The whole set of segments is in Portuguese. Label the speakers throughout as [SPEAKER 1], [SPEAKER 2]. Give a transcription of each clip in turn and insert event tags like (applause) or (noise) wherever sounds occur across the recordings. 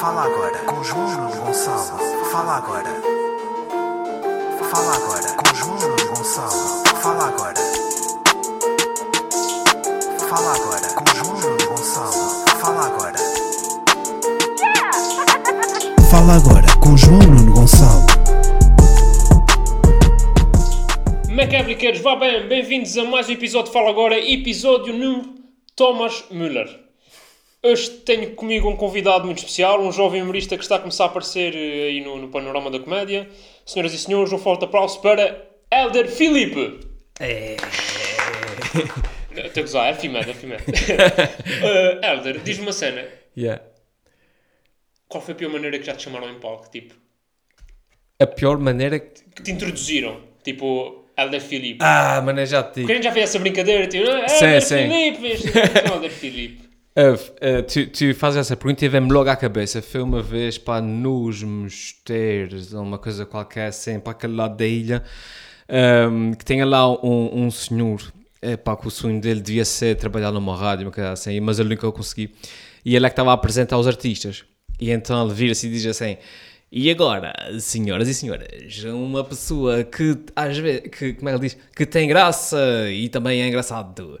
[SPEAKER 1] Fala agora com João Nuno Gonçalo. Fala agora. Fala agora com João Nuno Gonçalo. Fala agora. Fala agora com João Nuno Gonçalo. Fala agora. Fala agora com João Nuno Gonçalo.
[SPEAKER 2] é Macabriqueiros, vá bem, bem-vindos a mais um episódio de Fala Agora, episódio número Thomas Müller. Hoje tenho comigo um convidado muito especial, um jovem humorista que está a começar a aparecer eh, aí no, no panorama da comédia. Senhoras e senhores, um forte aplauso para Elder Filipe. É. Estou a gozar, é fimado, é fimado. (laughs) Eh, Elder, diz-me uma cena.
[SPEAKER 3] Yeah.
[SPEAKER 2] Qual foi a pior maneira que já te chamaram em palco? Tipo,
[SPEAKER 3] A pior maneira que.
[SPEAKER 2] que te introduziram? Tipo, Elder Filipe.
[SPEAKER 3] Ah, mané, já te digo.
[SPEAKER 2] Quem já fez essa brincadeira? Tipo, ah,
[SPEAKER 3] Sim,
[SPEAKER 2] Elder
[SPEAKER 3] sim.
[SPEAKER 2] Filipe, este é o Elder Filipe.
[SPEAKER 3] Ouve, eh, tu, tu fazes essa pergunta e vem-me logo à cabeça. Foi uma vez para nos mosteiros, ou uma coisa qualquer assim, para aquele lado da ilha, ehm, que tinha lá um, um senhor, para que o sonho dele devia ser trabalhar numa rádio, uma coisa assim, mas ele nunca consegui. E ele é que estava a apresentar os artistas. E então ele vira-se e diz assim: E agora, senhoras e senhores, uma pessoa que às vezes, que, como é que ele diz, que tem graça e também é engraçado,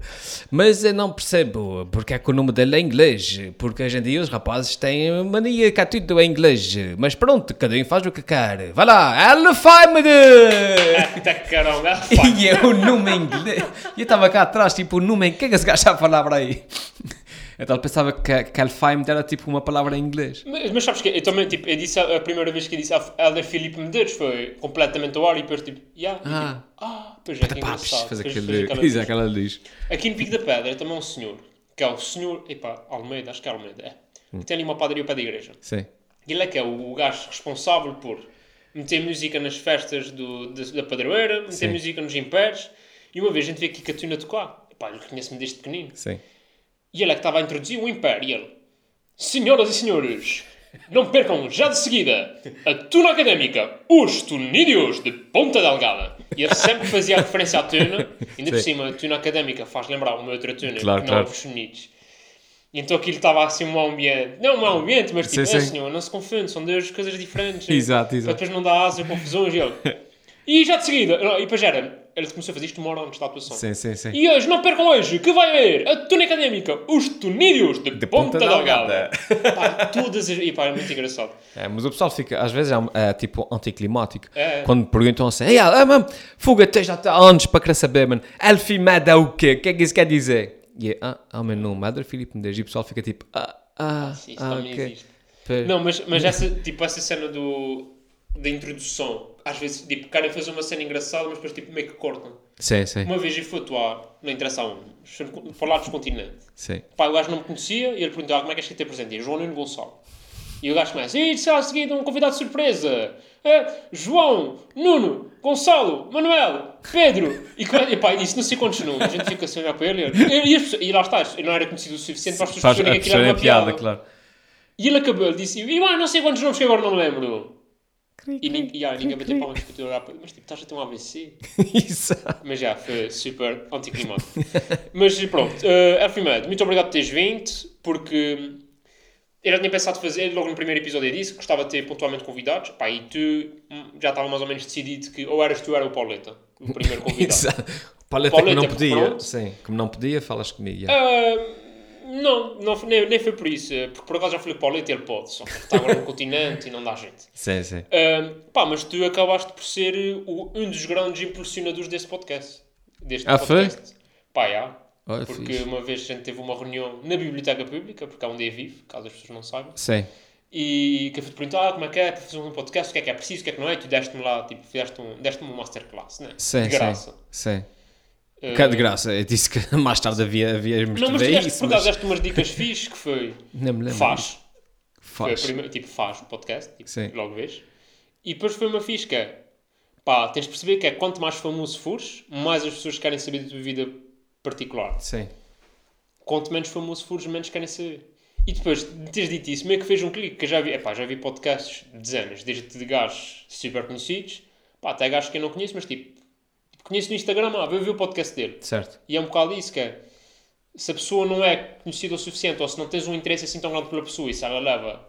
[SPEAKER 3] mas eu não percebo porque é que o nome dele é inglês, porque hoje em dia os rapazes têm mania que há tudo em inglês, mas pronto, cada um faz o que quer. Vai lá, Elefame!
[SPEAKER 2] Tá caramba,
[SPEAKER 3] E é eu numa inglês. E eu estava cá atrás, tipo, o nome, o que é que esse gajo está a falar para aí? (laughs) Então ele pensava que, que Alfheimer era tipo uma palavra em inglês.
[SPEAKER 2] mas, mas sabes que eu também, tipo, eu disse a, a primeira vez que eu disse "Ah, a Helder Filipe Medeiros foi completamente ao ar e depois tipo, yeah, e,
[SPEAKER 3] Ah.
[SPEAKER 2] tipo, ah, pois é, que
[SPEAKER 3] Paps,
[SPEAKER 2] engraçado.
[SPEAKER 3] faz
[SPEAKER 2] Pois-
[SPEAKER 3] (laughs) aquele.
[SPEAKER 2] pois
[SPEAKER 3] Isso, aquela luz.
[SPEAKER 2] Aqui no Pico da Pedra também há um senhor, que é o senhor, epá, Almeida, acho que é Almeida, é,
[SPEAKER 3] Hum.
[SPEAKER 2] que tem ali uma padaria ao pé da igreja.
[SPEAKER 3] Sim.
[SPEAKER 2] Ele é que é o, o gajo responsável por meter música nas festas do, da, da padroeira, meter
[SPEAKER 3] Sim.
[SPEAKER 2] música nos impérios, e uma vez a gente veio aqui Catuna tocar. Epá, ele conhece-me desde pequenino.
[SPEAKER 3] Sim.
[SPEAKER 2] E ele é que estava a introduzir o Império. E ele, Senhoras e senhores, não percam já de seguida a Tuna Académica, os Tunídeos de Ponta Delgada. E ele sempre fazia a referência à Tuna, ainda por
[SPEAKER 3] Sim.
[SPEAKER 2] cima, a Tuna Académica faz lembrar uma outra Tuna,
[SPEAKER 3] Claro,
[SPEAKER 2] que não
[SPEAKER 3] claro.
[SPEAKER 2] é os Unidos. E então aquilo estava assim um mau ambiente. Não um mau ambiente, mas tipo,
[SPEAKER 3] Sim,
[SPEAKER 2] "É,
[SPEAKER 3] sim.
[SPEAKER 2] senhor, não se confunde, são duas coisas diferentes. é.
[SPEAKER 3] Exato,
[SPEAKER 2] Para
[SPEAKER 3] exato.
[SPEAKER 2] depois não dar asa, confusões.
[SPEAKER 3] (laughs)
[SPEAKER 2] E ele, e já de seguida, não, e depois era, ele começou a fazer isto uma hora antes da atuação.
[SPEAKER 3] Sim, sim, sim.
[SPEAKER 2] E hoje, não percam hoje, que vai haver a Tuna Académica, os Tunídeos de, Ponta,
[SPEAKER 3] Ponta
[SPEAKER 2] Delgada. (laughs)
[SPEAKER 3] Delgada.
[SPEAKER 2] Pá, todas as... E pá, é muito engraçado.
[SPEAKER 3] É, mas o pessoal fica, às vezes, é, é, tipo anticlimático.
[SPEAKER 2] É.
[SPEAKER 3] Quando perguntam assim: Ei, ah, mano, fuga, tens já há anos para querer saber, mano. Alfimada o quê? O que é que isso quer dizer? E é, ah, ah, meu nome, Madre Filipe Medeiros. E o pessoal fica tipo: Ah, ah,
[SPEAKER 2] Sim, isso
[SPEAKER 3] ah,
[SPEAKER 2] também
[SPEAKER 3] ok.
[SPEAKER 2] existe.
[SPEAKER 3] Pois.
[SPEAKER 2] Não, mas, mas essa, tipo, essa cena do... Da introdução. Às vezes, tipo, querem fazer uma cena engraçada, mas depois, tipo, meio que cortam.
[SPEAKER 3] Sim, sim,
[SPEAKER 2] Uma vez eu fui atuar, não interessa aonde, falar dos continentes.
[SPEAKER 3] sim.
[SPEAKER 2] Pá, o gajo não me conhecia e ele perguntou ah, como é que és que te apresenta? E eu, João Nuno Gonçalo. E o gajo começa, e será a seguir um convidado de surpresa? É, João, Nuno, Gonçalo, Manuel, Pedro. E, co- e pá, isso não sei quantos nomes. A gente fica assim a olhar para ele. E, e, as pessoas- e lá está, eu não era conhecido o suficiente para as pessoas
[SPEAKER 3] Faz a
[SPEAKER 2] perceberem que aquilo era
[SPEAKER 3] piada,
[SPEAKER 2] uma piada.
[SPEAKER 3] piada,
[SPEAKER 2] (laughs)
[SPEAKER 3] claro. (laughs)
[SPEAKER 2] E ele acabou, ele disse, e mais não sei quantos nomes que agora não me lembro. E, nin- e, ah, ninguém bateu palmas porque eu estou a olhar para ele. Mas tipo, estás a ter um AVC?
[SPEAKER 3] Exato.
[SPEAKER 2] Mas já, foi super anticlimático. (laughs) Mas pronto, uh, afirmado, muito obrigado por teres vindo, porque eu já tinha pensado fazer, logo no primeiro episódio eu disse, que gostava de ter pontualmente convidados, pá, e tu hum, já estava mais ou menos decidido que ou eras tu ou era o Pauleta, o
[SPEAKER 3] (laughs)
[SPEAKER 2] primeiro convidado.
[SPEAKER 3] Exato. Paleta,
[SPEAKER 2] Paleta,
[SPEAKER 3] que não
[SPEAKER 2] porque
[SPEAKER 3] podia.
[SPEAKER 2] pronto.
[SPEAKER 3] Sim, como não podia, falas comigo. yeah.
[SPEAKER 2] Ah, não, não foi- nem, nem foi por isso, eh, porque por acaso já falei com o Pauleta e ele pode, só que está agora no (laughs) continente e não dá gente.
[SPEAKER 3] Sim, sim.
[SPEAKER 2] Ah, pá, mas tu acabaste por ser eh, o- um dos grandes impulsionadores desse podcast. Deste
[SPEAKER 3] Ah, foi?
[SPEAKER 2] podcast. Pá, já.
[SPEAKER 3] Olha,
[SPEAKER 2] Porque
[SPEAKER 3] É fixe.
[SPEAKER 2] uma vez a gente teve uma reunião na biblioteca pública, porque há um dia vivo, caso as pessoas não saibam,
[SPEAKER 3] Sim.
[SPEAKER 2] e que eu fui te perguntar ah, como é que é para fazer um podcast, o que é que é preciso, o que é que não é, e tu deste-me lá, tipo, fizeste um, deste-me uma masterclass, né?
[SPEAKER 3] Sim,
[SPEAKER 2] de graça.
[SPEAKER 3] sim. Sim.
[SPEAKER 2] Eh,
[SPEAKER 3] Cá de graça. Eu disse que (laughs) mais tarde havia, havia
[SPEAKER 2] Não, mas tu
[SPEAKER 3] mostrado
[SPEAKER 2] deste,
[SPEAKER 3] isso,
[SPEAKER 2] por acaso, deste umas dicas fixe, que
[SPEAKER 3] (laughs)
[SPEAKER 2] foi,
[SPEAKER 3] Não me lembro.
[SPEAKER 2] faz, Foi a
[SPEAKER 3] Faz.
[SPEAKER 2] primeira- tipo, faz o podcast, tipo,
[SPEAKER 3] Sim.
[SPEAKER 2] logo vês. E depois foi uma fisca. Pá, tens de perceber que é quanto mais famoso fores, mais as pessoas querem saber da tua vida particular.
[SPEAKER 3] Sim.
[SPEAKER 2] Quanto menos famoso fores, menos querem saber. E depois de teres dito isso, meio que fez um clique, que eu já vi, epá, já vi podcasts de dezenas, desde de gajos super conhecidos, pá, até gajos que eu não conheço, mas tipo, tipo, conheço no Instagram, ah, vou ver o podcast dele.
[SPEAKER 3] Certo.
[SPEAKER 2] E é um bocado isso que é. Se a pessoa não é conhecida o suficiente ou se não tens um interesse assim tão grande pela pessoa e se ela leva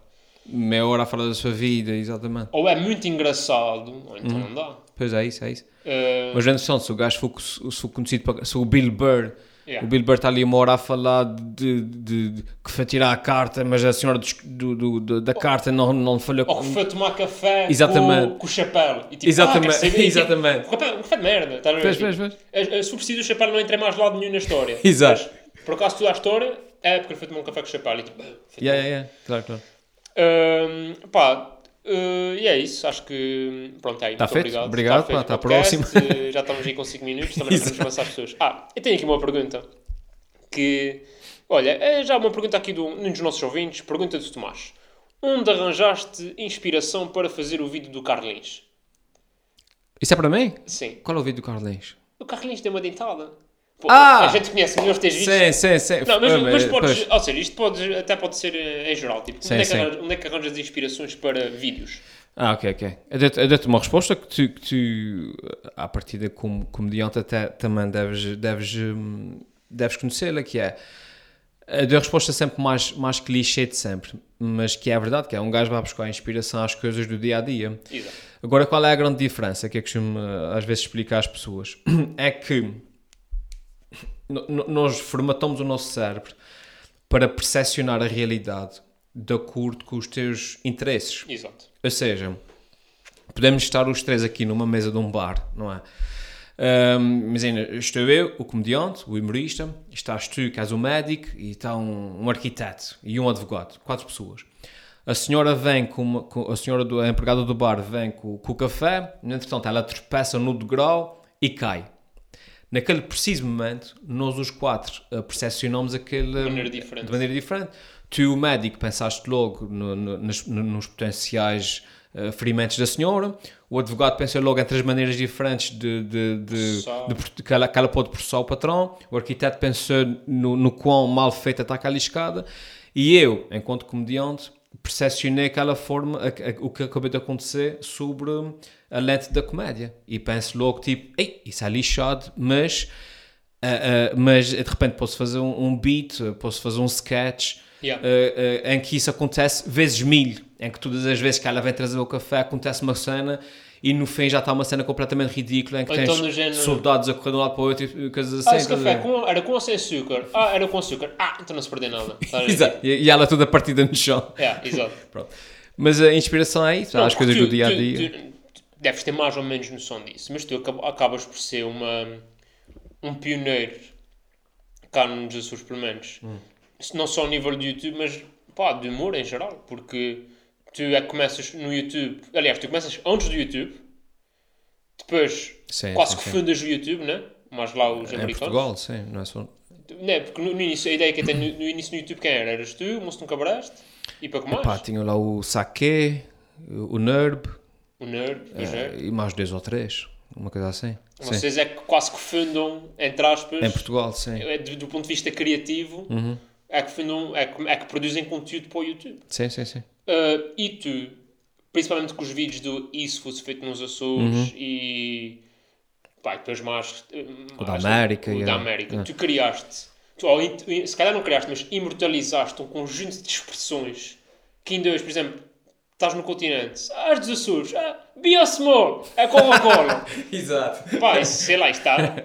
[SPEAKER 3] meia hora a falar da sua vida, exatamente.
[SPEAKER 2] Ou é muito engraçado, ou então não dá.
[SPEAKER 3] Pois é, isso, é isso.
[SPEAKER 2] Eh,
[SPEAKER 3] Mas grande noção, se o gajo for, co- se for conhecido para. Se o Bill Burr.
[SPEAKER 2] Yeah.
[SPEAKER 3] O Bill Burr está ali uma hora a falar de, de- de- que foi tirar a carta, mas a senhora dos- do- do- do- da carta não, não lhe falhou
[SPEAKER 2] ou que Oh. foi tomar café com-
[SPEAKER 3] Exatamente.
[SPEAKER 2] Com, o chapéu. E tipo,
[SPEAKER 3] Exatamente,
[SPEAKER 2] ah, quer
[SPEAKER 3] (laughs)
[SPEAKER 2] saber,
[SPEAKER 3] exatamente.
[SPEAKER 2] Tipo, café, café de merda. Estás a ver?
[SPEAKER 3] Pois,
[SPEAKER 2] Tipo,
[SPEAKER 3] pois, pois.
[SPEAKER 2] a- a- Se o preciso do chapéu não entra em mais lado nenhum na história.
[SPEAKER 3] (laughs) Exato.
[SPEAKER 2] Mas, por acaso, toda a história é porque ele foi tomar um café com o chapéu. E tipo, (clears throat) ah, foi
[SPEAKER 3] Yeah, yeah, yeah. Claro, claro.
[SPEAKER 2] Ahm, pá, eh, e é isso. Acho que. Pronto, é aí.
[SPEAKER 3] Tá
[SPEAKER 2] muito
[SPEAKER 3] feito?
[SPEAKER 2] Obrigado.
[SPEAKER 3] Obrigado,
[SPEAKER 2] feito
[SPEAKER 3] pá, tá
[SPEAKER 2] o podcast.
[SPEAKER 3] próximo.
[SPEAKER 2] Eh, já estamos aí com 5 minutos. Também não podemos passar as pessoas. Ah, eu tenho aqui uma pergunta. Que. Olha, é já uma pergunta aqui de um um dos nossos ouvintes. Pergunta do Tomás: Onde arranjaste inspiração para fazer o vídeo do Carlinhos?
[SPEAKER 3] Isso é para mim?
[SPEAKER 2] Sim.
[SPEAKER 3] Qual é o vídeo do Carlinhos?
[SPEAKER 2] O Carlinhos tem uma dentada. Pô,
[SPEAKER 3] Ah!
[SPEAKER 2] A gente conhece melhor os teus vídeos.
[SPEAKER 3] Sim, sim, sim.
[SPEAKER 2] Não, mas,
[SPEAKER 3] Ah,
[SPEAKER 2] mas podes,
[SPEAKER 3] pois.
[SPEAKER 2] ou seja, isto pode, até pode ser eh, em geral, tipo,
[SPEAKER 3] Sim,
[SPEAKER 2] onde, é que
[SPEAKER 3] sim.
[SPEAKER 2] arranjas, onde é que arranjas inspirações para vídeos?
[SPEAKER 3] Ah, ok, ok. Eu dei-te eu dei-te uma resposta que tu, que tu à partida, como comediante, até também deves, deves, hum, deves conhecê-la, que é. Eu dei a resposta sempre mais, mais clichê de sempre, mas que é a verdade, que é um gajo vai buscar inspiração às coisas do dia a dia.
[SPEAKER 2] Exato.
[SPEAKER 3] Agora, qual é a grande diferença que eu costumo eh, às vezes explicar às pessoas? (clears throat) É que no- no- nós formatamos o nosso cérebro para percepcionar a realidade de acordo com os teus interesses.
[SPEAKER 2] Exato.
[SPEAKER 3] Ou seja, podemos estar os três aqui numa mesa de um bar, não é? Ahm, Imagina, estou eu, o comediante, o humorista, estás tu, que és o médico, e está um, um arquiteto e um advogado, quatro pessoas. A senhora vem com, uma- com- a senhora do, a empregada do bar vem com, com o café, no entretanto ela tropeça no degrau e cai. Naquele preciso momento, nós os quatro ah, percepcionamos aquele
[SPEAKER 2] maneira diferente.
[SPEAKER 3] de maneira diferente. Tu, o médico, pensaste logo no- no- nas- no- nos potenciais eh, ferimentos da senhora. O advogado pensou logo em três maneiras diferentes de, de- de-
[SPEAKER 2] Processar.
[SPEAKER 3] de pro- que, ela, que ela pode processar o patrão. O arquiteto pensou no, no quão mal feita está aquela escada. E eu, enquanto comediante, percepcionei aquela forma, a- a- o que acabou de acontecer sobre a lente da comédia. E penso logo, tipo, ei, isso é lixado, mas... Uh, uh, mas de repente posso fazer um, um beat, posso fazer um sketch
[SPEAKER 2] Yeah.
[SPEAKER 3] uh, uh, em que isso acontece vezes mil, em que todas as vezes que ela vem trazer o café acontece uma cena e no fim já está uma cena completamente ridícula em que
[SPEAKER 2] Ou
[SPEAKER 3] tens
[SPEAKER 2] então do género-
[SPEAKER 3] soldados a correr de um lado para o outro e coisas assim.
[SPEAKER 2] Ah, esse
[SPEAKER 3] estás a
[SPEAKER 2] café
[SPEAKER 3] ver? (laughs)
[SPEAKER 2] com- era com ou sem açúcar? Ah, era com açúcar. Ah, então não se perdeu nada.
[SPEAKER 3] (laughs)
[SPEAKER 2] Tá a ver?
[SPEAKER 3] Exato. E, e ela toda partida no chão.
[SPEAKER 2] É, exato.
[SPEAKER 3] Pronto. Mas a inspiração é isso, há as coisas
[SPEAKER 2] tu-
[SPEAKER 3] do dia a
[SPEAKER 2] tu-
[SPEAKER 3] dia.
[SPEAKER 2] tu- deves ter mais ou menos noção disso, mas tu acab- acabas por ser uma, um pioneiro cá nos Açores, pelo menos.
[SPEAKER 3] Hum.
[SPEAKER 2] Se Não só ao nível do YouTube, mas pá, de humor em geral, porque tu é que começas no YouTube, aliás, tu começas antes do YouTube, depois
[SPEAKER 3] Sim,
[SPEAKER 2] quase
[SPEAKER 3] sim,
[SPEAKER 2] que
[SPEAKER 3] sim.
[SPEAKER 2] fundas o YouTube, né? Mas lá os
[SPEAKER 3] Em
[SPEAKER 2] americanos.
[SPEAKER 3] Portugal, sim, não é só.
[SPEAKER 2] Não é, porque no, no início, a ideia que eu tenho no, no início no YouTube quem era? Eras tu, o Moço Nunca Braste, e para que mais?
[SPEAKER 3] Pá, tinha lá o Saque, o Nerb
[SPEAKER 2] O Nerd,
[SPEAKER 3] é,
[SPEAKER 2] o Nerd.
[SPEAKER 3] e mais dois ou três, uma coisa assim. Sim.
[SPEAKER 2] Vocês é que quase que fundam, entre aspas,
[SPEAKER 3] Em Portugal, Uhum. sim.
[SPEAKER 2] é, do, do ponto de vista criativo, é, que fundam, é, que, é que produzem conteúdo para o YouTube.
[SPEAKER 3] Sim, sim, sim.
[SPEAKER 2] Ah, e tu, principalmente com os vídeos do E se fosse feito nos
[SPEAKER 3] Uhum.
[SPEAKER 2] Açores e. Pá, e depois mais.
[SPEAKER 3] O da
[SPEAKER 2] mais-
[SPEAKER 3] América,
[SPEAKER 2] O
[SPEAKER 3] yeah.
[SPEAKER 2] da América.
[SPEAKER 3] Yeah.
[SPEAKER 2] Tu criaste, tu, ou in- se calhar não criaste, mas imortalizaste um conjunto de expressões que ainda hoje, por exemplo, estás no continente, ah, és dos Açores, ah, Biosmall, a
[SPEAKER 3] (laughs)
[SPEAKER 2] Coca-Cola.
[SPEAKER 3] (laughs) Exato.
[SPEAKER 2] Pá, isso, sei lá, está.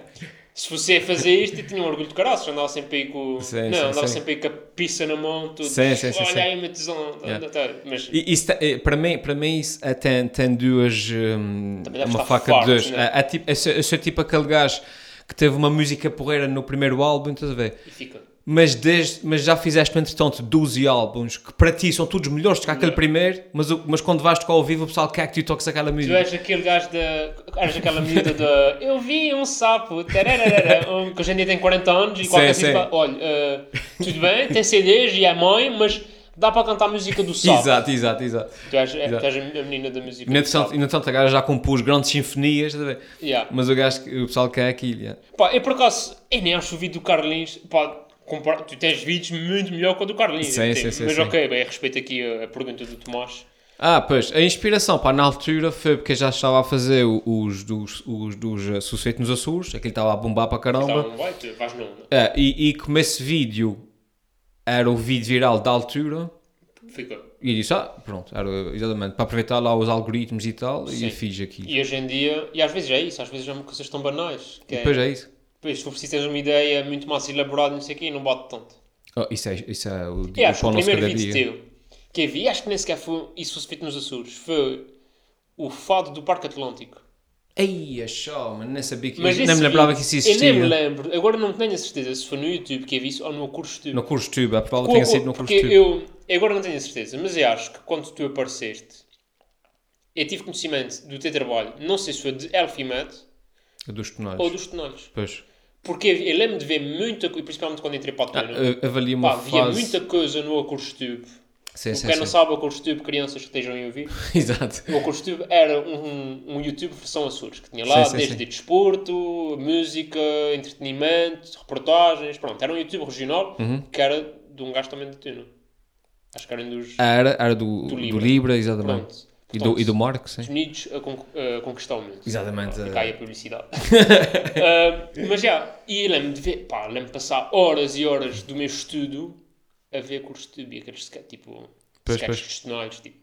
[SPEAKER 2] Se você fazer isto, eu tinha um orgulho de caraças, andava sempre aí com.
[SPEAKER 3] Sim,
[SPEAKER 2] não,
[SPEAKER 3] sim,
[SPEAKER 2] andava
[SPEAKER 3] sim.
[SPEAKER 2] sempre aí com a pizza na mão, tudo.
[SPEAKER 3] Sim, sim, sim,
[SPEAKER 2] Olha
[SPEAKER 3] sim.
[SPEAKER 2] aí, uma tesão.
[SPEAKER 3] Yeah.
[SPEAKER 2] tá, Mas.
[SPEAKER 3] E, isso te- eh, para mim, para mim isso eh, tem, tem duas. hum,
[SPEAKER 2] Também deve
[SPEAKER 3] uma
[SPEAKER 2] estar
[SPEAKER 3] faca de
[SPEAKER 2] farto,
[SPEAKER 3] dois.
[SPEAKER 2] né?
[SPEAKER 3] É, é tipo, eu, sou, eu sou tipo aquele gajo que teve uma música porreira no primeiro álbum, estás a ver?
[SPEAKER 2] E fica.
[SPEAKER 3] Mas, desde, mas já fizeste, entretanto, 12 álbuns que para ti são todos melhores do que aquele primeiro, mas, o- mas quando vais tocar ao vivo o pessoal quer que tu toques aquela
[SPEAKER 2] Tu
[SPEAKER 3] música.
[SPEAKER 2] és aquele gajo da. És aquela miúda da. Eu vi um sapo, tararara, um, que hoje em dia tem 40 anos e qualquer
[SPEAKER 3] Sim,
[SPEAKER 2] coisa.
[SPEAKER 3] sim.
[SPEAKER 2] fala, Olha, eh, tudo bem, tem CDs e é mãe, mas dá para cantar a música do sapo.
[SPEAKER 3] Exato, exato, exato.
[SPEAKER 2] Tu és, é,
[SPEAKER 3] Exato. um
[SPEAKER 2] tu és a menina da música.
[SPEAKER 3] E,
[SPEAKER 2] do sapo.
[SPEAKER 3] Entretanto, entretanto, a gaja já compôs grandes sinfonias, estás a ver?
[SPEAKER 2] Yeah.
[SPEAKER 3] Mas o, gajo, que- o pessoal quer aquilo. yeah.
[SPEAKER 2] Pá, eu por acaso, eu nem acho o vídeo do Carlinhos, pá, compara- tu tens vídeos muito melhor que o do Carlinhos.
[SPEAKER 3] Sim,
[SPEAKER 2] eu
[SPEAKER 3] sim,
[SPEAKER 2] tenho.
[SPEAKER 3] sim,
[SPEAKER 2] Mas
[SPEAKER 3] sim.
[SPEAKER 2] ok, bem, respeito aqui a, a pergunta do Tomás.
[SPEAKER 3] Ah, pois, a inspiração pá, na altura foi porque eu já estava a fazer o- os dos, os dos eh, Suceito nos Açores, aquilo estava a bombar para
[SPEAKER 2] Tá,
[SPEAKER 3] caramba.
[SPEAKER 2] não vai, tu vais não. não.
[SPEAKER 3] É, e, e como esse vídeo era o vídeo viral da altura,
[SPEAKER 2] Ficou.
[SPEAKER 3] E eu disse, ah, pronto, era exatamente, para aproveitar lá os algoritmos e tal,
[SPEAKER 2] Sim.
[SPEAKER 3] e fiz aqui.
[SPEAKER 2] E hoje em dia, e às vezes é isso, às vezes é coisas tão banais. Que é,
[SPEAKER 3] Depois é isso.
[SPEAKER 2] Pois, se tu precisas de uma ideia muito mais elaborada, não sei o quê, não bate tanto.
[SPEAKER 3] Oh, isso, é, isso é o,
[SPEAKER 2] E acho
[SPEAKER 3] pão
[SPEAKER 2] que o
[SPEAKER 3] nosso
[SPEAKER 2] primeiro
[SPEAKER 3] cada
[SPEAKER 2] vídeo
[SPEAKER 3] dia.
[SPEAKER 2] teu que eu vi, acho que nem sequer foi isso foi feito nos Açores, foi o fado do Parque Atlântico.
[SPEAKER 3] Ei, é show, mano, nem sabia que
[SPEAKER 2] Mas
[SPEAKER 3] eu nem
[SPEAKER 2] esse
[SPEAKER 3] me lembrava
[SPEAKER 2] vídeo,
[SPEAKER 3] que isso
[SPEAKER 2] Eu nem me
[SPEAKER 3] existia.
[SPEAKER 2] lembro, agora não tenho a certeza se foi no YouTube que eu vi isso ou no curso de
[SPEAKER 3] No curso de tuba, a prova
[SPEAKER 2] Ou-
[SPEAKER 3] tenha
[SPEAKER 2] ou-
[SPEAKER 3] sido no curso
[SPEAKER 2] Porque
[SPEAKER 3] de tuba.
[SPEAKER 2] eu, eu agora não tenho a certeza, mas eu acho que quando tu apareceste, eu tive conhecimento do teu trabalho, não sei se foi de Elfimed
[SPEAKER 3] Dos tonais.
[SPEAKER 2] ou dos Tenores.
[SPEAKER 3] Depois.
[SPEAKER 2] Porque eu, eu lembro de ver muita coisa, principalmente quando entrei para a Tuna,
[SPEAKER 3] Ah, avalia
[SPEAKER 2] pá,
[SPEAKER 3] uma
[SPEAKER 2] via
[SPEAKER 3] fase.
[SPEAKER 2] muita coisa no AcurSTube.
[SPEAKER 3] Sim,
[SPEAKER 2] Para
[SPEAKER 3] sim,
[SPEAKER 2] quem não
[SPEAKER 3] sim.
[SPEAKER 2] sabe, o AcurSTube, crianças que estejam a ouvir,
[SPEAKER 3] (laughs) Exato.
[SPEAKER 2] o AcurSTube era um, um, um YouTube versão Açores, que tinha lá
[SPEAKER 3] Sim, sim,
[SPEAKER 2] desde
[SPEAKER 3] sim.
[SPEAKER 2] desporto, música, entretenimento, reportagens, pronto. Era um YouTube regional
[SPEAKER 3] Uhum.
[SPEAKER 2] que era de um gajo também de Tuna. Acho que era um dos...
[SPEAKER 3] Era, era do,
[SPEAKER 2] Do
[SPEAKER 3] do,
[SPEAKER 2] Libra.
[SPEAKER 3] Libra. exatamente.
[SPEAKER 2] Pronto.
[SPEAKER 3] E
[SPEAKER 2] Portanto,
[SPEAKER 3] do, e do Marco, sim.
[SPEAKER 2] Unidos a, con- a conquistar o mundo.
[SPEAKER 3] Exatamente,
[SPEAKER 2] Pronto,
[SPEAKER 3] é.
[SPEAKER 2] Cai a
[SPEAKER 3] (laughs)
[SPEAKER 2] publicidade. Ah, mas já, e lembro-me de ver, pá, lembro-me de passar horas e horas do meu estudo a ver cursos de YouTube, aqueles sketches, tipo,
[SPEAKER 3] Pois,
[SPEAKER 2] sketches
[SPEAKER 3] pois. Ah,
[SPEAKER 2] questionários, tipo,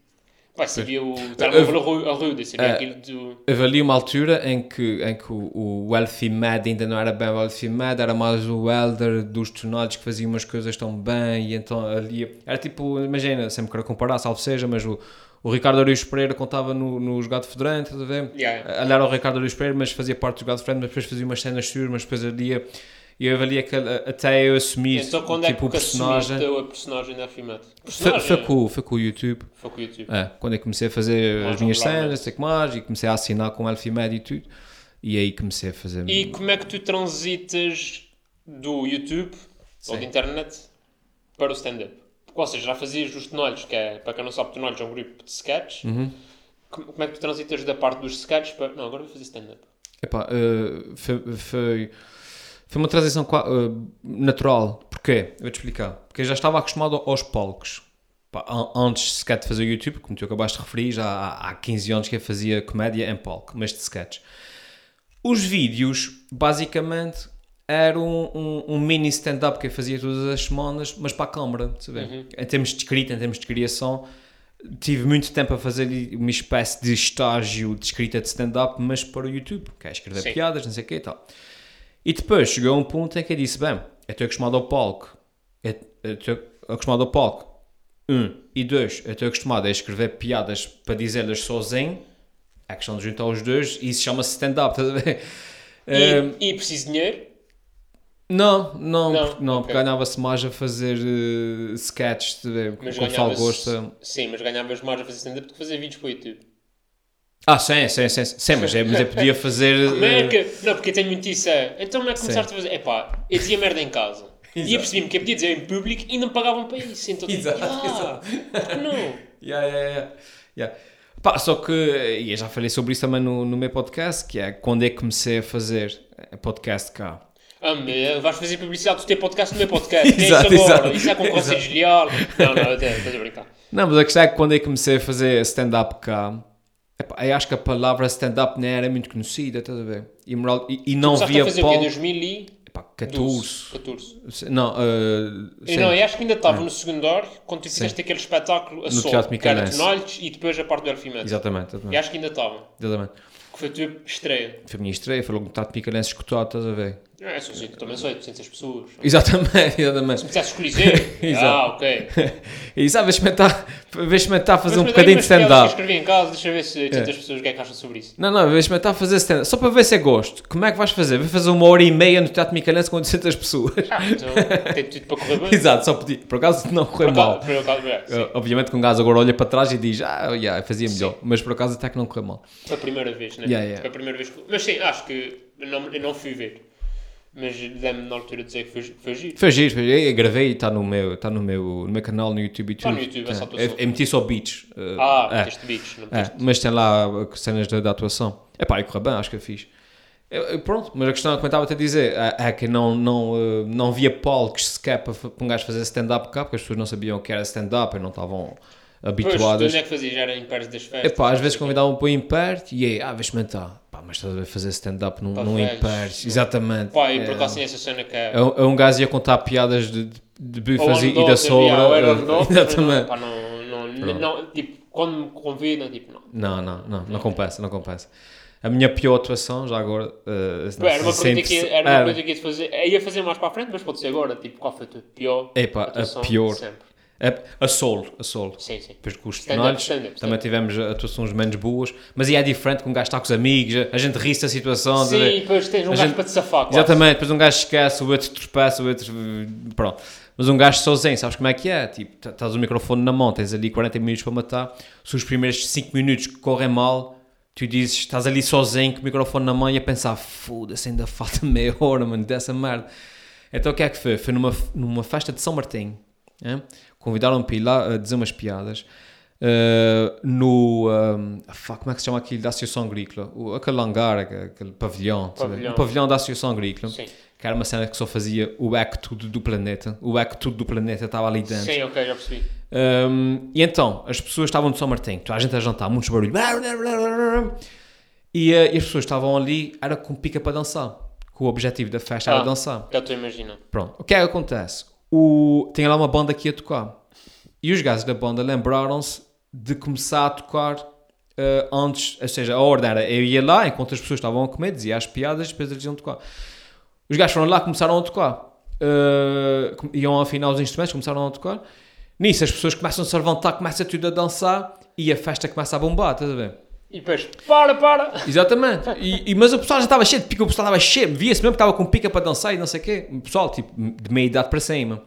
[SPEAKER 2] pá, sabia o telemóvel arru- arruda, sabia aquilo do...
[SPEAKER 3] Havia uma altura em que, em que o, o Elfie Mad ainda não era bem o Elfie Mad, era mais o Elder dos Tornados que fazia umas coisas tão bem e então ali... Era tipo, imagina, sempre quero comparar, salvo seja, mas o, o Ricardo Arius Pereira contava no, no Jogado Federante, estás a ver?
[SPEAKER 2] Yeah.
[SPEAKER 3] Ele era o Ricardo Luís Pereira, mas fazia parte do Jogado Federante, mas depois fazia umas cenas suas, mas depois ali... Eu avalia que até eu assumir
[SPEAKER 2] Então quando é
[SPEAKER 3] tipo, o
[SPEAKER 2] que
[SPEAKER 3] personagem.
[SPEAKER 2] assumiste a personagem da Filmete?
[SPEAKER 3] Foi,
[SPEAKER 2] Personagem?
[SPEAKER 3] foi, com, o- foi com o YouTube.
[SPEAKER 2] Foi com o YouTube.
[SPEAKER 3] É, quando eu comecei a fazer
[SPEAKER 2] Mais
[SPEAKER 3] as minhas
[SPEAKER 2] regularmente.
[SPEAKER 3] cenas, sei que mais, e comecei a assinar com Elfimed e tudo. E é aí comecei a fazer.
[SPEAKER 2] E como é que tu transitas do YouTube ou da internet para o stand-up? Porque ou seja, já fazias os Tenolhos, que é, para quem não sabe, Tenolhos é um grupo de sketches.
[SPEAKER 3] Uhum.
[SPEAKER 2] Como, como é que tu transitas da parte dos sketches para. Não, agora vou fazer stand-up.
[SPEAKER 3] Epá, eh, foi, foi, foi uma transição qua- eh, natural. Porquê? Eu vou-te explicar. Porque eu já estava acostumado aos palcos. Pá, an- antes sequer de fazer YouTube, como tu acabaste de referir, já há, há 15 anos que eu fazia comédia em palco, mas de sketch. Os vídeos, basicamente, eram um, um- um mini stand-up que eu fazia todas as semanas, mas para a câmara, sabe? Em termos de escrita, em termos de criação, tive muito tempo a fazer uma espécie de estágio de escrita de stand-up, mas para o YouTube, que é escrever
[SPEAKER 2] Sim.
[SPEAKER 3] piadas, não sei o que e tal. E depois chegou a um ponto em que eu disse: Bem, eu estou acostumado ao palco. Eu eu estou acostumado ao palco. Um. E dois, eu estou acostumado a escrever piadas para dizê-las sozinho. É questão de juntar os dois e isso chama-se stand-up, estás a ver? (laughs) Eh,
[SPEAKER 2] E, e preciso de dinheiro.
[SPEAKER 3] Não, não,
[SPEAKER 2] Não,
[SPEAKER 3] porque- não,
[SPEAKER 2] ok.
[SPEAKER 3] porque ganhava-se mais a fazer eh, sketches, estás a ver?
[SPEAKER 2] Mas
[SPEAKER 3] com o pessoal
[SPEAKER 2] ganhavas.
[SPEAKER 3] gosta.
[SPEAKER 2] Sim, mas ganhavas mais a fazer stand-up do que fazer vídeos para o YouTube.
[SPEAKER 3] Ah, sim, sim, sim, sim, sim, mas, eu,
[SPEAKER 2] (laughs)
[SPEAKER 3] mas eu podia fazer.
[SPEAKER 2] Como é
[SPEAKER 3] eh,
[SPEAKER 2] que. Não, porque eu tenho muito isso. É, então como é que começaste a fazer. Epá, eu tinha merda em casa. E eu
[SPEAKER 3] Exato.
[SPEAKER 2] percebi-me que eu podia dizer em público e não me pagavam para isso. Então,
[SPEAKER 3] Exato,
[SPEAKER 2] ah,
[SPEAKER 3] exato.
[SPEAKER 2] Porque não?
[SPEAKER 3] Yeah, yeah, yeah. Yeah. Pá, só que, e eu já falei sobre isso também no, no meu podcast, que é quando é que comecei a fazer eh, podcast cá.
[SPEAKER 2] Ah, mas vais fazer publicidade do teu podcast no meu podcast.
[SPEAKER 3] (laughs)
[SPEAKER 2] Que é isso
[SPEAKER 3] Exato,
[SPEAKER 2] agora?
[SPEAKER 3] exato.
[SPEAKER 2] Isso é concorrência
[SPEAKER 3] Exato.
[SPEAKER 2] desleal. Não, não, até, estás a brincar.
[SPEAKER 3] Não, mas a questão é que quando eu comecei a fazer stand-up cá, epá, eu acho que a palavra stand-up nem era muito conhecida, estás a ver? E, moral- e- e não
[SPEAKER 2] Começaste
[SPEAKER 3] via
[SPEAKER 2] a fazer o quê?
[SPEAKER 3] palco.
[SPEAKER 2] 2012?
[SPEAKER 3] Epá, 14.
[SPEAKER 2] 14.
[SPEAKER 3] Não, eh,
[SPEAKER 2] Eu
[SPEAKER 3] sim.
[SPEAKER 2] é
[SPEAKER 3] É.
[SPEAKER 2] não, eu acho que ainda estava no secundário, quando tu fizeste aquele espetáculo a
[SPEAKER 3] No
[SPEAKER 2] sol,
[SPEAKER 3] Teatro
[SPEAKER 2] que era
[SPEAKER 3] Micaelense.
[SPEAKER 2] Tenalhos e depois a parte do Elfimed.
[SPEAKER 3] Exatamente,
[SPEAKER 2] Eu
[SPEAKER 3] exatamente.
[SPEAKER 2] acho que ainda estava.
[SPEAKER 3] exatamente.
[SPEAKER 2] Que foi a tua estreia.
[SPEAKER 3] Foi a minha estreia, foi logo metade de picalense escutado, estás a ver?
[SPEAKER 2] É, são cinco, também sou 800 pessoas. Se
[SPEAKER 3] Exatamente, (laughs) exatamente.
[SPEAKER 2] me dissesses Coliseu.
[SPEAKER 3] (laughs) Exato.
[SPEAKER 2] ah, ok.
[SPEAKER 3] E tá, sabe, vais experimentar, vais experimentar fazer um
[SPEAKER 2] Mas, mas
[SPEAKER 3] bocadinho de
[SPEAKER 2] mas, piadas que eu
[SPEAKER 3] stand-up.
[SPEAKER 2] escrevi em casa, deixa eu ver se 800 pessoas o que é que acham sobre isso.
[SPEAKER 3] Não, não, vais experimentar fazer stand-up. Só para ver se eu gosto. Como é que vais fazer? Vai fazer uma hora e meia no Teatro Micalense com 200 pessoas. (laughs)
[SPEAKER 2] Ah, então, tem tudo para correr bem.
[SPEAKER 3] Exato, só podia. Por acaso não correu mal.
[SPEAKER 2] Por acaso, é, sim.
[SPEAKER 3] Uh, Obviamente que um gajo agora olha para trás e diz, ah, yeah, fazia melhor. Mas por acaso até que não correu mal.
[SPEAKER 2] Foi a primeira vez, né?
[SPEAKER 3] Yeah, yeah.
[SPEAKER 2] Foi a primeira vez que... Mas sim, acho que eu não, eu não fui ver. Mas dá-me na altura dizer que foi, foi giro.
[SPEAKER 3] Foi giro, foi giro. eu gravei e está no, meu, está no, meu, no meu canal no YouTube e tudo.
[SPEAKER 2] no YouTube, é só tu
[SPEAKER 3] eu,
[SPEAKER 2] só.
[SPEAKER 3] eu meti só beats. uh,
[SPEAKER 2] Ah,
[SPEAKER 3] é.
[SPEAKER 2] meteste beats, não
[SPEAKER 3] É,
[SPEAKER 2] meteste?
[SPEAKER 3] mas tem lá uh, cenas da, da atuação. É pá, e correu bem, acho que eu fiz. Eu- eu- pronto, mas a questão que eu estava a te dizer é, é que não, não, uh, não via palcos sequer para, fa- para um gajo fazer stand-up cá, porque as pessoas não sabiam o que era stand-up e não estavam
[SPEAKER 2] Pois, tu
[SPEAKER 3] habituadas.
[SPEAKER 2] onde é que fazias? Já era em pares das
[SPEAKER 3] É
[SPEAKER 2] festas?
[SPEAKER 3] pá, às vezes convidavam para um impert e aí, ah, vais experimentar. Pá, mas estás a ver fazer stand-up num,
[SPEAKER 2] Para
[SPEAKER 3] num
[SPEAKER 2] velhos,
[SPEAKER 3] impert,
[SPEAKER 2] não.
[SPEAKER 3] exatamente.
[SPEAKER 2] Tá Pá, e
[SPEAKER 3] É,
[SPEAKER 2] por acaso tinha essa cena que é...
[SPEAKER 3] é um é um gajo ia contar piadas de, de, de
[SPEAKER 2] Ou
[SPEAKER 3] bifas e, e
[SPEAKER 2] anedota,
[SPEAKER 3] da sobra. (laughs)
[SPEAKER 2] yeah, ou era
[SPEAKER 3] é,
[SPEAKER 2] anedota,
[SPEAKER 3] exatamente.
[SPEAKER 2] Pá, não, n- não, tipo, quando me convidam, tipo, não.
[SPEAKER 3] Não, não, não, não compensa, não compensa. A minha pior atuação, já agora. eh, não
[SPEAKER 2] Tipo, era uma
[SPEAKER 3] sei se
[SPEAKER 2] pergunta que,
[SPEAKER 3] interessa-
[SPEAKER 2] era uma
[SPEAKER 3] Ah,
[SPEAKER 2] coisa que ia fazer, eh, ia fazer mais para a frente, mas pode ser agora, tipo, qual foi a tua pior
[SPEAKER 3] Epá, a
[SPEAKER 2] atuação
[SPEAKER 3] pior.
[SPEAKER 2] de sempre?
[SPEAKER 3] é, A, a solo, a solo.
[SPEAKER 2] Sim, sim.
[SPEAKER 3] Depois com os
[SPEAKER 2] Stand-up,
[SPEAKER 3] personagens,
[SPEAKER 2] stand-up,
[SPEAKER 3] também tivemos atuações menos boas, mas e é diferente que um gajo está com os amigos, a- a gente ri-se da situação.
[SPEAKER 2] Sim,
[SPEAKER 3] estás a ver?
[SPEAKER 2] depois tens um
[SPEAKER 3] A
[SPEAKER 2] gajo
[SPEAKER 3] gente-
[SPEAKER 2] para te safar, quase.
[SPEAKER 3] Exatamente, depois um gajo esquece, o outro tropeça, o outro. Pronto. Mas um gajo sozinho, sabes como é que é? Tipo, t- estás o microfone na mão, tens ali 40 minutos para matar. Se os primeiros 5 minutos que correm mal, tu dizes, estás ali sozinho com o microfone na mão e a pensar, foda-se, ainda falta (laughs) meia hora, mano, dessa merda. Então o que é que foi? Foi numa, numa festa de São Martim. né? Convidaram-me para ir lá a dizer umas piadas. eh, no. ah, fuck, como é que se chama aquilo da Associação Agrícola? O- Aquele hangar, aquele aquele pavilhão. sabe?
[SPEAKER 2] Pavilhão.
[SPEAKER 3] Um pavilhão da Associação Agrícola
[SPEAKER 2] Sim.
[SPEAKER 3] que era uma cena que só fazia o eco tudo do planeta. O eco tudo do planeta estava ali dentro.
[SPEAKER 2] Sim, ok, já percebi.
[SPEAKER 3] Um, e então, as pessoas estavam de São Martim, toda a gente a jantar, muitos barulhos. E, eh, e as pessoas estavam ali, era com um pica para dançar. Que o objetivo da festa
[SPEAKER 2] Ah,
[SPEAKER 3] era dançar.
[SPEAKER 2] Já estou a imaginar.
[SPEAKER 3] Pronto, o que é que acontece? O, tem lá uma banda que ia tocar. E os gajos da banda lembraram-se de começar a tocar eh, antes, ou seja, a ordem era eu ia lá enquanto as pessoas estavam a comer, dizia as piadas, depois eles iam tocar. Os gajos foram lá, começaram a tocar. Eh, com- iam afinar os instrumentos, começaram a tocar. Nisso as pessoas começam a se levantar, começa tudo a dançar e a festa começa a bombar, estás a ver?
[SPEAKER 2] E depois, para, para!
[SPEAKER 3] Exatamente. E, e- mas o pessoal já estava cheio de pica, o pessoal estava cheio, via-se mesmo que estava com pica para dançar e não sei o quê. O pessoal, tipo, de meia idade para cima.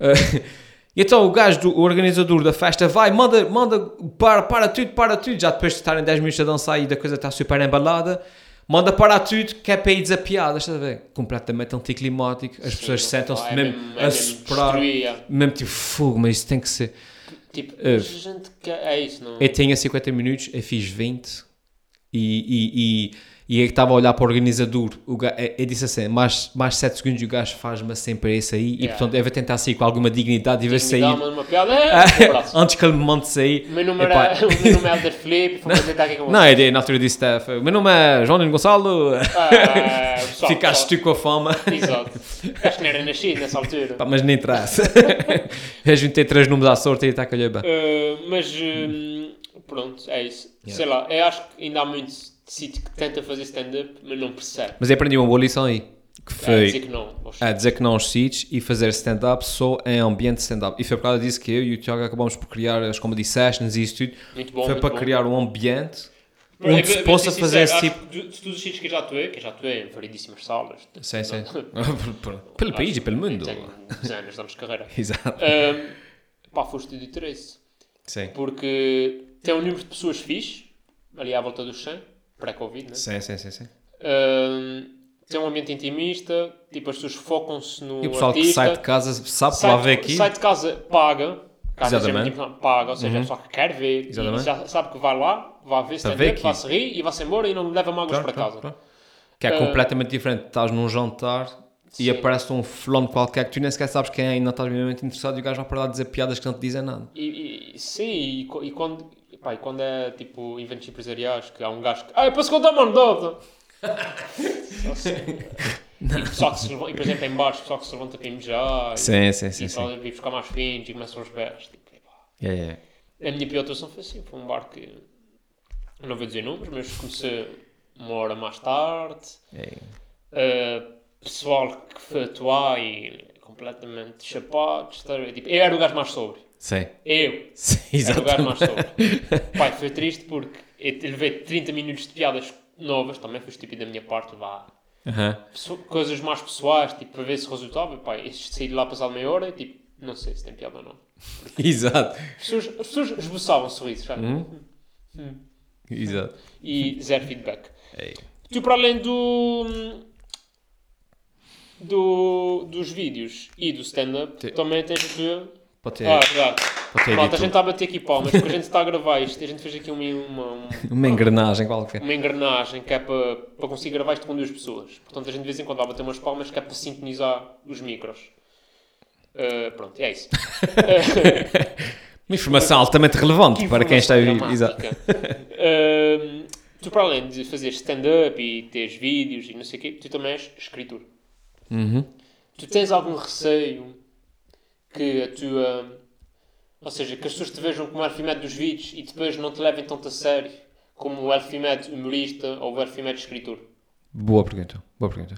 [SPEAKER 3] Ah, (laughs) e então o gajo, do, o organizador da festa, vai, manda, manda, para, para tudo, para tudo. Já depois de estarem 10 minutos a dançar e da coisa está super embalada, manda para tudo, que é para ir desapiadas, estás a ver? Completamente anticlimático. As pessoas sentam-se
[SPEAKER 2] é
[SPEAKER 3] mesmo,
[SPEAKER 2] mesmo- é
[SPEAKER 3] a
[SPEAKER 2] mesmo
[SPEAKER 3] soprar,
[SPEAKER 2] destruir, é.
[SPEAKER 3] mesmo tipo fogo, mas isso tem que ser.
[SPEAKER 2] Tipo,
[SPEAKER 3] Eh,
[SPEAKER 2] gente que é isso, não é?
[SPEAKER 3] Eu tinha 50 minutos, eu fiz 20 e, e, e, e eu que estava a olhar para o organizador. O ga- eu, eu disse assim: mais, mais 7 segundos e o gajo faz-me sempre isso aí. E
[SPEAKER 2] Yeah.
[SPEAKER 3] portanto, eu vou tentar sair com alguma dignidade e vou
[SPEAKER 2] Me dá
[SPEAKER 3] sair. (laughs)
[SPEAKER 2] uma, uma piada, é, um abraço.
[SPEAKER 3] Antes que ele me mande sair.
[SPEAKER 2] O meu número
[SPEAKER 3] Ah,
[SPEAKER 2] é,
[SPEAKER 3] Epá, (laughs)
[SPEAKER 2] um. o meu nome é Alder Felipe, vou apresentar aqui com
[SPEAKER 3] Não, eu dei- na altura disse: tá, foi, o meu nome é João Nuno Gonçalo. (laughs)
[SPEAKER 2] Ah, pessoal,
[SPEAKER 3] Ficaste tu com a fama.
[SPEAKER 2] pessoal. Exato. Acho que não era nascido nessa altura.
[SPEAKER 3] (laughs) Pá, mas nem interessa. (laughs) eu juntei três números à sorte e está a calhar bem.
[SPEAKER 2] Eh, mas, eh, pronto, é isso. Sei lá, eu acho que ainda há muito sítio que tenta fazer stand-up, mas não percebe.
[SPEAKER 3] Mas eu aprendi uma boa lição aí. Que
[SPEAKER 2] É,
[SPEAKER 3] foi. É,
[SPEAKER 2] dizer que não. poxa.
[SPEAKER 3] a dizer que não aos sítios e fazer stand-up só em ambiente de stand-up. E foi por causa disso que eu e o Tiago acabamos por criar as comedy sessions e isso tudo.
[SPEAKER 2] Muito bom,
[SPEAKER 3] foi
[SPEAKER 2] muito
[SPEAKER 3] para
[SPEAKER 2] bom.
[SPEAKER 3] criar um ambiente
[SPEAKER 2] Mas,
[SPEAKER 3] onde
[SPEAKER 2] eu-
[SPEAKER 3] um se
[SPEAKER 2] eu-
[SPEAKER 3] possa
[SPEAKER 2] eu- eu-
[SPEAKER 3] fazer esse
[SPEAKER 2] acho
[SPEAKER 3] tipo.
[SPEAKER 2] que De de todos os sítios que eu já atuei, que eu já atuei em variedíssimas salas. (laughs)
[SPEAKER 3] Sim, sim. pelo país e pelo mundo.
[SPEAKER 2] Tenho 10 anos, damos carreira.
[SPEAKER 3] Exato.
[SPEAKER 2] Eh, pá, foste de 13.
[SPEAKER 3] Sim.
[SPEAKER 2] Porque tem um número de pessoas fixe, ali à volta dos 100, pré-Covid, né?
[SPEAKER 3] Sim, sim, sim, sim.
[SPEAKER 2] Ahm, tem um ambiente intimista, tipo, as pessoas focam-se no
[SPEAKER 3] E o pessoal que
[SPEAKER 2] artista.
[SPEAKER 3] sai de casa sabe que lá ver aqui.
[SPEAKER 2] sai de casa, paga. Às vezes é muito
[SPEAKER 3] Exatamente. Uhum.
[SPEAKER 2] importante, paga, ou seja, é só que quer ver. e
[SPEAKER 3] Exatamente.
[SPEAKER 2] já sabe que vai lá, vai ver
[SPEAKER 3] Para ver
[SPEAKER 2] stand-up,
[SPEAKER 3] aqui.
[SPEAKER 2] vai se rir e vai-se embora e não leva mágoas
[SPEAKER 3] Claro,
[SPEAKER 2] para
[SPEAKER 3] claro,
[SPEAKER 2] casa.
[SPEAKER 3] claro. Que é
[SPEAKER 2] Eh,
[SPEAKER 3] completamente diferente. Estás num jantar.
[SPEAKER 2] sim.
[SPEAKER 3] E aparece um fulano qualquer que tu nem sequer sabes quem é e não estás minimamente interessado e o gajo vai para lá dizer piadas que não te dizem nada.
[SPEAKER 2] E, e- sim, e, co- e quando, pá, e quando é tipo eventos empresariais, que há um gajo que. Ah, eu posso contar uma anedota! Só assim. E pessoal que se levanta, e por exemplo, em baixo, pessoal que se levanta para mijar. e-
[SPEAKER 3] Sim, sim,
[SPEAKER 2] e
[SPEAKER 3] sim. sim.
[SPEAKER 2] só vir buscar mais fins e começam os berros. Tipo, epá.
[SPEAKER 3] É, é.
[SPEAKER 2] a minha pior atuação foi assim: foi um bar que. Não vou dizer números, mas comecei uma hora mais tarde.
[SPEAKER 3] É.
[SPEAKER 2] Uh, pessoal que foi atuar e completamente chapado. está a ver? Tipo, eu era o gajo mais sobre.
[SPEAKER 3] Sim. (laughs)
[SPEAKER 2] Eu.
[SPEAKER 3] Sim,
[SPEAKER 2] Era o gajo mais
[SPEAKER 3] exatamente.
[SPEAKER 2] sobre. Pai, foi triste porque eu levei 30 minutos de piadas novas, também foi estúpido da minha parte levar
[SPEAKER 3] Aham.
[SPEAKER 2] pesso- coisas mais pessoais, tipo, para ver se resultava. Pá, e saí de lá passado meia hora e tipo, não sei se tem piada ou não.
[SPEAKER 3] (laughs) Exato.
[SPEAKER 2] As pessoas, as pessoas esboçavam sorrisos, sabe?
[SPEAKER 3] Hum? Exato.
[SPEAKER 2] E zero feedback.
[SPEAKER 3] Ei.
[SPEAKER 2] Tu, para além do, do- dos vídeos e do stand-up,
[SPEAKER 3] Sim.
[SPEAKER 2] também tens de ver.
[SPEAKER 3] Pode ter,
[SPEAKER 2] Ah, verdade.
[SPEAKER 3] pode ter
[SPEAKER 2] Malta,
[SPEAKER 3] dito
[SPEAKER 2] a gente está a bater aqui palmas porque a gente está a gravar isto. A gente fez aqui uma,
[SPEAKER 3] (laughs)
[SPEAKER 2] uma, um
[SPEAKER 3] uma engrenagem qualquer.
[SPEAKER 2] uma engrenagem que é para, para conseguir gravar isto com duas pessoas. Portanto, a gente de vez em quando vai bater umas palmas que é para sintonizar os micros. Ah, pronto, é isso.
[SPEAKER 3] Uma informação altamente relevante para quem está a ouvir. Exato.
[SPEAKER 2] (laughs) Ahm, tu, para além de fazer stand-up e teres vídeos e não sei o quê, tu também és escritor.
[SPEAKER 3] Uhum.
[SPEAKER 2] Tu tens algum receio que a tua Ou seja, que as pessoas te vejam como Elfimed dos vídeos e depois não te levem tanto a sério como o Elfimed humorista ou o Elfimed escritor.
[SPEAKER 3] Boa pergunta, boa pergunta.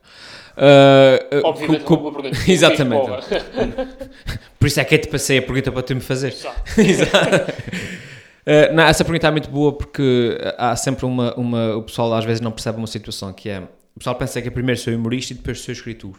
[SPEAKER 3] Ah, ah,
[SPEAKER 2] Obviamente,
[SPEAKER 3] co-
[SPEAKER 2] não
[SPEAKER 3] co-
[SPEAKER 2] vou perguntar.
[SPEAKER 3] Exatamente.
[SPEAKER 2] (laughs) Porra.
[SPEAKER 3] Por isso é que eu te passei a pergunta para tu me fazer.
[SPEAKER 2] Exato.
[SPEAKER 3] Exato. Eh, não, essa pergunta é muito boa porque eh, há sempre uma, uma. O pessoal às vezes não percebe uma situação que é. O pessoal pensa que é primeiro sou humorista e depois sou escritor.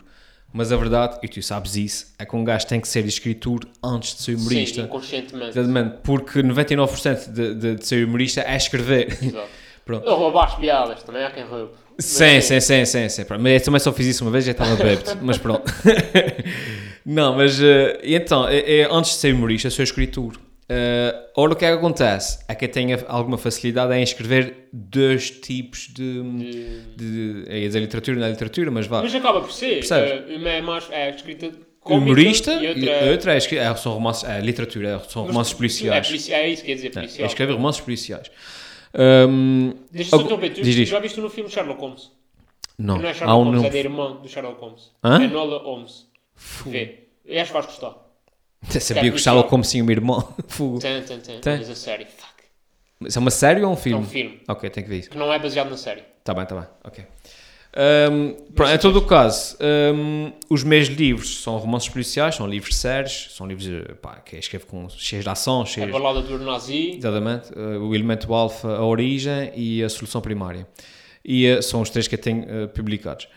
[SPEAKER 3] Mas a verdade, e tu sabes isso, é que um gajo tem que ser escritor antes de ser
[SPEAKER 2] Sim,
[SPEAKER 3] humorista.
[SPEAKER 2] inconscientemente.
[SPEAKER 3] Exatamente, porque 99% de, de, de ser humorista é escrever.
[SPEAKER 2] Exato.
[SPEAKER 3] Pronto.
[SPEAKER 2] Eu roubar as piadas, também há quem roube. Mas
[SPEAKER 3] Sim, sim, sim, sim, sim. pronto. Mas eu também só fiz isso uma vez e já estava bêbado, mas pronto. (laughs) não, mas eh, e então, eh, eh, antes de ser humorista, sou escritor. Eh, ora, o que é que acontece? É que eu tenho alguma facilidade em escrever dois tipos de. de, é dizer literatura, não é literatura, mas vá.
[SPEAKER 2] eh, Mas acaba por ser.
[SPEAKER 3] Percebes?
[SPEAKER 2] eh, Uma é mais é escrita cómica
[SPEAKER 3] Humorista
[SPEAKER 2] e outra
[SPEAKER 3] e outra é, escre- é, são romances, é literatura, são romances
[SPEAKER 2] É,
[SPEAKER 3] policiais.
[SPEAKER 2] polici- é isso que quer dizer,
[SPEAKER 3] É,
[SPEAKER 2] policial.
[SPEAKER 3] escrever romances policiais. Ehm, Ahm,
[SPEAKER 2] Deixa eu só
[SPEAKER 3] agu-
[SPEAKER 2] interromper, tu
[SPEAKER 3] diz, diz.
[SPEAKER 2] já viste no filme Sherlock Holmes?
[SPEAKER 3] Não,
[SPEAKER 2] Não é
[SPEAKER 3] há
[SPEAKER 2] Sherlock
[SPEAKER 3] um
[SPEAKER 2] Holmes,
[SPEAKER 3] nome.
[SPEAKER 2] é da irmã do Sherlock Holmes.
[SPEAKER 3] Hã?
[SPEAKER 2] É Nola Holmes. Vê. Eu acho que vais gostar.
[SPEAKER 3] (laughs) Sabia
[SPEAKER 2] é
[SPEAKER 3] que gostava como sim o meu irmão. (laughs) Fogo.
[SPEAKER 2] Tem, tem, tem.
[SPEAKER 3] Tem?
[SPEAKER 2] Mas a série, fuck.
[SPEAKER 3] Isso é uma série ou um filme?
[SPEAKER 2] É um filme.
[SPEAKER 3] Ok, tem que ver isso.
[SPEAKER 2] Que não é baseado na série.
[SPEAKER 3] Tá bem, tá bem. Ok. Ahm, pronto, em todo o caso, ahm, os meus livros são romances policiais, são livros sérios, são livros eh, pá, que eu escrevo com cheios de ação,
[SPEAKER 2] A
[SPEAKER 3] cheios.
[SPEAKER 2] É balada do nazi.
[SPEAKER 3] Exatamente. eh, o elemento alfa, a origem e a solução primária. E eh, são os três que eu tenho eh, publicados.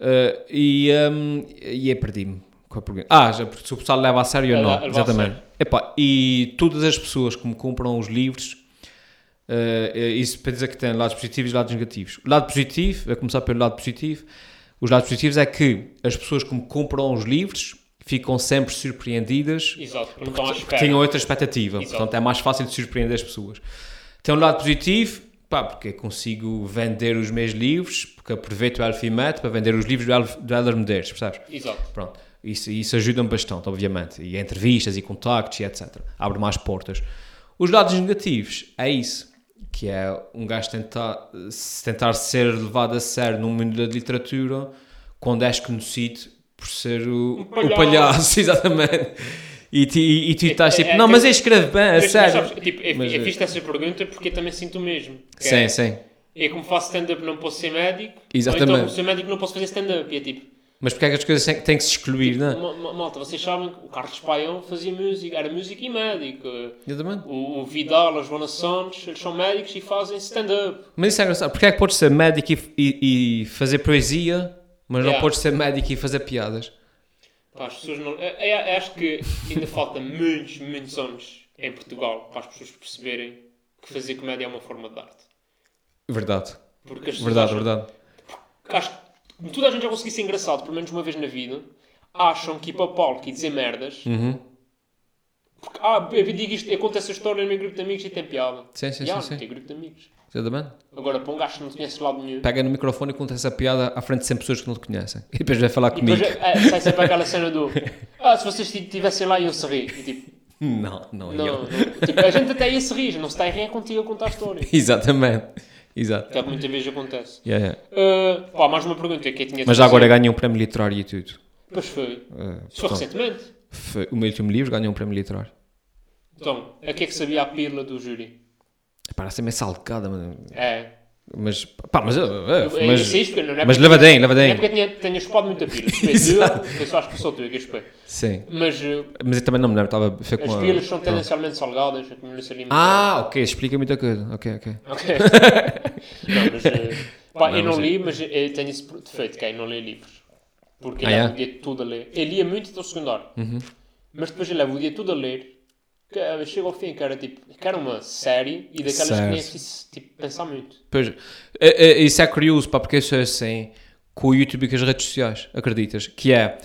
[SPEAKER 3] Eh, e ahm, e eu perdi-me com a pergunta. Ah, já, porque se o pessoal leva a sério ou
[SPEAKER 2] É,
[SPEAKER 3] não.
[SPEAKER 2] leva a
[SPEAKER 3] Exatamente.
[SPEAKER 2] sério.
[SPEAKER 3] Epá, e todas as pessoas que me compram os livros, eh, eh, isso para dizer que tem lados positivos e lados negativos. O lado positivo, a começar pelo lado positivo, os lados positivos é que as pessoas que me compram os livros ficam sempre surpreendidas
[SPEAKER 2] Exato. que Não estão à
[SPEAKER 3] porque
[SPEAKER 2] espera.
[SPEAKER 3] tinham outra expectativa.
[SPEAKER 2] Exato.
[SPEAKER 3] Portanto, é mais fácil de surpreender as pessoas. Tem um lado positivo, pá, porque eu consigo vender os meus livros, porque aproveito o Alfimet para vender os livros do Al- do Elder Medeiros, percebes?
[SPEAKER 2] Exato.
[SPEAKER 3] Pronto. Isso, isso ajuda-me bastante, obviamente. E entrevistas e contactos e etc. Abre mais portas. Os lados negativos, é isso. Que é um gajo tentar, se tentar ser levado a sério no mundo da literatura quando és conhecido por ser o, o palhaço.
[SPEAKER 2] Um palhaço.
[SPEAKER 3] (laughs) exatamente. E, ti- e, e tu estás
[SPEAKER 2] é
[SPEAKER 3] tipo,
[SPEAKER 2] aquele-
[SPEAKER 3] não, mas eu escrevo bem, a
[SPEAKER 2] Mas, mas
[SPEAKER 3] sério.
[SPEAKER 2] sabes, tipo, eu,
[SPEAKER 3] Mas,
[SPEAKER 2] eu
[SPEAKER 3] eh,
[SPEAKER 2] fiz essa pergunta porque eu também sinto o mesmo. que
[SPEAKER 3] Sim,
[SPEAKER 2] é-
[SPEAKER 3] sim.
[SPEAKER 2] Eu como faço stand-up não posso ser médico.
[SPEAKER 3] Exatamente.
[SPEAKER 2] Ou então como sou médico não posso fazer stand-up. E é tipo...
[SPEAKER 3] Mas porque é que as coisas têm- têm que se excluir, não é?
[SPEAKER 2] Ma- ma- Malta, vocês sabem que o Carlos Paião fazia música, era músico e médico.
[SPEAKER 3] Exatamente.
[SPEAKER 2] O, o Vidal, a Joana Santos, eles são médicos e fazem stand-up.
[SPEAKER 3] Mas isso é engraçado. Porque é que podes ser médico e, e- e fazer poesia, mas não
[SPEAKER 2] Yeah.
[SPEAKER 3] podes ser médico e fazer piadas?
[SPEAKER 2] Pá, as pessoas não. Eu, eu- eu acho que ainda falta muitos, muitos anos em Portugal para as pessoas perceberem que fazer comédia é uma forma de arte.
[SPEAKER 3] Verdade.
[SPEAKER 2] Porque as pessoas
[SPEAKER 3] Verdade,
[SPEAKER 2] acham-
[SPEAKER 3] verdade.
[SPEAKER 2] acho que como toda a gente já conseguiu ser engraçado pelo menos uma vez na vida, acham que ir para o palco e dizer merdas.
[SPEAKER 3] Uhum.
[SPEAKER 2] Porque, ah, eu digo isto, eu conto essa história no meu grupo de amigos e tem piada.
[SPEAKER 3] Sim,
[SPEAKER 2] E,
[SPEAKER 3] sim,
[SPEAKER 2] ah,
[SPEAKER 3] sim,
[SPEAKER 2] não
[SPEAKER 3] sim.
[SPEAKER 2] tem grupo de amigos.
[SPEAKER 3] Exatamente.
[SPEAKER 2] Agora, para um gajo que não te conhece de lado nenhum.
[SPEAKER 3] Pega no microfone e conta essa piada à frente de 100 pessoas que não te conhecem. E depois vai falar
[SPEAKER 2] E
[SPEAKER 3] comigo.
[SPEAKER 2] depois é, sai sempre aquela cena do Ah, se vocês estivessem lá iam se rir. E tipo,
[SPEAKER 3] Não, não, é
[SPEAKER 2] não,
[SPEAKER 3] eu. (laughs)
[SPEAKER 2] não. Tipo, a gente até ia se rir, não se está a rir é contigo a contar a história.
[SPEAKER 3] Exatamente. Exato.
[SPEAKER 2] Que é o que muitas vezes acontece.
[SPEAKER 3] Yeah, yeah.
[SPEAKER 2] Ah, pá, mais uma pergunta que eu tinha de
[SPEAKER 3] Mas já
[SPEAKER 2] fazer.
[SPEAKER 3] agora ganhei um prémio literário e tudo.
[SPEAKER 2] Pois foi.
[SPEAKER 3] Eh,
[SPEAKER 2] Só
[SPEAKER 3] portanto,
[SPEAKER 2] recentemente.
[SPEAKER 3] foi- o meu último livro ganhou um prémio literário.
[SPEAKER 2] Então, a que é que sabia a pílula do júri?
[SPEAKER 3] Parece-me essa alcada, mano.
[SPEAKER 2] É.
[SPEAKER 3] Mas, pá, mas... eh, eh,
[SPEAKER 2] Eu
[SPEAKER 3] mas
[SPEAKER 2] insisto, não é
[SPEAKER 3] mas
[SPEAKER 2] porque-
[SPEAKER 3] levadinho,
[SPEAKER 2] Não é
[SPEAKER 3] levadinho.
[SPEAKER 2] porque eu tinha, tenha chupado muita
[SPEAKER 3] (laughs)
[SPEAKER 2] pílula. Foi
[SPEAKER 3] Exato.
[SPEAKER 2] tua, Foi só acho que só tu que eu chupei.
[SPEAKER 3] Sim.
[SPEAKER 2] Mas ah,
[SPEAKER 3] Mas eu também não me lembro, estava... foi com
[SPEAKER 2] as
[SPEAKER 3] a-
[SPEAKER 2] pílulas são tendencialmente salgadas, a comunidade alimentar.
[SPEAKER 3] Ah, ok, explica muita coisa. Ok, ok.
[SPEAKER 2] (laughs) Ok. não, mas, eh,
[SPEAKER 3] (laughs)
[SPEAKER 2] pá, eu
[SPEAKER 3] é-
[SPEAKER 2] não li, mas eu tenho esse defeito, que é eu não leio livros. Porque eu
[SPEAKER 3] Ah, é?
[SPEAKER 2] levo
[SPEAKER 3] Uhum.
[SPEAKER 2] o dia todo a ler. Eu lia muito até o secundário. Mas depois eu levo o dia todo a ler. Que, eh, chego ao fim, que era tipo, que era uma série e daquelas que
[SPEAKER 3] Certo.
[SPEAKER 2] nem é preciso tipo, pensar muito.
[SPEAKER 3] Pois, é- é- isso é curioso, pá, porque eu sou assim com o YouTube e com as redes sociais, acreditas? Que é,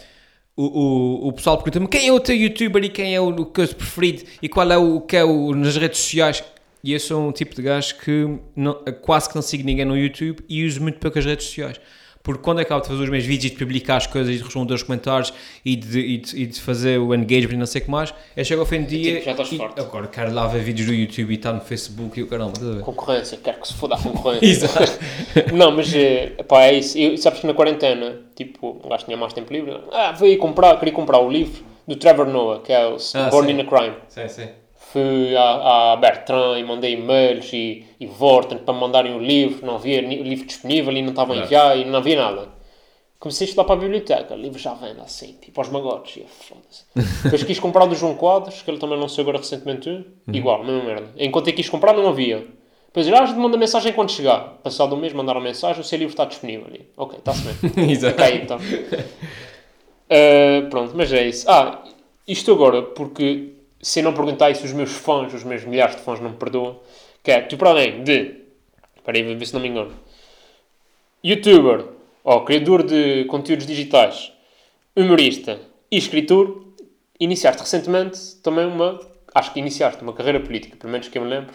[SPEAKER 3] o, o, o pessoal pergunta-me quem é o teu YouTuber e quem é o, o teu preferido e qual é o que é o nas redes sociais. E eu sou um tipo de gajo que não- quase que não sigo ninguém no YouTube e uso muito pouco as redes sociais. Porque quando acabo de fazer os meus vídeos e de publicar as coisas e de responder aos comentários e de, e de, e de fazer o engagement e não sei o que mais, eu chego ao fim do dia
[SPEAKER 2] tipo, já estás
[SPEAKER 3] e
[SPEAKER 2] forte.
[SPEAKER 3] agora quero lá ver vídeos do YouTube e está no Facebook e o caramba, estás a ver?
[SPEAKER 2] Concorrência, quero que se
[SPEAKER 3] (laughs)
[SPEAKER 2] foda a concorrência.
[SPEAKER 3] Exato.
[SPEAKER 2] (laughs) não, mas eh, pá, é isso. Eu, sabes que na quarentena, tipo, um gajo tinha mais tempo livre. Ah, veio comprar, queria comprar o livro do Trevor Noah, que é o
[SPEAKER 3] Ah,
[SPEAKER 2] Born
[SPEAKER 3] sim.
[SPEAKER 2] in a Crime.
[SPEAKER 3] Sim, sim.
[SPEAKER 2] fui à, à Bertrand e mandei e-mails e, e Vorten para mandarem o livro, não havia ni- livro disponível e não estava a enviar e não havia nada. Comecei a estudar para a biblioteca, livro já vendo assim, tipo aos magotes, e eu, foda-se. Depois quis comprar o do João Quadros, que ele também lançou agora recentemente, igual, mesma merda. Enquanto eu quis comprar, não havia. Depois eu, ah, a gente manda mensagem quando chegar. Passado um mês, mandaram mensagem, o seu livro está disponível. E eu, ok, está-se bem.
[SPEAKER 3] Exato.
[SPEAKER 2] Ok, então. Uh, pronto, mas é isso. Ah, isto agora, porque se eu não perguntar isso, os meus fãs, os meus milhares de fãs não me perdoam. Que é, tu para além de. Espera aí, vou ver se não me engano. Youtuber, ou criador de conteúdos digitais, humorista e escritor, iniciaste recentemente também uma. Acho que iniciaste uma carreira política, pelo menos que eu me lembro.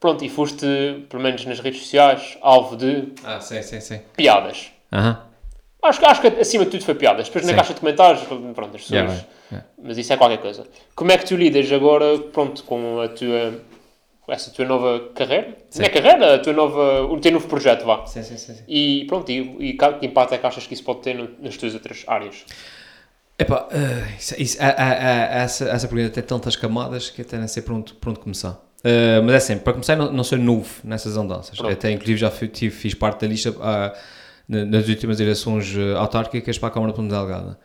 [SPEAKER 2] Pronto, e foste, pelo menos nas redes sociais, alvo de
[SPEAKER 3] Ah, sim, sim, sim.
[SPEAKER 2] piadas.
[SPEAKER 3] Aham.
[SPEAKER 2] Acho, que- acho que acima de tudo foi piadas. Depois na
[SPEAKER 3] Sim.
[SPEAKER 2] caixa de comentários, pronto, as pessoas.
[SPEAKER 3] Yeah, right. Yeah.
[SPEAKER 2] Mas isso é qualquer coisa. Como é que tu lidas agora, pronto, com a tua. com essa tua nova carreira? Não é carreira, a tua nova. o teu novo projeto, vá.
[SPEAKER 3] Sim, sim, sim, sim.
[SPEAKER 2] E pronto, e, e ca- que impacto é que achas que isso pode ter no- nas tuas outras áreas?
[SPEAKER 3] Epá, ah, isso- isso- há- há- há- essa, essa pergunta tem tantas camadas que até nem sei por onde, por onde começar. Ah, mas é assim, para começar, não, não sou novo nessas andanças.
[SPEAKER 2] Pronto.
[SPEAKER 3] Até inclusive já fui- tive- fiz parte da lista ah, na- nas últimas eleições ah, autárquicas para a Câmara de Ponte Delgada.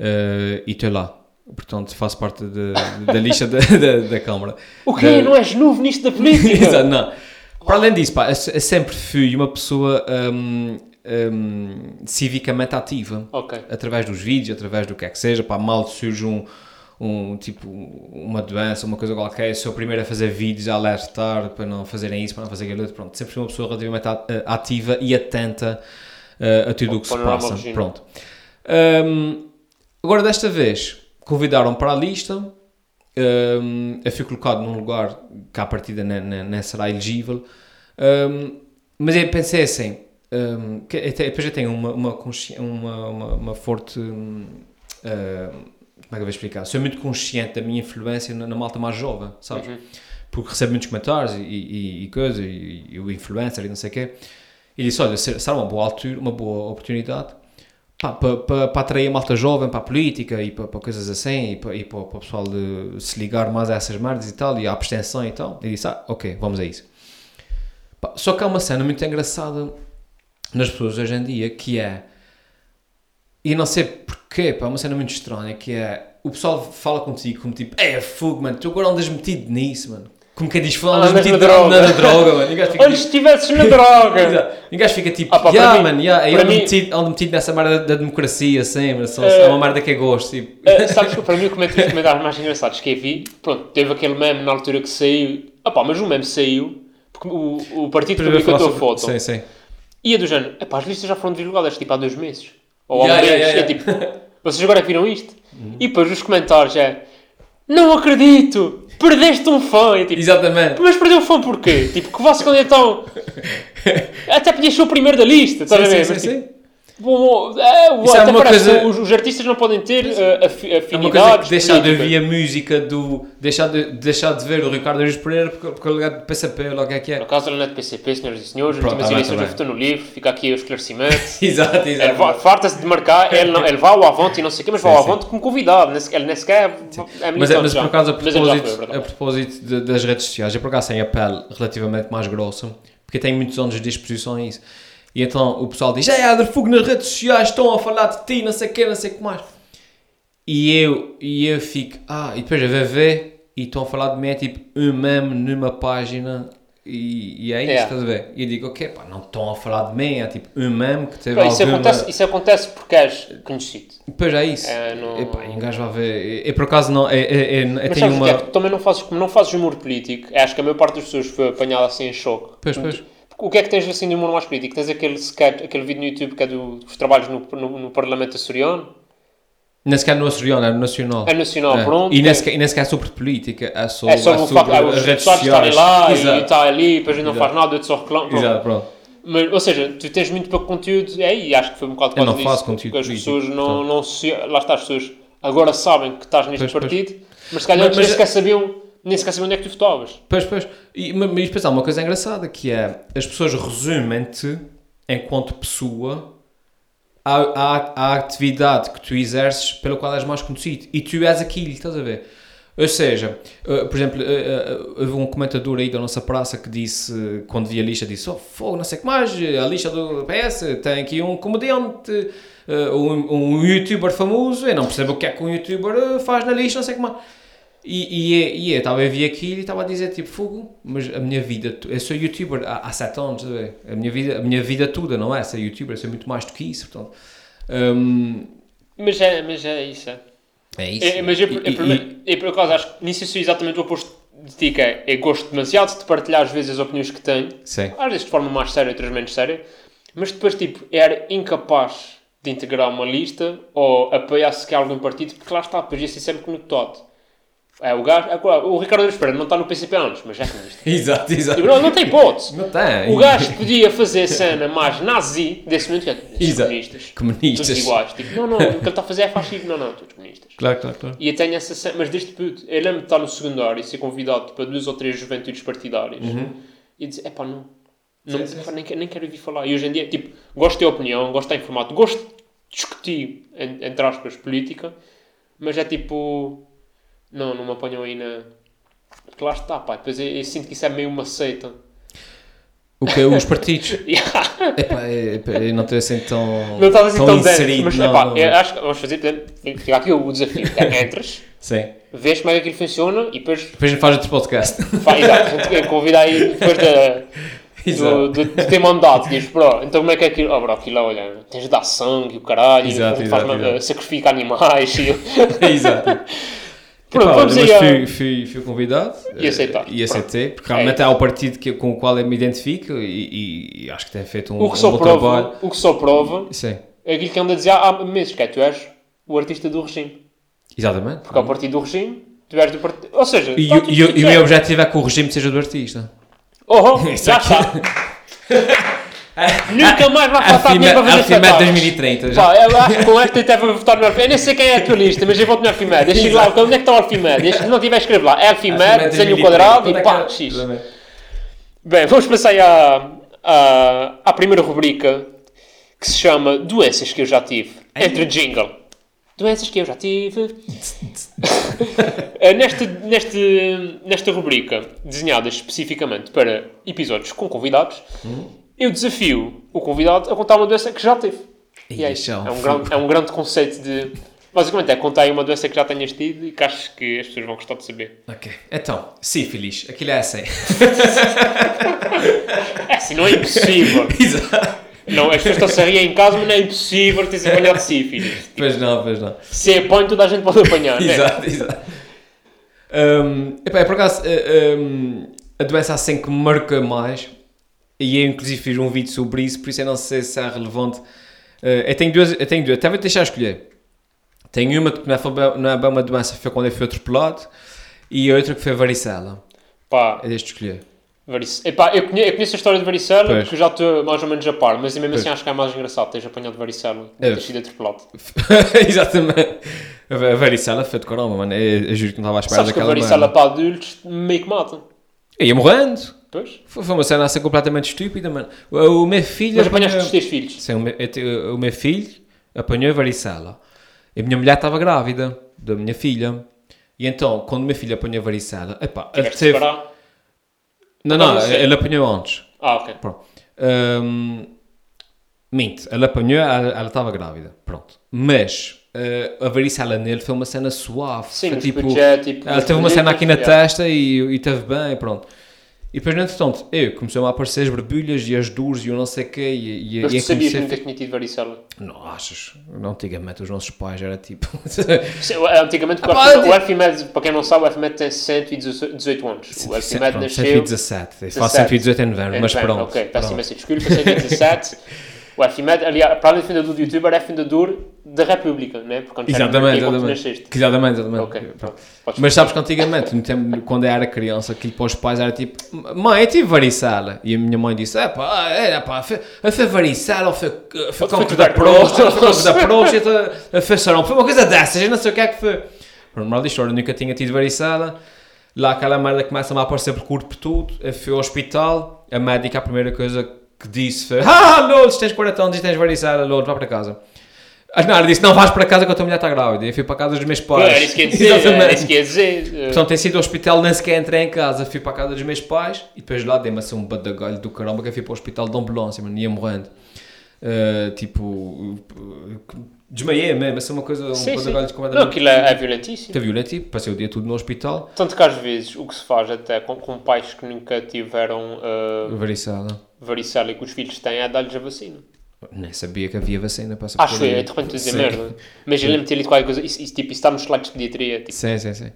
[SPEAKER 3] Ah, e estou lá. Portanto, faço parte de- da lista da, da, da Câmara. (laughs)
[SPEAKER 2] O quê?
[SPEAKER 3] Da-
[SPEAKER 2] Não és novo nisto da política?
[SPEAKER 3] (laughs) Exato, não. Para além disso, pá, eu, se- eu sempre fui uma pessoa hum, hum, civicamente ativa.
[SPEAKER 2] Ok.
[SPEAKER 3] Através dos vídeos, através do que é que seja, pá, mal surge um, um tipo, uma doença, uma coisa qualquer, eu sou o primeiro a fazer vídeos, a alertar para não fazerem isso, para não fazer aquilo, outro, pronto. Sempre fui uma pessoa relativamente a- ativa e atenta eh, a tudo o que se
[SPEAKER 2] panorama
[SPEAKER 3] passa.
[SPEAKER 2] regional.
[SPEAKER 3] Pronto. Hum, agora, desta vez, convidaram para a lista. Hum, eu fui colocado num lugar que à partida nem, nem, nem será elegível. Hum, mas eu pensei assim: hum, que até- depois eu tenho uma, uma, consci- uma, uma, uma forte. hum, ah, como é que eu vou explicar? Sou muito consciente da minha influência na, na malta mais jovem, sabes? Porque recebo muitos comentários e, e, e coisa, e, e o influencer e não sei o quê. E disse: Olha, se- será uma boa altura, uma boa oportunidade pá, para, para, para atrair a malta jovem para a política e para, para coisas assim e para, e para, para o pessoal de se ligar mais a essas merdas e tal, e à abstenção e tal. E disse: Ah, ok, vamos a isso. Pá, Só que há uma cena muito engraçada nas pessoas hoje em dia que é. E não sei porquê, pá, é uma cena muito estranha que é. O pessoal fala contigo como tipo, é fogo, mano, tu agora andas metido nisso, mano. Como quem diz, fala, andas
[SPEAKER 2] Andas Ah, na
[SPEAKER 3] metido na
[SPEAKER 2] droga."
[SPEAKER 3] na- na droga, mano. E o gajo
[SPEAKER 2] (laughs)
[SPEAKER 3] fica
[SPEAKER 2] Olha,
[SPEAKER 3] tipo-
[SPEAKER 2] se estivesses na droga!
[SPEAKER 3] Exato. E o gajo fica tipo,
[SPEAKER 2] Ah, pá, para
[SPEAKER 3] yeah,
[SPEAKER 2] mim-
[SPEAKER 3] mano, yeah, eu
[SPEAKER 2] para
[SPEAKER 3] ando
[SPEAKER 2] mim-
[SPEAKER 3] metido, ando metido nessa merda da democracia sempre, só,
[SPEAKER 2] É.
[SPEAKER 3] é uma merda que eu gosto. Tipo.
[SPEAKER 2] Uh, sabes que para mim o comentário, os comentários mais engraçados que eu vi, pronto, teve aquele meme na altura que saiu, ah pá, mas o meme saiu porque o, o partido publicou a tua foto.
[SPEAKER 3] tipo, Sim, sim.
[SPEAKER 2] E é do género, epá, as listas já foram divulgadas tipo há dois meses. Ou há
[SPEAKER 3] Yeah,
[SPEAKER 2] um mês.
[SPEAKER 3] yeah, yeah,
[SPEAKER 2] E é tipo, vocês agora é que viram isto?
[SPEAKER 3] Uhum.
[SPEAKER 2] E depois os comentários é, não acredito, perdeste um fã. E é tipo,
[SPEAKER 3] Exatamente.
[SPEAKER 2] mas perdeu um fã porquê? tipo, que Vasco é
[SPEAKER 3] (laughs)
[SPEAKER 2] tão... Até podias ser o primeiro da lista, estás
[SPEAKER 3] Sim,
[SPEAKER 2] a ver?
[SPEAKER 3] sim, sim,
[SPEAKER 2] Mas, tipo,
[SPEAKER 3] sim.
[SPEAKER 2] Bom, bom, é, o-
[SPEAKER 3] Isso é
[SPEAKER 2] até
[SPEAKER 3] uma
[SPEAKER 2] parece
[SPEAKER 3] coisa-
[SPEAKER 2] que os, os artistas não podem ter eh, afi-
[SPEAKER 3] É uma coisa
[SPEAKER 2] afinidades.
[SPEAKER 3] que deixar de
[SPEAKER 2] políticas.
[SPEAKER 3] ouvir a música do. deixar de, deixar de ver o Ricardo Aris Pereira porque, porque é o lugar de PCP, logo é que
[SPEAKER 2] No
[SPEAKER 3] é.
[SPEAKER 2] caso da Net PCP, senhoras e senhores, as
[SPEAKER 3] Pronto,
[SPEAKER 2] últimas
[SPEAKER 3] tá bem,
[SPEAKER 2] eleições
[SPEAKER 3] tá
[SPEAKER 2] eu
[SPEAKER 3] bem.
[SPEAKER 2] votou no livro, fica aqui o esclarecimento.
[SPEAKER 3] (laughs) (laughs) Exato,
[SPEAKER 2] Ele va-
[SPEAKER 3] exato.
[SPEAKER 2] farta-se de marcar, ele, não, ele vai ao avante e não sei o quê, mas vai
[SPEAKER 3] Sim,
[SPEAKER 2] ao
[SPEAKER 3] sim.
[SPEAKER 2] avante como convidado, nem sequer- ele nem sequer é, é
[SPEAKER 3] Mas, é-
[SPEAKER 2] militante
[SPEAKER 3] mas
[SPEAKER 2] já.
[SPEAKER 3] por acaso, a
[SPEAKER 2] Mas ele já foi, é
[SPEAKER 3] propósito,
[SPEAKER 2] por
[SPEAKER 3] a
[SPEAKER 2] acaso.
[SPEAKER 3] propósito de- das redes sociais, eu por acaso tenho a pele relativamente mais grossa, porque eu tenho muitos anos de exposição a isso. E então o pessoal diz: É, Adler Fogo nas redes sociais, estão a falar de ti, não sei o quê, não sei o que mais. E eu, e eu fico: Ah, e depois a VV e estão a falar de mim, é tipo um meme numa página. E, e é isso,
[SPEAKER 2] É.
[SPEAKER 3] estás a ver? E eu digo: Ok, pá, não estão a falar de mim, é tipo um meme que teve
[SPEAKER 2] Pá, isso,
[SPEAKER 3] alguma...
[SPEAKER 2] acontece, isso acontece porque és conhecido.
[SPEAKER 3] Pois é isso.
[SPEAKER 2] É, não-
[SPEAKER 3] Epá, e um gajo vai ver. Eu por acaso não. Eu, eu, eu, eu
[SPEAKER 2] Mas
[SPEAKER 3] tenho
[SPEAKER 2] sabes o
[SPEAKER 3] uma.
[SPEAKER 2] que é? Tu também não fazes, como não fazes humor político, É, acho que a maior parte das pessoas foi apanhada assim em choque.
[SPEAKER 3] Pois, pois.
[SPEAKER 2] O que é que tens assim de humor mais político? Tens aquele sketch, aquele vídeo no YouTube que é do- dos trabalhos no, no- no Parlamento Açoriano?
[SPEAKER 3] Nem sequer no açoriano, é no nacional.
[SPEAKER 2] É nacional, pronto.
[SPEAKER 3] E nem sequer, e nem sequer é sobre política, é sobre,
[SPEAKER 2] É só o facto ah, os deputados estarem lá e
[SPEAKER 3] Exato.
[SPEAKER 2] está ali, depois não faz nada, eu só reclamo. Pronto.
[SPEAKER 3] Exato, pronto.
[SPEAKER 2] Mas, ou seja, tu tens muito pouco conteúdo, é, e acho que foi um bocado por
[SPEAKER 3] Eu
[SPEAKER 2] causa
[SPEAKER 3] não faço
[SPEAKER 2] disso,
[SPEAKER 3] conteúdo
[SPEAKER 2] porque as
[SPEAKER 3] político,
[SPEAKER 2] pessoas não,
[SPEAKER 3] portanto.
[SPEAKER 2] não se, lá está, as pessoas agora sabem que estás neste
[SPEAKER 3] Pois, pois.
[SPEAKER 2] partido, mas se calhar
[SPEAKER 3] Mas-
[SPEAKER 2] nem
[SPEAKER 3] mas- é-
[SPEAKER 2] sequer sabiam, nem sequer sabiam onde é que tu votavas.
[SPEAKER 3] Pois, pois. E, ma- mas depois há uma coisa engraçada que é as pessoas resumem-te enquanto pessoa à, à, à atividade que tu exerces pela qual és mais conhecido. E tu és aquilo, estás a ver? Ou seja, eh, por exemplo, eh, eh, houve um comentador aí da nossa praça que disse, quando vi a lista, disse: Oh, fogo, não sei o que mais, a lista do PS tem aqui um comediante, eh, um, um youtuber famoso, eu não percebo o que é que um youtuber eh, faz na lista, não sei o que mais. E, e, é- e eu estava a ver aquilo e estava a dizer tipo, fogo, mas a minha vida, tu- eu sou youtuber há, há 7 anos, estás a ver? a minha vida, a minha vida toda não é ser youtuber, eu sou muito mais do que isso, portanto. Hum,
[SPEAKER 2] Mas é, mas é isso. é.
[SPEAKER 3] é isso.
[SPEAKER 2] É, é, mas eu,
[SPEAKER 3] E-
[SPEAKER 2] eu,
[SPEAKER 3] e-
[SPEAKER 2] por-
[SPEAKER 3] e-
[SPEAKER 2] eu, por acaso acho que nisso eu sou exatamente o oposto de ti, que é, eu gosto demasiado de partilhar às vezes as opiniões que tenho,
[SPEAKER 3] Sim.
[SPEAKER 2] às vezes de forma mais séria, outras menos séria, mas depois tipo, era incapaz de integrar uma lista ou apoiar sequer algum partido, porque lá está, depois ia ser sempre conectado. É, o gajo, é, claro, o Ricardo Espera não está no PCP há anos, mas já
[SPEAKER 3] (laughs)
[SPEAKER 2] comunista.
[SPEAKER 3] (laughs) Exato, exato.
[SPEAKER 2] Tipo, Não, não tem hipótese.
[SPEAKER 3] Não tem.
[SPEAKER 2] O gajo podia fazer cena mais nazi desse momento que é "Esses
[SPEAKER 3] Exato.
[SPEAKER 2] comunistas.
[SPEAKER 3] Comunistas.
[SPEAKER 2] Todos iguais. Tipo, não, não, o que ele está a fazer é fascismo. Não, não, todos comunistas.
[SPEAKER 3] Claro, claro, claro.
[SPEAKER 2] E eu tenho essa cena, mas desde puto, eu lembro de estar no secundário e ser convidado para duas ou três juventudes partidárias e dizer, epá, não, não
[SPEAKER 3] Uhum. Sim, sim,
[SPEAKER 2] epá, nem, quero- nem quero ouvir falar. E hoje em dia, tipo, gosto de ter opinião, gosto de estar informado, gosto de discutir, en- entre aspas, política, mas é tipo, não, não me apanham aí na... Porque lá está, pá, depois eu, eu sinto que isso é meio uma seita. (laughs)
[SPEAKER 3] O que é os partidos?
[SPEAKER 2] Yeah.
[SPEAKER 3] Epá, é- epá, eu não estou assim tão.
[SPEAKER 2] Não estás assim tão, denso,
[SPEAKER 3] inserido,
[SPEAKER 2] mas
[SPEAKER 3] não,
[SPEAKER 2] epá, é,
[SPEAKER 3] não.
[SPEAKER 2] eu acho que vamos fazer, portanto, fica aqui o desafio, (laughs) é, entras,
[SPEAKER 3] Sim.
[SPEAKER 2] vês como é que aquilo funciona e depois
[SPEAKER 3] Depois faz outro podcast. (laughs)
[SPEAKER 2] Fa- Exato, a gente convida aí depois da,
[SPEAKER 3] Exato.
[SPEAKER 2] do, do, de ter mandado. Diz, bro, então como é que é aquilo? Oh, bro, aquilo, olha, tens de dar sangue e o caralho,
[SPEAKER 3] Exato,
[SPEAKER 2] faz
[SPEAKER 3] exato,
[SPEAKER 2] uma-
[SPEAKER 3] exato.
[SPEAKER 2] sacrifica animais. (laughs) E...
[SPEAKER 3] (laughs) Exato.
[SPEAKER 2] Pronto,
[SPEAKER 3] Epá,
[SPEAKER 2] vamos
[SPEAKER 3] olha,
[SPEAKER 2] aí
[SPEAKER 3] mas
[SPEAKER 2] a-
[SPEAKER 3] fui, fui, fui convidado
[SPEAKER 2] E aceitaste,
[SPEAKER 3] eh, e aceitei, porque
[SPEAKER 2] É
[SPEAKER 3] realmente
[SPEAKER 2] isso.
[SPEAKER 3] é o partido que, com o qual eu me identifico e, e- e acho que tem feito um,
[SPEAKER 2] O, que
[SPEAKER 3] um
[SPEAKER 2] só
[SPEAKER 3] bom
[SPEAKER 2] prova,
[SPEAKER 3] trabalho.
[SPEAKER 2] o que só prova
[SPEAKER 3] Sim,
[SPEAKER 2] é aquilo que anda a dizer há meses, que é tu és o artista do regime.
[SPEAKER 3] exatamente.
[SPEAKER 2] Porque é o partido do regime, tu és do partido... Ou seja...
[SPEAKER 3] Hum. E,
[SPEAKER 2] tá
[SPEAKER 3] o-
[SPEAKER 2] tudo
[SPEAKER 3] e o- e o meu
[SPEAKER 2] certo.
[SPEAKER 3] objetivo é que o regime seja do artista.
[SPEAKER 2] Oh, oh,
[SPEAKER 3] (laughs) Isso
[SPEAKER 2] já
[SPEAKER 3] aqui.
[SPEAKER 2] está. Nunca
[SPEAKER 3] Ah,
[SPEAKER 2] mais vai faltar dinheiro para fazer
[SPEAKER 3] FIMED
[SPEAKER 2] espetáculos.
[SPEAKER 3] 2030. Já.
[SPEAKER 2] Pá, eu acho que com esta eu até vou votar no Alfimed. Eu nem sei quem é a tua lista, mas eu voto no Alfimed. Eu chego lá, onde é que está o Alfimed? Se não tiver, escrevo lá. Alfimed, desenho o quadrado e
[SPEAKER 3] é
[SPEAKER 2] pá, X. Bem, vamos passar aí à, à, à primeira rubrica que se chama Doenças que eu já tive. Entre jingle. Doenças que eu já tive. Eh, neste, neste, nesta rubrica, desenhada especificamente para episódios com convidados, eu desafio o convidado a contar uma doença que já teve. E é, isso.
[SPEAKER 3] Ixi, é um
[SPEAKER 2] é, um
[SPEAKER 3] fogo.
[SPEAKER 2] grande, é um grande conceito de. Basicamente é contar aí uma doença que já tenhas tido e que acho que as pessoas vão gostar de saber.
[SPEAKER 3] Ok, então, sífilis, aquilo é assim. (laughs)
[SPEAKER 2] É assim, não é impossível.
[SPEAKER 3] Exato.
[SPEAKER 2] Não, as pessoas estão-se a rir em casa, mas não é impossível ter-se apanhado de sífilis.
[SPEAKER 3] Pois não, pois não.
[SPEAKER 2] Se apanha, toda a gente pode apanhar, não é?
[SPEAKER 3] Exato, exato. Hum, epá, por acaso, eh, hum, a doença assim que me marca mais, e eu inclusive fiz um vídeo sobre isso, por isso eu não sei se é relevante. Eh, eu tenho duas, eu tenho duas, até vou deixar escolher. Tenho uma que não é, foi bem- não é bem uma doença, foi quando eu fui atropelado, e a outra que foi a varicela.
[SPEAKER 2] Pá,
[SPEAKER 3] É deste escolher. (laughs)
[SPEAKER 2] varice... Epá, eu, conhe- eu conheço a história de varicela,
[SPEAKER 3] Pois.
[SPEAKER 2] porque eu já estou mais ou menos a par, mas mesmo assim
[SPEAKER 3] Pois.
[SPEAKER 2] acho que é mais engraçado teres apanhado varicela e
[SPEAKER 3] É.
[SPEAKER 2] teres sido atropelado.
[SPEAKER 3] Exatamente. A va- a varicela foi de caramba, mano. Eu, eu juro que não estava à espera
[SPEAKER 2] Sabes que a
[SPEAKER 3] daquela
[SPEAKER 2] varicela
[SPEAKER 3] merda.
[SPEAKER 2] para adultos meio que mata.
[SPEAKER 3] Eu ia morrendo.
[SPEAKER 2] Pois?
[SPEAKER 3] Foi foi uma cena assim completamente estúpida, mano. O, o meu filho...
[SPEAKER 2] Mas apanhaste
[SPEAKER 3] apanhou-
[SPEAKER 2] os teus filhos.
[SPEAKER 3] Sim, é o meu, eu te- o meu filho apanhou a varicela. E a minha mulher estava grávida da minha filha. E então, quando o meu filho apanhou a varicela, epá, ele
[SPEAKER 2] Tiveste de
[SPEAKER 3] teve...
[SPEAKER 2] separar.
[SPEAKER 3] Não, não,
[SPEAKER 2] Não, não sei.
[SPEAKER 3] ele apanhou antes.
[SPEAKER 2] Ah, ok.
[SPEAKER 3] Pronto. Hum, mente, ela apanhou, ela ela estava grávida. Pronto. Mas eh, a varicela nele foi uma cena suave.
[SPEAKER 2] Sim,
[SPEAKER 3] foi,
[SPEAKER 2] nos projetos, tipo,
[SPEAKER 3] ela
[SPEAKER 2] nos
[SPEAKER 3] teve uma cena aqui na
[SPEAKER 2] projetos, é.
[SPEAKER 3] testa e, e teve bem, pronto. E depois, no entretanto, eu comecei a aparecer as barbulhas e as dores e eu não sei o quê. E, e,
[SPEAKER 2] Mas
[SPEAKER 3] e eu
[SPEAKER 2] tu sabias que
[SPEAKER 3] comecei a
[SPEAKER 2] nunca tinha tido varicela.
[SPEAKER 3] não achas? Não, antigamente os nossos pais
[SPEAKER 2] (laughs)
[SPEAKER 3] era tipo.
[SPEAKER 2] Sim, Antigamente, porque
[SPEAKER 3] Ah, pá,
[SPEAKER 2] o
[SPEAKER 3] eu-
[SPEAKER 2] Arfimed, para quem não sabe, o Arfimed tem 118 anos. O Arfimed
[SPEAKER 3] Pronto,
[SPEAKER 2] nasceu...
[SPEAKER 3] 117. Eu faço 118 em novembro, mas
[SPEAKER 2] Bem,
[SPEAKER 3] pronto.
[SPEAKER 2] É Ok, tá peço
[SPEAKER 3] pronto.
[SPEAKER 2] imensa desculpa,
[SPEAKER 3] (laughs)
[SPEAKER 2] 117. é o FMED, aliás, para além de fundador do YouTube, era fundador da República, não é? Porque quando
[SPEAKER 3] Exatamente,
[SPEAKER 2] era quando tu
[SPEAKER 3] exatamente.
[SPEAKER 2] nasceste.
[SPEAKER 3] Exatamente, exatamente.
[SPEAKER 2] Ok,
[SPEAKER 3] Pronto.
[SPEAKER 2] pronto. Podes-
[SPEAKER 3] Mas sabes que antigamente, no tempo, quando eu era criança, aquilo para os pais era tipo: Mãe, eu tive varicela. E a minha mãe disse: É pá, é pá, foi foi varicela, foi foi
[SPEAKER 2] foi
[SPEAKER 3] cancro da
[SPEAKER 2] tuberculose."
[SPEAKER 3] próstata, foi cancro
[SPEAKER 2] (laughs)
[SPEAKER 3] da próstata, foi sarão, foi uma coisa dessas, eu não sei o que é que foi. Pronto, moral da história, eu nunca tinha tido varicela. Lá aquela merda começa-me a aparecer por corpo tudo. Eu fui ao hospital, a médica, a primeira coisa que disse foi: Ah, Lourdes, tens 40 anos e tens varicela, Lourdes, vá para casa. A Nara disse: Não, vais para casa que a tua mulher está grávida. E fui para casa dos meus pais.
[SPEAKER 2] Era isso que ia dizer, era isso que ia dizer. eh,
[SPEAKER 3] Portanto, tem sido ao hospital, nem sequer entrei em casa. Fui para a casa dos meus pais e depois lá dei-me assim um badagalho do caramba que eu fui para o hospital de ambulância, mano. Ia morrendo. Eh, tipo, eh, desmaiei mesmo. Assim, uma coisa, um
[SPEAKER 2] Sim, sim.
[SPEAKER 3] badagalho de
[SPEAKER 2] Não, aquilo é, é violentíssimo.
[SPEAKER 3] Está violento e passei o dia todo no hospital.
[SPEAKER 2] Tanto que às vezes o que se faz até com, com pais que nunca tiveram
[SPEAKER 3] Hum.
[SPEAKER 2] ah,
[SPEAKER 3] Varicela.
[SPEAKER 2] varicela e que os filhos têm é dar-lhes a vacina.
[SPEAKER 3] Nem sabia que havia vacina para essa
[SPEAKER 2] Acho eu,
[SPEAKER 3] porcaria.
[SPEAKER 2] é de repente dizer
[SPEAKER 3] Sim.
[SPEAKER 2] merda. Mas eu lembro de ter lido qualquer coisa, isso, isso, tipo, isso está nos slides de pediatria. Tipo,
[SPEAKER 3] Sim, sim, sim.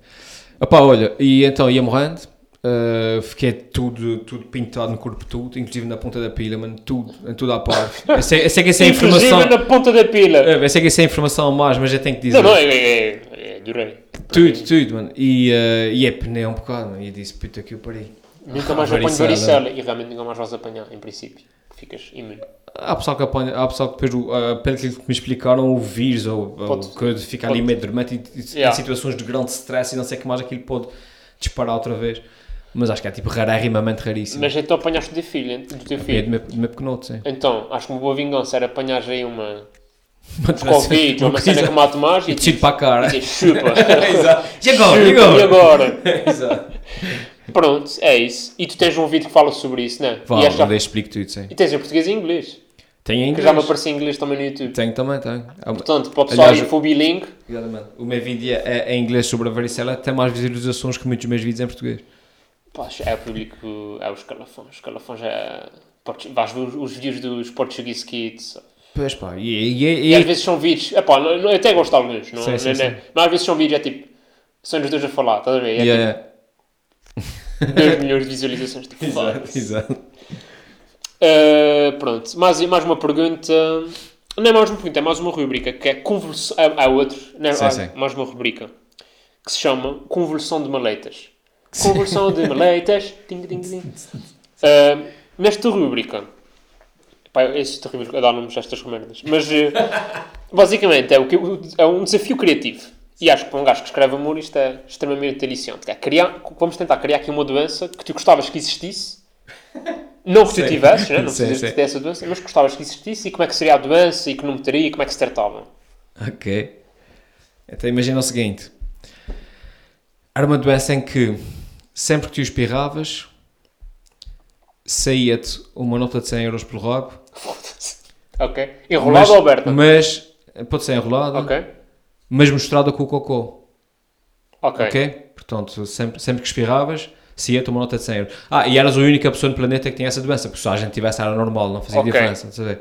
[SPEAKER 3] Opa, olha, e então ia morrendo, eh, fiquei tudo, tudo pintado no corpo, tudo, inclusive na ponta da pilha, mano, tudo, em tudo à parte. Eu sei, eu sei que essa é a
[SPEAKER 2] Inclusive
[SPEAKER 3] informação.
[SPEAKER 2] na ponta da pila.
[SPEAKER 3] eh, Eu sei que essa é a informação a mais, mas eu tenho que dizer.
[SPEAKER 2] Não, não, é, é, é, é durei.
[SPEAKER 3] Tudo, tudo, mano. E, eh, e é pneu um bocado, mano. E eu disse, puta que eu parei.
[SPEAKER 2] Nunca mais apanho varicela e realmente nunca mais vais apanhar, em princípio. Ficas imune.
[SPEAKER 3] Há pessoal que apanha, há pessoal que depois, o- ah, pelo que me explicaram, o vírus ou, ou
[SPEAKER 2] Pode-
[SPEAKER 3] coisa fica ali
[SPEAKER 2] pode-
[SPEAKER 3] meio dormente e, e
[SPEAKER 2] Yeah.
[SPEAKER 3] em situações de grande stress e não sei o que mais aquilo pode disparar outra vez. Mas acho que é tipo raríssimamente raríssimo.
[SPEAKER 2] Mas então apanhaste do teu filho, do teu
[SPEAKER 3] É
[SPEAKER 2] filho.
[SPEAKER 3] do meu, do meu pequenote, sim.
[SPEAKER 2] Então, acho que uma boa vingança era apanhares aí uma
[SPEAKER 3] Mas,
[SPEAKER 2] Covid ou uma cena que mate mais e
[SPEAKER 3] E tiro para a cara.
[SPEAKER 2] dizes chupa.
[SPEAKER 3] (laughs) Exato. E
[SPEAKER 2] (laughs)
[SPEAKER 3] agora?
[SPEAKER 2] Chupa,
[SPEAKER 3] E agora?
[SPEAKER 2] E agora?
[SPEAKER 3] (laughs) Exato.
[SPEAKER 2] Pronto, é isso. E tu tens um vídeo que fala sobre isso, não é?
[SPEAKER 3] Vá,
[SPEAKER 2] e, esta-
[SPEAKER 3] eu explico tudo, sim.
[SPEAKER 2] e tens em português e em inglês.
[SPEAKER 3] Tem em
[SPEAKER 2] Que já me
[SPEAKER 3] inglês.
[SPEAKER 2] apareceu em inglês também no YouTube.
[SPEAKER 3] Tenho também, tenho. Há uma-
[SPEAKER 2] Portanto, para o pessoal
[SPEAKER 3] Aliás,
[SPEAKER 2] ir para o bilink,
[SPEAKER 3] Exatamente. O meu vídeo é, é em inglês sobre a varicela, tem mais visualizações que muitos dos meus vídeos em português.
[SPEAKER 2] pá, é o público, é os calafões. Os calafões é... portu- Vais ver os- os vídeos dos Portuguese Kids.
[SPEAKER 3] Pois pá, e, e, e-
[SPEAKER 2] E às vezes são vídeos... Epá, não- não- eu até gosto de alguns, não,
[SPEAKER 3] Sim,
[SPEAKER 2] não-
[SPEAKER 3] sim,
[SPEAKER 2] não-
[SPEAKER 3] sim.
[SPEAKER 2] mas às vezes são vídeos, é tipo... São os dois a falar, estás a ver? É
[SPEAKER 3] e- é-
[SPEAKER 2] 2 milhões de visualizações.
[SPEAKER 3] (laughs)
[SPEAKER 2] Tipo,
[SPEAKER 3] Exato, exato.
[SPEAKER 2] Uh, pronto, mais, mais uma pergunta. Não é mais uma pergunta, é mais uma rubrica que é conversão. Há, há outro, não é?
[SPEAKER 3] Sim,
[SPEAKER 2] há
[SPEAKER 3] sim.
[SPEAKER 2] mais uma rubrica que se chama Conversão de Maletas. Conversão
[SPEAKER 3] (laughs)
[SPEAKER 2] de maletas. Ting, ting, ting. Uh, nesta rubrica. Pá, esse terrível a dar nomes a estas merdas. Mas uh, (laughs) basicamente é, o que, eu- é um desafio criativo. E acho que para um gajo que escreve amor isto é extremamente aliciante. que É criar, vamos tentar criar aqui uma doença que tu gostavas que existisse. Não que tu
[SPEAKER 3] Sim.
[SPEAKER 2] tivesses, né? não
[SPEAKER 3] Sim,
[SPEAKER 2] precisas
[SPEAKER 3] sim.
[SPEAKER 2] de ter essa doença, mas gostavas que existisse e como é que seria a doença e que nome teria e como é que se tratava.
[SPEAKER 3] Ok. Então imagina o seguinte: era uma doença em que sempre que tu espirravas saía-te uma nota de 100 euros pelo rabo,
[SPEAKER 2] Ok? Enrolado ou aberta?
[SPEAKER 3] mas eh, pode ser enrolada,
[SPEAKER 2] Ok?
[SPEAKER 3] mas mostrada com o cocô.
[SPEAKER 2] Ok.
[SPEAKER 3] Ok? Portanto, sempre, sempre que espirravas saía-te uma nota de 100 euros. Ah, e eras a única pessoa no planeta que tinha essa doença, porque se a gente tivesse era normal, não fazia
[SPEAKER 2] Ok.
[SPEAKER 3] diferença. estás a ver?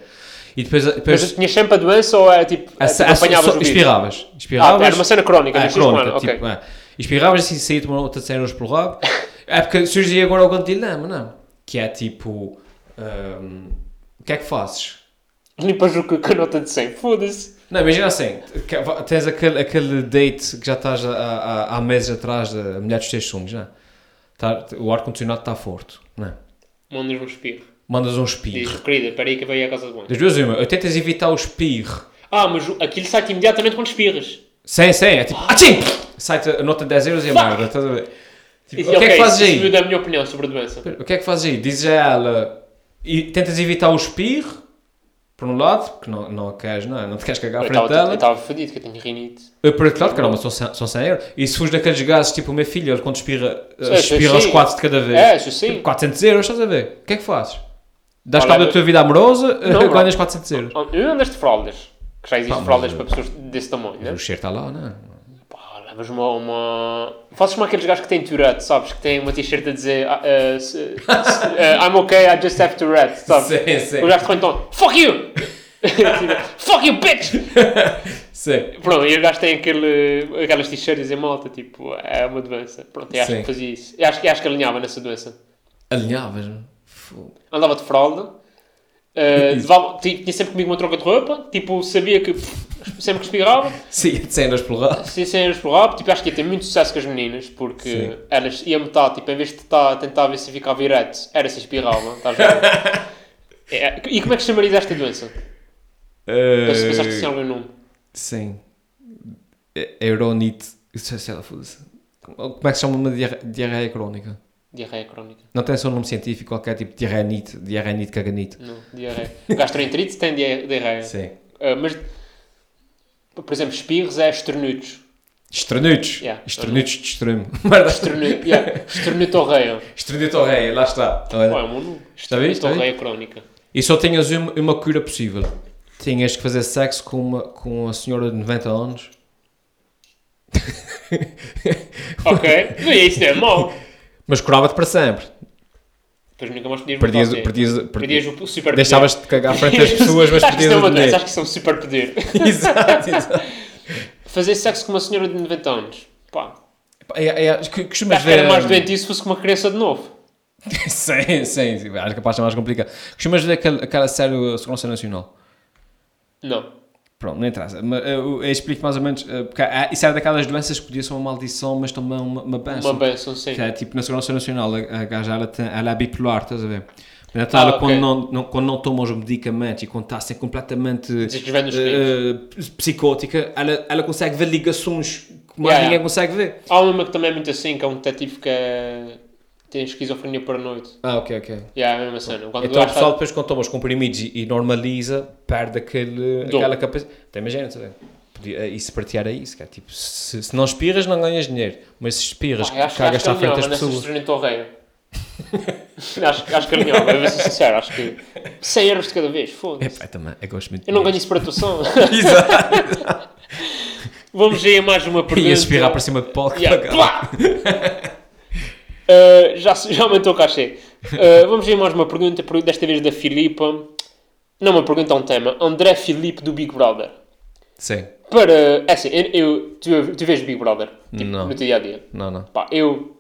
[SPEAKER 3] E depois, eh, depois
[SPEAKER 2] Mas tu tinhas sempre a doença ou é tipo.
[SPEAKER 3] A-
[SPEAKER 2] é, tipo,
[SPEAKER 3] a-
[SPEAKER 2] apanhavas
[SPEAKER 3] só-
[SPEAKER 2] o vírus?
[SPEAKER 3] espirravas. espirravas.
[SPEAKER 2] Ah, era uma cena crónica,
[SPEAKER 3] Ah,
[SPEAKER 2] mas
[SPEAKER 3] crónica,
[SPEAKER 2] crónica,
[SPEAKER 3] tipo,
[SPEAKER 2] ok.
[SPEAKER 3] ah. Espirravas e saía-te uma outra de 100 euros pelo rabo. É porque surgia agora algum dilema, não? Que é tipo... ahm, o que é que fazes?
[SPEAKER 2] Limpas o cu com a nota de 100, foda-se.
[SPEAKER 3] Não, imagina assim, que- tens aquele, aquele date que já estás há, há- há meses atrás da mulher dos teus sonhos, não é? Tá- o ar-condicionado está forte, não é?
[SPEAKER 2] Mandas um espirro.
[SPEAKER 3] Mandas um
[SPEAKER 2] Dizes,
[SPEAKER 3] espirro.
[SPEAKER 2] querida, peraí que eu veio à casa de banho.
[SPEAKER 3] Das duas uma, ou tentas evitar o espirro.
[SPEAKER 2] Ah, mas o- aquilo sai-te imediatamente quando espirras.
[SPEAKER 3] Sem, sem, é tipo... Atchim! Sai-te a nota de 10 euros e a merda, estás a ver? Tipo,
[SPEAKER 2] Isso-
[SPEAKER 3] o que é
[SPEAKER 2] ok,
[SPEAKER 3] que fazes
[SPEAKER 2] isso
[SPEAKER 3] aí?
[SPEAKER 2] subiu da minha opinião sobre a doença.
[SPEAKER 3] O que é que fazes aí? Dizes a ela e tentas evitar o espirro, por um lado, porque não, não queres, não, é? não te queres cagar à
[SPEAKER 2] Eu
[SPEAKER 3] frente
[SPEAKER 2] estava- eu
[SPEAKER 3] dela.
[SPEAKER 2] estava fodido que eu tenho rinite.
[SPEAKER 3] Por outro lado, caramba, são, cem- são 100 euros. E se fores daqueles gases, tipo o meu filho, ele quando espirra, eh,
[SPEAKER 2] Sim, sim,
[SPEAKER 3] espirra os
[SPEAKER 2] sim.
[SPEAKER 3] 4 de cada vez.
[SPEAKER 2] É, isso sim.
[SPEAKER 3] 400 euros, estás a ver? O que é que fazes? Dás
[SPEAKER 2] Olha,
[SPEAKER 3] cabo da tua vida amorosa,
[SPEAKER 2] Não,
[SPEAKER 3] eh,
[SPEAKER 2] não.
[SPEAKER 3] (laughs) ganhas 400 euros.
[SPEAKER 2] Oh, Eu andas de fraldas. Que já existe
[SPEAKER 3] Pá,
[SPEAKER 2] fraldas
[SPEAKER 3] mas-
[SPEAKER 2] para pessoas desse tamanho, né?
[SPEAKER 3] O cheiro está lá, não é?
[SPEAKER 2] Pá, levas uma, uma. Fazes como aqueles gajos que têm Tourette, sabes? Que têm uma t-shirt a dizer ah, eh, se- se- eh, I'm okay, I just have Tourette, sabes?
[SPEAKER 3] Sim, sim.
[SPEAKER 2] Os gajos correm então, fuck you!
[SPEAKER 3] (laughs)
[SPEAKER 2] Tipo, fuck you, bitch!
[SPEAKER 3] Sim.
[SPEAKER 2] Pronto, e os gajos têm aquele, aquelas t-shirts a dizer malta, tipo, é uma doença. Pronto, eu acho
[SPEAKER 3] Sim.
[SPEAKER 2] que fazia isso. Eu acho, que- eu acho que alinhava nessa doença.
[SPEAKER 3] Alinhavas, não? Fogo.
[SPEAKER 2] andava de fralda, eh, levava- ti- tinha sempre comigo uma troca de roupa, tipo, sabia que pff, sempre que espirrava,
[SPEAKER 3] Sim, (laughs) de 100 euros pelo lado.
[SPEAKER 2] sem ser por rabo, tipo, acho que ia ter muito sucesso com as meninas, porque
[SPEAKER 3] Sim.
[SPEAKER 2] elas iam estar, tipo, em vez de estar a tentar ver se ficava direto, era se espirrava, estás a ver? É, e como é que chamarias esta doença?
[SPEAKER 3] Eh,
[SPEAKER 2] Pensaste pensaste assim em algum nome?
[SPEAKER 3] Sim. E- Euronite. Sei sei lá, foda-se. Como é que se chama uma diarre- diarreia crónica?
[SPEAKER 2] Diarreia crónica.
[SPEAKER 3] Não tem só um nome científico, qualquer tipo de diarreanite, diarreanite, caganite.
[SPEAKER 2] É. Não, diarreia. Gastroenterite tem dia- diarreia.
[SPEAKER 3] Sim.
[SPEAKER 2] Eh, mas Por exemplo, espirros é esternutos.
[SPEAKER 3] Estranutos.
[SPEAKER 2] Yeah. tá
[SPEAKER 3] Estranutos de
[SPEAKER 2] (laughs)
[SPEAKER 3] extremo. Merda.
[SPEAKER 2] Esternuto, yeah. Esternutorreia.
[SPEAKER 3] Estranuto ao rei, lá está. Olha.
[SPEAKER 2] Pô, é um
[SPEAKER 3] Está bem, está bem.
[SPEAKER 2] Esternutorreia crónica.
[SPEAKER 3] E só tinhas uma, uma cura possível. Tinhas que fazer sexo com uma, com uma senhora de 90 anos.
[SPEAKER 2] Ok. Não é isso, não é mau.
[SPEAKER 3] Mas curava-te
[SPEAKER 2] (laughs)
[SPEAKER 3] para sempre.
[SPEAKER 2] Depois nunca mais podias
[SPEAKER 3] Perdias,
[SPEAKER 2] voltar a ter.
[SPEAKER 3] perdias, perdias,
[SPEAKER 2] Perdias o super
[SPEAKER 3] Deixavas de cagar
[SPEAKER 2] (laughs)
[SPEAKER 3] frente às pessoas, mas
[SPEAKER 2] Acho que
[SPEAKER 3] perdias
[SPEAKER 2] isso é
[SPEAKER 3] o
[SPEAKER 2] uma doença,
[SPEAKER 3] dinheiro.
[SPEAKER 2] acho que isso é um super poder. (laughs)
[SPEAKER 3] Exato, exato.
[SPEAKER 2] Fazer sexo com uma senhora de 90 anos. Pá.
[SPEAKER 3] É, é, que- costumas
[SPEAKER 2] Acho que era
[SPEAKER 3] ver,
[SPEAKER 2] mais
[SPEAKER 3] hum,
[SPEAKER 2] doente isso se fosse com uma criança de novo.
[SPEAKER 3] (laughs) sim, sim, sim. Acho que a parte é mais complicada. Costumas ver aquela, aquela série uh, Segurança Nacional.
[SPEAKER 2] Não.
[SPEAKER 3] Pronto, não interessa. Mas, uh, eu, eu explico mais ou menos. uh, porque há- isso era daquelas doenças que podia ser uma maldição, mas também uma, uma benção.
[SPEAKER 2] Uma benção, sim.
[SPEAKER 3] Que é tipo na Segurança Nacional, a, a gaja ela, tem- ela é bipolar, estás a ver? Mas Natal,
[SPEAKER 2] Ah, ok.
[SPEAKER 3] quando, não, não- quando não toma os medicamentos e quando está assim completamente
[SPEAKER 2] Desenvolvendo os
[SPEAKER 3] eh, psicótica, ela, ela consegue ver ligações que mais
[SPEAKER 2] Yeah,
[SPEAKER 3] ninguém
[SPEAKER 2] yeah.
[SPEAKER 3] consegue ver.
[SPEAKER 2] Há uma que também é muito assim, que é um detetive que é... tem esquizofrenia paranoide.
[SPEAKER 3] Ah, ok, ok.
[SPEAKER 2] Yeah, é a mesma cena. Quando
[SPEAKER 3] Então o
[SPEAKER 2] o gajo
[SPEAKER 3] pessoal
[SPEAKER 2] está-
[SPEAKER 3] depois quando toma os comprimidos e, e normaliza, perde aquele,
[SPEAKER 2] Dom.
[SPEAKER 3] aquela capacidade. Então imagina, estás a ver? Podia- e se partilhar é isso, cara. Tipo, se, se não espirras, não ganhas dinheiro. Mas se espirras,
[SPEAKER 2] Pá, acho, acho
[SPEAKER 3] cagas-te
[SPEAKER 2] que
[SPEAKER 3] à
[SPEAKER 2] é melhor, mas
[SPEAKER 3] frente das
[SPEAKER 2] nessa
[SPEAKER 3] pessoas.
[SPEAKER 2] esternutorreia. (laughs) acho, acho que é melhor, vou ser sincero. Acho que 100 euros de cada vez,
[SPEAKER 3] É,
[SPEAKER 2] foda-se.
[SPEAKER 3] pá, também, eu gosto muito
[SPEAKER 2] Eu não
[SPEAKER 3] disso.
[SPEAKER 2] ganho isso para a atuação.
[SPEAKER 3] (laughs) Exato.
[SPEAKER 2] (laughs) Vamos aí a mais uma pergunta.
[SPEAKER 3] Ia espirrar para cima de palco.
[SPEAKER 2] Yeah,
[SPEAKER 3] Pagar. (laughs)
[SPEAKER 2] plá! Uh, já, se- já aumentou o cachê. Uh, vamos ver mais uma pergunta, per- desta vez da Filipa. Não uma pergunta, é um tema. André Filipe do Big Brother.
[SPEAKER 3] Sim.
[SPEAKER 2] Para. É assim, eu, eu- tu, tu vês Big Brother tipo,
[SPEAKER 3] Não.
[SPEAKER 2] no teu dia a dia.
[SPEAKER 3] Não, não.
[SPEAKER 2] Pá, eu.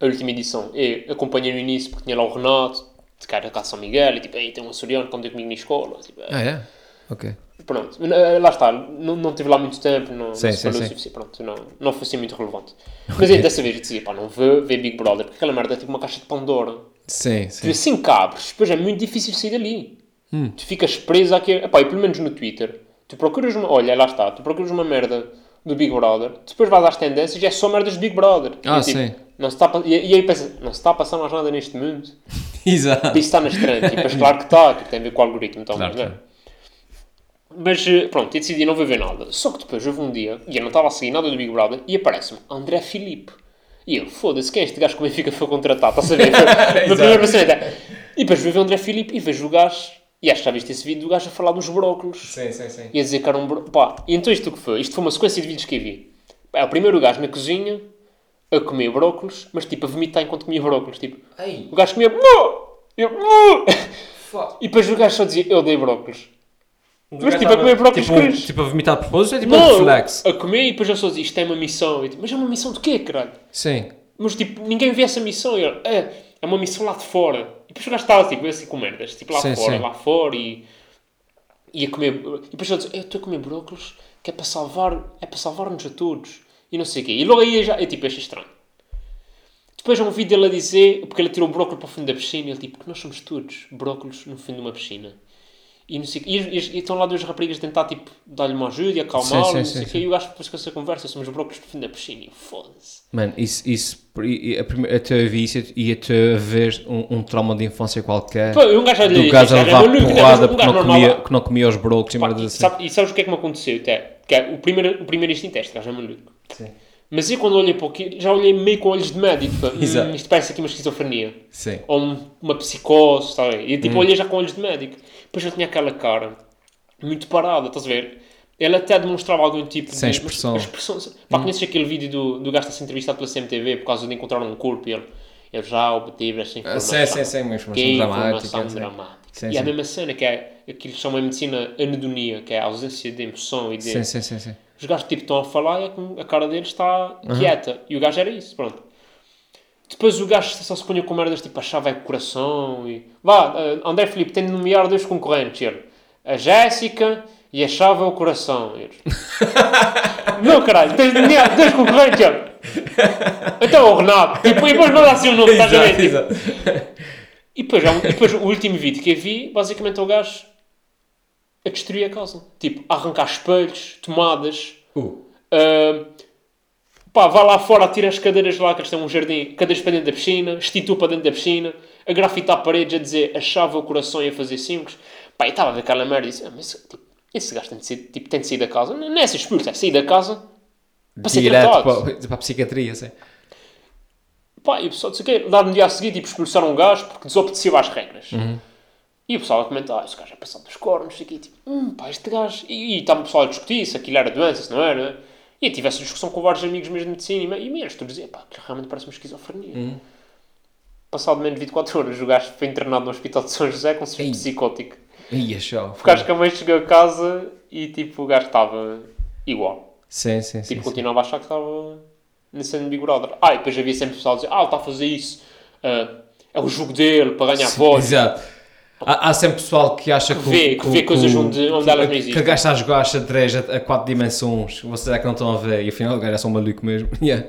[SPEAKER 2] A última edição, eu acompanhei no início porque tinha lá o Renato, de cara cá de São Miguel, e tipo, aí tem um açoriano que andou comigo na escola. Tipo,
[SPEAKER 3] Ah, é? Ok.
[SPEAKER 2] Pronto, eh, lá está, não, não tive lá muito tempo, não,
[SPEAKER 3] Sim,
[SPEAKER 2] não
[SPEAKER 3] sim,
[SPEAKER 2] se falou o
[SPEAKER 3] sim.
[SPEAKER 2] suficiente, pronto, não, não foi assim muito relevante. Mas eu dessa vez eu dizia, pá, não vou ver Big Brother, porque aquela merda é tipo uma caixa de Pandora.
[SPEAKER 3] Sim,
[SPEAKER 2] Tu
[SPEAKER 3] sim.
[SPEAKER 2] assim cabres, depois é muito difícil sair dali.
[SPEAKER 3] Hum.
[SPEAKER 2] Tu ficas preso àquilo, epá, e pelo menos no Twitter, tu procuras uma, olha, lá está, tu procuras uma merda do Big Brother, depois vais às tendências e é só merdas do Big Brother. E
[SPEAKER 3] Ah,
[SPEAKER 2] eu, tipo,
[SPEAKER 3] sim.
[SPEAKER 2] Não se está, a pa- e, e aí pensas, não se está a passar mais nada neste mundo.
[SPEAKER 3] (laughs) Exato.
[SPEAKER 2] Isso tá- está nas trends, e depois claro que está, tipo, tem a ver com o algoritmo, então,
[SPEAKER 3] Claro,
[SPEAKER 2] não é?
[SPEAKER 3] claro.
[SPEAKER 2] Mas eh, pronto, eu decidi não ver nada. Só que depois houve um dia, e eu não estava a seguir nada do Big Brother, e aparece-me André Filipe. E eu, foda-se, quem é este gajo que o Benfica foi contratar? Está a
[SPEAKER 3] (laughs)
[SPEAKER 2] saber? Foi- Meu primeiro pensamento é. E depois vejo o André Filipe e vejo o gajo, e acho que já viste esse vídeo, do gajo a falar dos brócolos.
[SPEAKER 3] Sim, sim, sim.
[SPEAKER 2] E a dizer que era um bró... Pá, e então isto o que foi? Isto foi uma sequência de vídeos que eu vi. Pá, É o primeiro gajo na cozinha a comer brócolos, mas tipo a vomitar enquanto comia brócolos. Tipo,
[SPEAKER 3] Ei,
[SPEAKER 2] o gajo comia. "Mu!" Eu, "Mu!"
[SPEAKER 3] fuck.
[SPEAKER 2] E depois o gajo só dizia, eu dei brócolos. Mas
[SPEAKER 3] gajo
[SPEAKER 2] tipo, a comer brócolis
[SPEAKER 3] Tipo, um-
[SPEAKER 2] crus.
[SPEAKER 3] tipo a vomitar de propósito é tipo um
[SPEAKER 2] Não,
[SPEAKER 3] reflexo.
[SPEAKER 2] a comer e depois eu só dizia, isto é uma missão. Eu, tipo, mas é uma missão de quê, caralho?
[SPEAKER 3] Sim.
[SPEAKER 2] Mas tipo, ninguém vê essa missão. E Eu, é, é uma missão lá de fora. E depois o gajo estava tipo, assim com merdas, tipo lá
[SPEAKER 3] Sim,
[SPEAKER 2] fora,
[SPEAKER 3] sim.
[SPEAKER 2] lá fora e. E a comer. E depois eu dizia, eu estou a comer brócolos que é para salvar, é para salvar-nos a todos. E não sei o quê. E logo aí eu já, eu tipo, achei estranho. Depois há um vídeo dele a dizer, porque ele tirou o brócolis para o fundo da piscina, e ele tipo, que nós somos todos brócolis no fundo de uma piscina. E, não sei, o quê. e, e- e estão lá duas raparigas a tentar tipo, dar-lhe uma ajuda e acalmá-lo,
[SPEAKER 3] Sim,
[SPEAKER 2] e
[SPEAKER 3] sim,
[SPEAKER 2] não
[SPEAKER 3] sim,
[SPEAKER 2] sei o quê. E o gajo depois com essa conversa, somos brócolis no fundo da piscina. E eu, foda-se.
[SPEAKER 3] Mano, isso, isso e- e a prime- até eu vi isso e até haver um, um trauma de infância qualquer.
[SPEAKER 2] Pô, um gajo olha
[SPEAKER 3] do
[SPEAKER 2] isto,
[SPEAKER 3] gajo a
[SPEAKER 2] isto é
[SPEAKER 3] levar
[SPEAKER 2] maluco,
[SPEAKER 3] porrada
[SPEAKER 2] não é? Um
[SPEAKER 3] porque não
[SPEAKER 2] gajo
[SPEAKER 3] comia,
[SPEAKER 2] normal.
[SPEAKER 3] que não comia os brocos e
[SPEAKER 2] Pá,
[SPEAKER 3] merdas
[SPEAKER 2] e,
[SPEAKER 3] assim.
[SPEAKER 2] sabe- e sabes o que é que me aconteceu? Até, que é, o, primeiro, o primeiro instinto é este, gajo é maluco.
[SPEAKER 3] Sim.
[SPEAKER 2] Mas eu quando olhei para aquilo, já olhei meio com olhos de médico. tipo,
[SPEAKER 3] Exato.
[SPEAKER 2] Hum, isto parece aqui uma esquizofrenia.
[SPEAKER 3] assim. Sim. Hum.
[SPEAKER 2] Ou um- uma psicose, está bem? E tipo, olhei já com olhos de médico. Depois eu tinha aquela cara muito parada, estás a ver? Ele até demonstrava algum tipo
[SPEAKER 3] Sem
[SPEAKER 2] de...
[SPEAKER 3] expressão. Hum.
[SPEAKER 2] mas- expressão- Pá, conheces aquele vídeo do, do gajo que está a ser entrevistado pela CMTV por causa de encontrar um corpo e ele... Eu já obtive esta informação.
[SPEAKER 3] Ah, sim, sim, uma informação
[SPEAKER 2] Que
[SPEAKER 3] dramática,
[SPEAKER 2] informação
[SPEAKER 3] sim.
[SPEAKER 2] dramática.
[SPEAKER 3] Sim,
[SPEAKER 2] e
[SPEAKER 3] sim.
[SPEAKER 2] a mesma cena que é aquilo que chama a medicina anedonia, que é a ausência de emoção e de...
[SPEAKER 3] Sim, sim, sim, sim.
[SPEAKER 2] Os gajos tipo, estão a falar e é como a cara deles está quieta. E o gajo era isso, pronto. Depois o gajo só se punha com merdas tipo a chave é o coração e. Vá, eh, André Filipe tem de nomear dois concorrentes. Ele. A Jéssica e a chave é o coração. Ele. Não, caralho, tens de nomear dois concorrentes. Ele. Então o Renato. Tipo, e depois manda assim o nome, estás a ver? Tipo,
[SPEAKER 3] exato.
[SPEAKER 2] e depois, há um- e depois o último vídeo que eu vi, basicamente é o gajo a destruir a casa. Tipo, a arrancar espelhos, tomadas.
[SPEAKER 3] Uh,
[SPEAKER 2] ah, pá, vai lá fora, tira as cadeiras lá, que eles têm um jardim, cadeiras para dentro da piscina, estitua para dentro da piscina, a grafitar paredes, a dizer achava o coração e a fazer símbolos. Pá, e estava a ver aquela merda e disse, ah, mas tipo, Esse gajo tem de, ser, tipo, tem de sair da casa. Não não é ser expulso, é sair da casa para ser
[SPEAKER 3] Direto
[SPEAKER 2] tratado.
[SPEAKER 3] para, para a psiquiatria, assim.
[SPEAKER 2] Pá, e o pessoal disse o quê? Lá no dia a seguir, tipo, expulsaram um gajo porque desobedeceu às regras. E o pessoal a comentar, ah, esse gajo é passado dos cornos, isso aqui, tipo, hum, pá, este gajo... E e estava o pessoal a discutir se aquilo era doença, se não era. E eu tive essa discussão com vários amigos meus de medicina e, e menos, tu dizia, pá, que realmente parece uma esquizofrenia. Passado menos de 24 horas, o gajo foi internado no hospital de São José com
[SPEAKER 3] Ei.
[SPEAKER 2] um psicótico.
[SPEAKER 3] Ia é show.
[SPEAKER 2] O gajo que a mãe chegou a casa e, tipo, o gajo estava igual.
[SPEAKER 3] Sim, sim, sim.
[SPEAKER 2] Tipo,
[SPEAKER 3] sim.
[SPEAKER 2] continuava a achar que estava sendo bigorado. Ah, e depois havia sempre pessoal a dizer, ah, ele está a fazer isso, ah, é o jogo dele para ganhar votos.
[SPEAKER 3] Exato. Há, há sempre pessoal que acha que, o-
[SPEAKER 2] vê- que
[SPEAKER 3] o-
[SPEAKER 2] vê coisas
[SPEAKER 3] o-
[SPEAKER 2] onde- onde elas não
[SPEAKER 3] que- Que
[SPEAKER 2] existem.
[SPEAKER 3] gasta a jogar xadrez a, a quatro dimensões. Vocês é que não estão a ver. E afinal, o gajo é só um maluco mesmo. (laughs) Yeah.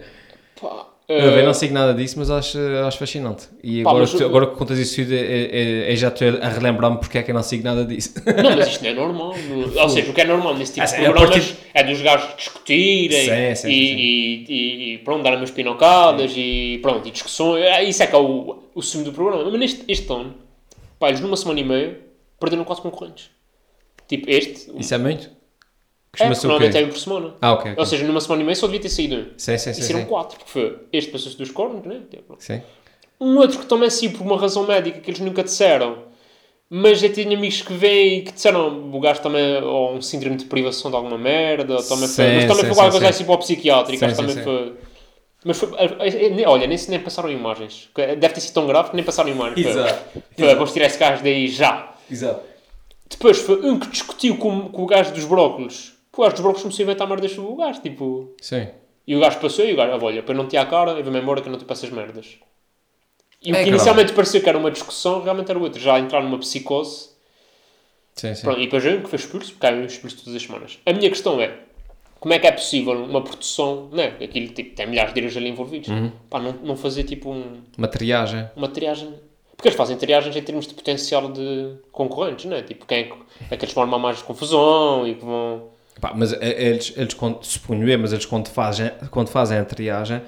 [SPEAKER 2] Pá,
[SPEAKER 3] Eu bem,
[SPEAKER 2] ah,
[SPEAKER 3] não sigo nada disso, mas acho, acho fascinante. E
[SPEAKER 2] Pá,
[SPEAKER 3] agora,
[SPEAKER 2] mas o-
[SPEAKER 3] agora que contas isso, tudo, é, é, é já estou a relembrar-me porque é que eu não sigo nada disso. (laughs)
[SPEAKER 2] Não, mas isto não é normal. No- Ou seja, o que é normal nesse tipo
[SPEAKER 3] Ah, sim,
[SPEAKER 2] de
[SPEAKER 3] é a
[SPEAKER 2] programas
[SPEAKER 3] partir-
[SPEAKER 2] é dos gajos discutirem
[SPEAKER 3] Sim,
[SPEAKER 2] e,
[SPEAKER 3] sim, sim.
[SPEAKER 2] E, e- e, pronto, darem umas pinocadas e pronto, e discussões. É, Isso é que é o, o sumo do programa. Mas neste este ano, pá, eles numa semana e meia perderam quase concorrentes. Tipo este,
[SPEAKER 3] Isso é muito?
[SPEAKER 2] é,
[SPEAKER 3] Costuma-se
[SPEAKER 2] porque
[SPEAKER 3] o
[SPEAKER 2] normalmente é
[SPEAKER 3] quê?
[SPEAKER 2] um por semana.
[SPEAKER 3] Ah, ok. ok.
[SPEAKER 2] Ou seja, numa semana e meia só devia ter saído um.
[SPEAKER 3] Sim, sim,
[SPEAKER 2] E
[SPEAKER 3] sim.
[SPEAKER 2] saíram
[SPEAKER 3] sim.
[SPEAKER 2] quatro, porque foi este passou-se dos cornos, né? Tipo,
[SPEAKER 3] Sim.
[SPEAKER 2] um outro que também sim por uma razão médica que eles nunca disseram. Mas eu tinha amigos que vêm e que disseram o gajo também, ou um síndrome de privação de alguma merda, ou também foi,
[SPEAKER 3] Sim,
[SPEAKER 2] mas também
[SPEAKER 3] sim,
[SPEAKER 2] foi qualquer
[SPEAKER 3] sim,
[SPEAKER 2] coisa
[SPEAKER 3] sim.
[SPEAKER 2] assim para o psiquiátrico,
[SPEAKER 3] Sim,
[SPEAKER 2] acho que
[SPEAKER 3] sim,
[SPEAKER 2] também
[SPEAKER 3] sim.
[SPEAKER 2] foi. Mas foi, eh, eh, olha, nem, se- nem passaram imagens. que é, Deve ter sido tão grave que nem passaram imagens. Foi,
[SPEAKER 3] Exato.
[SPEAKER 2] Foi, vamos tirar esse gajo daí já.
[SPEAKER 3] Exato.
[SPEAKER 2] Depois foi um que discutiu com, com o gajo dos brócolos. O gajo dos brócolos começou a inventar merdas sobre o gajo, tipo...
[SPEAKER 3] Sim.
[SPEAKER 2] E o gajo passou e o gajo, "Ah, olha, para não te a cara, eu vou-me embora que eu não te peço as merdas. E o que
[SPEAKER 3] É, caralho.
[SPEAKER 2] inicialmente parecia que era uma discussão, realmente era outra. Já entrar numa psicose.
[SPEAKER 3] Sim, sim.
[SPEAKER 2] Pronto, e depois eu que foi expulso, porque eu expulso todas as semanas. A minha questão é, como é que é possível uma produção, né? Aquilo tipo, tem milhares de euros ali envolvidos.
[SPEAKER 3] Uhum.
[SPEAKER 2] Pá, não, não fazer tipo um-
[SPEAKER 3] Uma triagem.
[SPEAKER 2] uma triagem. Porque eles fazem triagens em termos de potencial de concorrentes, né? Tipo, quem é que, é que eles vão armar mais confusão e que vão...
[SPEAKER 3] Pá, mas eh, eles, eles quando, suponho eu, mas eles quando fazem, quando fazem a triagem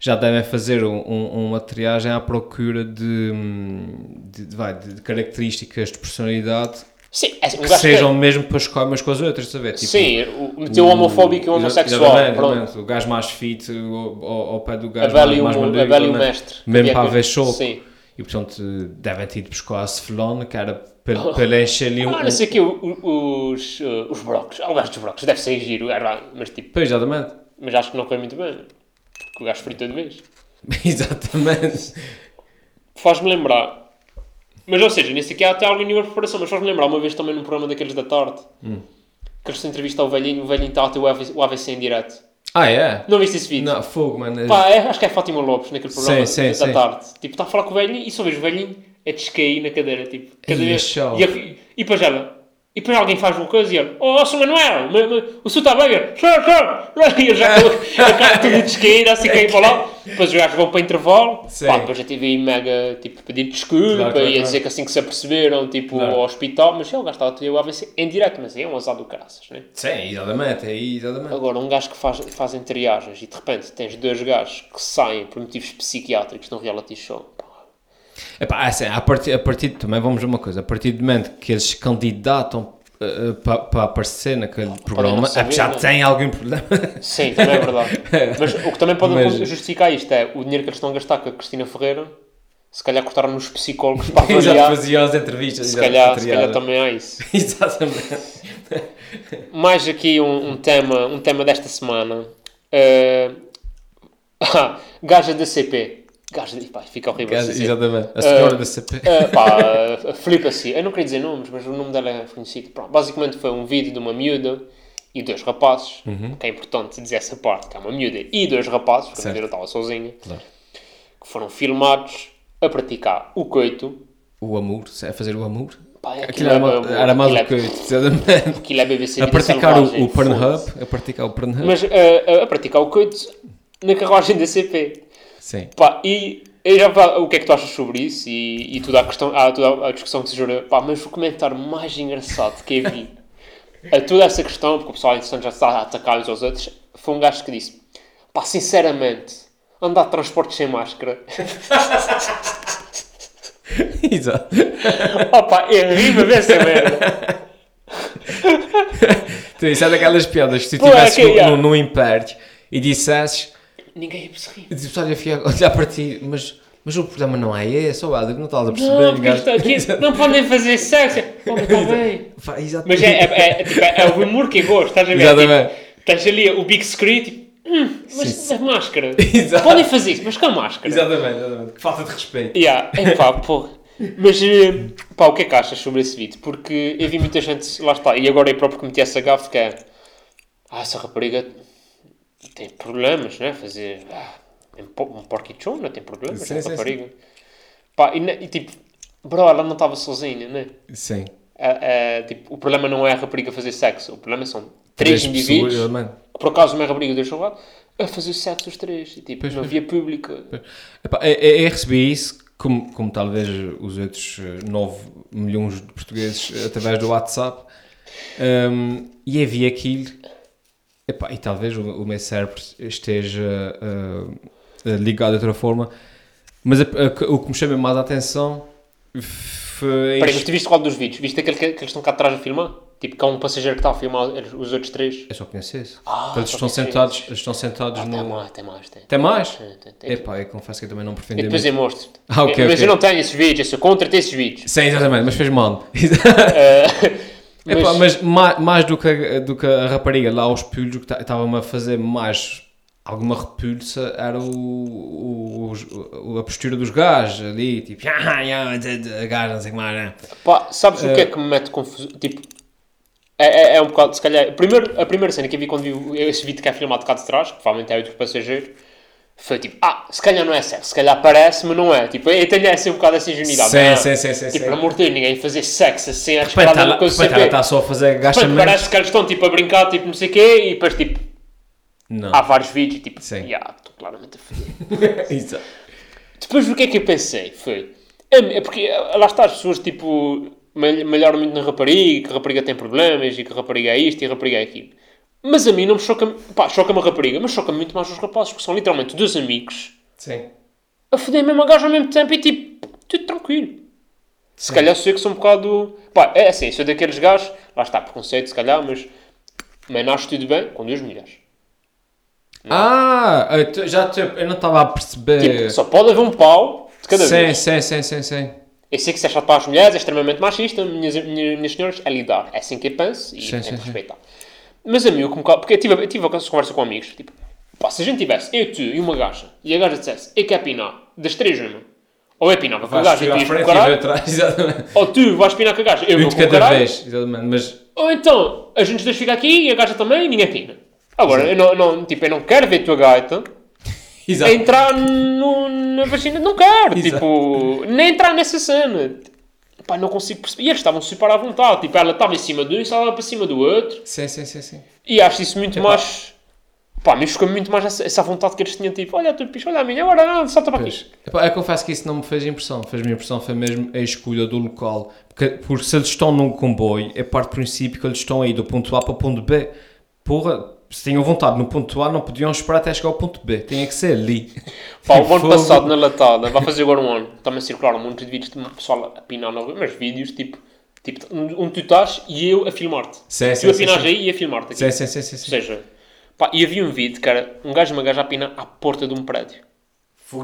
[SPEAKER 3] já devem fazer um- um- uma triagem à procura de, hum, de, de- vai, de características de personalidade
[SPEAKER 2] Sim, é, assim, um
[SPEAKER 3] que
[SPEAKER 2] gajo que-
[SPEAKER 3] sejam mesmo para escolher umas com as outras, saber? Tipo,
[SPEAKER 2] Sim, o, meteu o homofóbico e o
[SPEAKER 3] exa-
[SPEAKER 2] homossexual.
[SPEAKER 3] exatamente,
[SPEAKER 2] pronto.
[SPEAKER 3] exatamente. o gajo mais fit ao, ao- ao pé do gajo
[SPEAKER 2] Avalie
[SPEAKER 3] mais, mais
[SPEAKER 2] o,
[SPEAKER 3] maluco,
[SPEAKER 2] avalie o
[SPEAKER 3] né?
[SPEAKER 2] um- é mestre. que
[SPEAKER 3] Mesmo
[SPEAKER 2] havia
[SPEAKER 3] para
[SPEAKER 2] com-
[SPEAKER 3] haver show.
[SPEAKER 2] Sim.
[SPEAKER 3] E portanto devem ter ido buscar a Ceflone, que era para, para encher ali um,
[SPEAKER 2] Ah, não sei aqui, os, eh, os brocos. Ah, o gajo dos brocos deve ser giro, era- mas tipo,
[SPEAKER 3] Pois, exatamente. (laughs)
[SPEAKER 2] mas acho que não corre muito bem. Porque o gajo fritou de vez.
[SPEAKER 3] exatamente.
[SPEAKER 2] Faz-me lembrar. Mas ou seja, nesse aqui há até algum nível de preparação, mas faz-me lembrar uma vez também num programa daqueles da tarde.
[SPEAKER 3] Hum.
[SPEAKER 2] Que eles se entrevistam o velhinho, o velhinho está a ter o AVC, o AVC em direto.
[SPEAKER 3] Ah, é?
[SPEAKER 2] Não viste esse vídeo?
[SPEAKER 3] Não, fogo, mano.
[SPEAKER 2] Pá, é- acho que é Fátima Lopes naquele programa
[SPEAKER 3] Sim,
[SPEAKER 2] da
[SPEAKER 3] sim, sim.
[SPEAKER 2] tarde. Tipo, está a falar com o velhinho e só vejo o velhinho a descair na cadeira. Tipo, cada
[SPEAKER 3] Ai,
[SPEAKER 2] vez.
[SPEAKER 3] é show.
[SPEAKER 2] E, a- e depois ela. E depois alguém faz uma coisa e ele, oh, Sr. Manuel, ma- ma- o senhor está bem? Ele, claro, claro. (laughs) E ele já a cara toda de esquerda, assim cair para lá. Depois os gajos vão para intervalo.
[SPEAKER 3] Sim.
[SPEAKER 2] Pá, depois já tive aí mega, tipo, pedindo desculpa
[SPEAKER 3] Claro, claro,
[SPEAKER 2] e a dizer
[SPEAKER 3] claro.
[SPEAKER 2] que assim que se aperceberam, tipo,
[SPEAKER 3] Claro.
[SPEAKER 2] ao hospital. Mas ele, o gajo estava a ter o AVC em direto, mas aí é um azar do caraças, né?
[SPEAKER 3] Sim, exatamente, aí, exatamente.
[SPEAKER 2] Agora, um gajo que faz, fazem triagens e de repente tens dois gajos que saem por motivos psiquiátricos num reality show. Pá,
[SPEAKER 3] Epá, assim, a partir, a partir, também vamos a uma coisa, a partir do momento que eles se candidatam para, aparecer naquele programa,
[SPEAKER 2] saber,
[SPEAKER 3] é que já
[SPEAKER 2] não é?
[SPEAKER 3] têm algum problema.
[SPEAKER 2] Sim, também é verdade. Mas o que também pode
[SPEAKER 3] Mas-
[SPEAKER 2] justificar isto é o dinheiro que eles estão a gastar com a Cristina Ferreira, se calhar cortaram nos psicólogos
[SPEAKER 3] (laughs)
[SPEAKER 2] para
[SPEAKER 3] (laughs) já
[SPEAKER 2] avaliar.
[SPEAKER 3] faziam as entrevistas.
[SPEAKER 2] Se
[SPEAKER 3] já
[SPEAKER 2] calhar,
[SPEAKER 3] se
[SPEAKER 2] se calhar
[SPEAKER 3] triaram.
[SPEAKER 2] também há isso.
[SPEAKER 3] Exatamente.
[SPEAKER 2] Mais aqui um, um tema, um tema desta semana. Eh, (laughs) ah, gaja da CP. Gaja, pá, fica horrível.
[SPEAKER 3] Exatamente.
[SPEAKER 2] dizer.
[SPEAKER 3] A senhora da CP.
[SPEAKER 2] Uh, (laughs) pá, uh, flipa-se. Eu não queria dizer nomes, mas o nome dela é conhecido. Pronto, basicamente foi um vídeo de uma miúda e dois rapazes, que é importante dizer essa parte, que é uma miúda e dois rapazes, porque a
[SPEAKER 3] Uhum. Certo.
[SPEAKER 2] miúda estava sozinha,
[SPEAKER 3] Claro.
[SPEAKER 2] que foram filmados a praticar o coito.
[SPEAKER 3] O amor, se é fazer o amor.
[SPEAKER 2] Pá,
[SPEAKER 3] Aquilo era,
[SPEAKER 2] é-
[SPEAKER 3] ma- era mais
[SPEAKER 2] aquilo
[SPEAKER 3] do
[SPEAKER 2] é-
[SPEAKER 3] que oito, exatamente.
[SPEAKER 2] Aquilo é BBC
[SPEAKER 3] A
[SPEAKER 2] Vida
[SPEAKER 3] praticar
[SPEAKER 2] Selvagem,
[SPEAKER 3] o, o
[SPEAKER 2] foda-se.
[SPEAKER 3] Pornhub. A praticar o Pornhub.
[SPEAKER 2] Mas uh, a, a praticar o coito na carruagem da CP.
[SPEAKER 3] Sim. (laughs)
[SPEAKER 2] Pá, e eu já pá, o que é que tu achas sobre isso? E, e toda, a questão, há toda a discussão que se jura, pá, mas o comentário mais engraçado que eu vi a toda essa questão, porque o pessoal entretanto já está a atacar uns aos outros, foi um gajo que disse: pá, sinceramente, andar de transportes sem máscara, (laughs)
[SPEAKER 3] Exato.
[SPEAKER 2] opá, é rima dessa merda.
[SPEAKER 3] Então, isso é daquelas piadas que se tu
[SPEAKER 2] Pô, é
[SPEAKER 3] estivesse
[SPEAKER 2] que, yeah.
[SPEAKER 3] num, num império e dissesses,
[SPEAKER 2] Ninguém é ia se rir.
[SPEAKER 3] e o pessoal ia ficar a olhar para ti, mas, mas o problema não é esse, ou é, que não estás a perceber,
[SPEAKER 2] Não, porque
[SPEAKER 3] gajo.
[SPEAKER 2] isto aqui é- não podem fazer sexo. Pô, mas tá bem.
[SPEAKER 3] Pá, exato.
[SPEAKER 2] Mas é, é, é, é, tipo, é o humor que eu gosto, estás a ver?
[SPEAKER 3] Exatamente.
[SPEAKER 2] Tipo, estás ali o big screen, tipo, hum, mas a máscara.
[SPEAKER 3] (laughs) Exato.
[SPEAKER 2] Podem fazer isso, mas com a máscara.
[SPEAKER 3] Exatamente, exatamente. Que falta de respeito.
[SPEAKER 2] Yeah, epá, pô. Mas, eh, pá, o que é que achas sobre esse vídeo? Porque eu vi muita gente, lá está, e agora eu próprio cometi essa gafe que é... Ah, essa rapariga tem problemas, né? Fazer... Ah, um po- um porquichona tem problemas,
[SPEAKER 3] Sim,
[SPEAKER 2] né,
[SPEAKER 3] sim,
[SPEAKER 2] rapariga. Pá, e, ne- e tipo, bro, ela não estava sozinha, né?
[SPEAKER 3] Sim.
[SPEAKER 2] É, é, tipo, o problema não é a rapariga fazer sexo, o problema são três
[SPEAKER 3] Três
[SPEAKER 2] indivíduos,
[SPEAKER 3] pessoas, mano.
[SPEAKER 2] por acaso uma rapariga deixou lado, a fazer sexo os três, e tipo,
[SPEAKER 3] Pois,
[SPEAKER 2] não
[SPEAKER 3] pois.
[SPEAKER 2] havia público.
[SPEAKER 3] Epá, é, eu, eu- eu recebi isso, como, como talvez os outros 9 milhões de portugueses, eh, através do WhatsApp, Hum, e havia aquilo. Epá, e talvez o, o meu cérebro esteja eh, eh, ligado de outra forma, mas a- a- o que me chama mais a atenção foi.
[SPEAKER 2] Peraí, mas tu viste qual dos vídeos? Viste aquele que, que eles estão cá atrás a filmar? Tipo, que há um passageiro que está a filmar eles- os outros três.
[SPEAKER 3] Eu só conheço esse.
[SPEAKER 2] Ah,
[SPEAKER 3] Portanto,
[SPEAKER 2] só
[SPEAKER 3] estão
[SPEAKER 2] conheces.
[SPEAKER 3] sentados, eles estão sentados
[SPEAKER 2] Ah, tem
[SPEAKER 3] no.
[SPEAKER 2] mais, tem mais, tem.
[SPEAKER 3] Tem mais?
[SPEAKER 2] Tem, tem, tem.
[SPEAKER 3] Epá, eu confesso que eu também não
[SPEAKER 2] E
[SPEAKER 3] pretendia.
[SPEAKER 2] depois eu
[SPEAKER 3] muito.
[SPEAKER 2] mostro.
[SPEAKER 3] Ah, ok,
[SPEAKER 2] mas
[SPEAKER 3] ok.
[SPEAKER 2] eu não tenho esses vídeos, eu sou contra ter esses
[SPEAKER 3] (laughs)
[SPEAKER 2] vídeos. (laughs)
[SPEAKER 3] Sim, exatamente, mas fez mal.
[SPEAKER 2] Eh, mas,
[SPEAKER 3] Epá, É mas ma- mais do que, a- do que a rapariga lá aos pulos, o que estava-me a fazer mais alguma repulsa era o, o- os- o- a postura dos gajos ali, tipo, (laughs) "Ah, ah, ah, gajo, não sei o que mais. né?"
[SPEAKER 2] pá, sabes o que
[SPEAKER 3] Eh.
[SPEAKER 2] é que me mete confusão? Tipo, é, é, é um bocado, se calhar. Primeiro, a primeira cena que eu vi quando vi o- esse vídeo que é filmado cá de trás, que provavelmente é outro passageiro, foi tipo, ah, se calhar não é sexo, se calhar parece, mas não é. Tipo, eu tenho essa um bocado essa ingenuidade.
[SPEAKER 3] Sim,
[SPEAKER 2] não.
[SPEAKER 3] sim, sim, sim,
[SPEAKER 2] Tipo,
[SPEAKER 3] sim. tá
[SPEAKER 2] pelo amor de Deus, ninguém fazer sexo assim, à
[SPEAKER 3] Repente,
[SPEAKER 2] disparada
[SPEAKER 3] ela
[SPEAKER 2] uma coisa
[SPEAKER 3] repente,
[SPEAKER 2] sem
[SPEAKER 3] ela
[SPEAKER 2] ver.
[SPEAKER 3] está só a fazer
[SPEAKER 2] Mas
[SPEAKER 3] agachamento.
[SPEAKER 2] parece que eles estão tipo a brincar, tipo não sei o quê, e depois tipo,
[SPEAKER 3] Não, (laughs)
[SPEAKER 2] há vários vídeos, tipo,
[SPEAKER 3] Ah. Sim.
[SPEAKER 2] "Ya, estou claramente a foder.
[SPEAKER 3] Isso.
[SPEAKER 2] Depois o que é que eu pensei? Foi, é, é porque é, lá está as pessoas tipo, mal- malharam muito na rapariga, que a rapariga tem problemas, e que a rapariga é isto, e a rapariga é aquilo. Mas a mim não me choca, pá, choca-me a rapariga, mas choca-me muito mais os rapazes, porque são literalmente dois amigos
[SPEAKER 3] Sim.
[SPEAKER 2] a foder mesmo a gajo ao mesmo tempo e tipo, tudo tranquilo. Se calhar sou eu que sou um bocado. Pá, é assim, sou daqueles gajos, lá está, preconceito se calhar, mas. Mas nasce tudo bem com duas mulheres.
[SPEAKER 3] Ah, eu t- já te- eu não estava a perceber.
[SPEAKER 2] Tipo, só pode haver um pau de cada
[SPEAKER 3] É. sim,
[SPEAKER 2] vez.
[SPEAKER 3] sim, sim, sim, sim.
[SPEAKER 2] Eu sei que se é chato para as mulheres, é extremamente machista, minhas, minhas, minhas senhoras, é lidar. É assim que eu penso e
[SPEAKER 3] Sim,
[SPEAKER 2] tem
[SPEAKER 3] sim,
[SPEAKER 2] que
[SPEAKER 3] sim.
[SPEAKER 2] respeitar. Mas a mim, o que me cau- porque eu tive, eu tive essa conversa com amigos, tipo, pá, se a gente tivesse eu, tu e uma gaja, e a gaja dissesse, eu quero pinar, das três uma, ou eu pinava com a
[SPEAKER 3] Vais
[SPEAKER 2] gaja e tu
[SPEAKER 3] chegar à
[SPEAKER 2] ias com
[SPEAKER 3] frente
[SPEAKER 2] o
[SPEAKER 3] e veio
[SPEAKER 2] caralho,
[SPEAKER 3] atrás, (laughs) exatamente.
[SPEAKER 2] ou tu vais pinar com a gaja, eu
[SPEAKER 3] Um
[SPEAKER 2] vou
[SPEAKER 3] de
[SPEAKER 2] com o
[SPEAKER 3] cada
[SPEAKER 2] caralho,
[SPEAKER 3] vez, exatamente. Mas
[SPEAKER 2] Ou então, a gente deixa ficar aqui e a gaja também e ninguém pina. Agora, eu não, não- tipo, eu não quero ver a tua gaita a
[SPEAKER 3] Exato.
[SPEAKER 2] entrar no- na vagina. Não quero,
[SPEAKER 3] Exato.
[SPEAKER 2] tipo, nem entrar nessa cena. Pá, não consigo perceber. E eles estavam super à vontade. Tipo, ela estava em cima de um e estava para cima do outro.
[SPEAKER 3] Sim, sim, sim, sim.
[SPEAKER 2] E acho isso muito mais... Pá, me chocou muito mais essa, essa vontade que eles tinham. Tipo, olha a tua picha, olha a minha, agora não, salta para aqui.
[SPEAKER 3] Pois. Epá, eu confesso que isso não me fez impressão. Fez-me impressão foi mesmo a escolha do local. Porque, porque se eles estão num comboio, é parte do princípio que eles estão aí do ponto A para o ponto B. Porra, se tinham vontade no ponto A, não podiam esperar até chegar ao ponto B. Tinha que ser ali.
[SPEAKER 2] (laughs) Pá, o ano
[SPEAKER 3] Tipo, Fogo.
[SPEAKER 2] passado na latada, vai fazer agora um ano, também circularam muitos vídeos de pessoal a pinar na rua, mas vídeos tipo, tipo onde tu estás e eu a filmar-te.
[SPEAKER 3] Sim,
[SPEAKER 2] tu
[SPEAKER 3] sim,
[SPEAKER 2] a
[SPEAKER 3] sim,
[SPEAKER 2] pinares
[SPEAKER 3] sim.
[SPEAKER 2] aí e a filmar-te. aqui.
[SPEAKER 3] Sim, sim, sim, sim.
[SPEAKER 2] Ou
[SPEAKER 3] sim.
[SPEAKER 2] seja, pá, e havia um vídeo, cara, um gajo e uma gaja a pinar à porta de um prédio.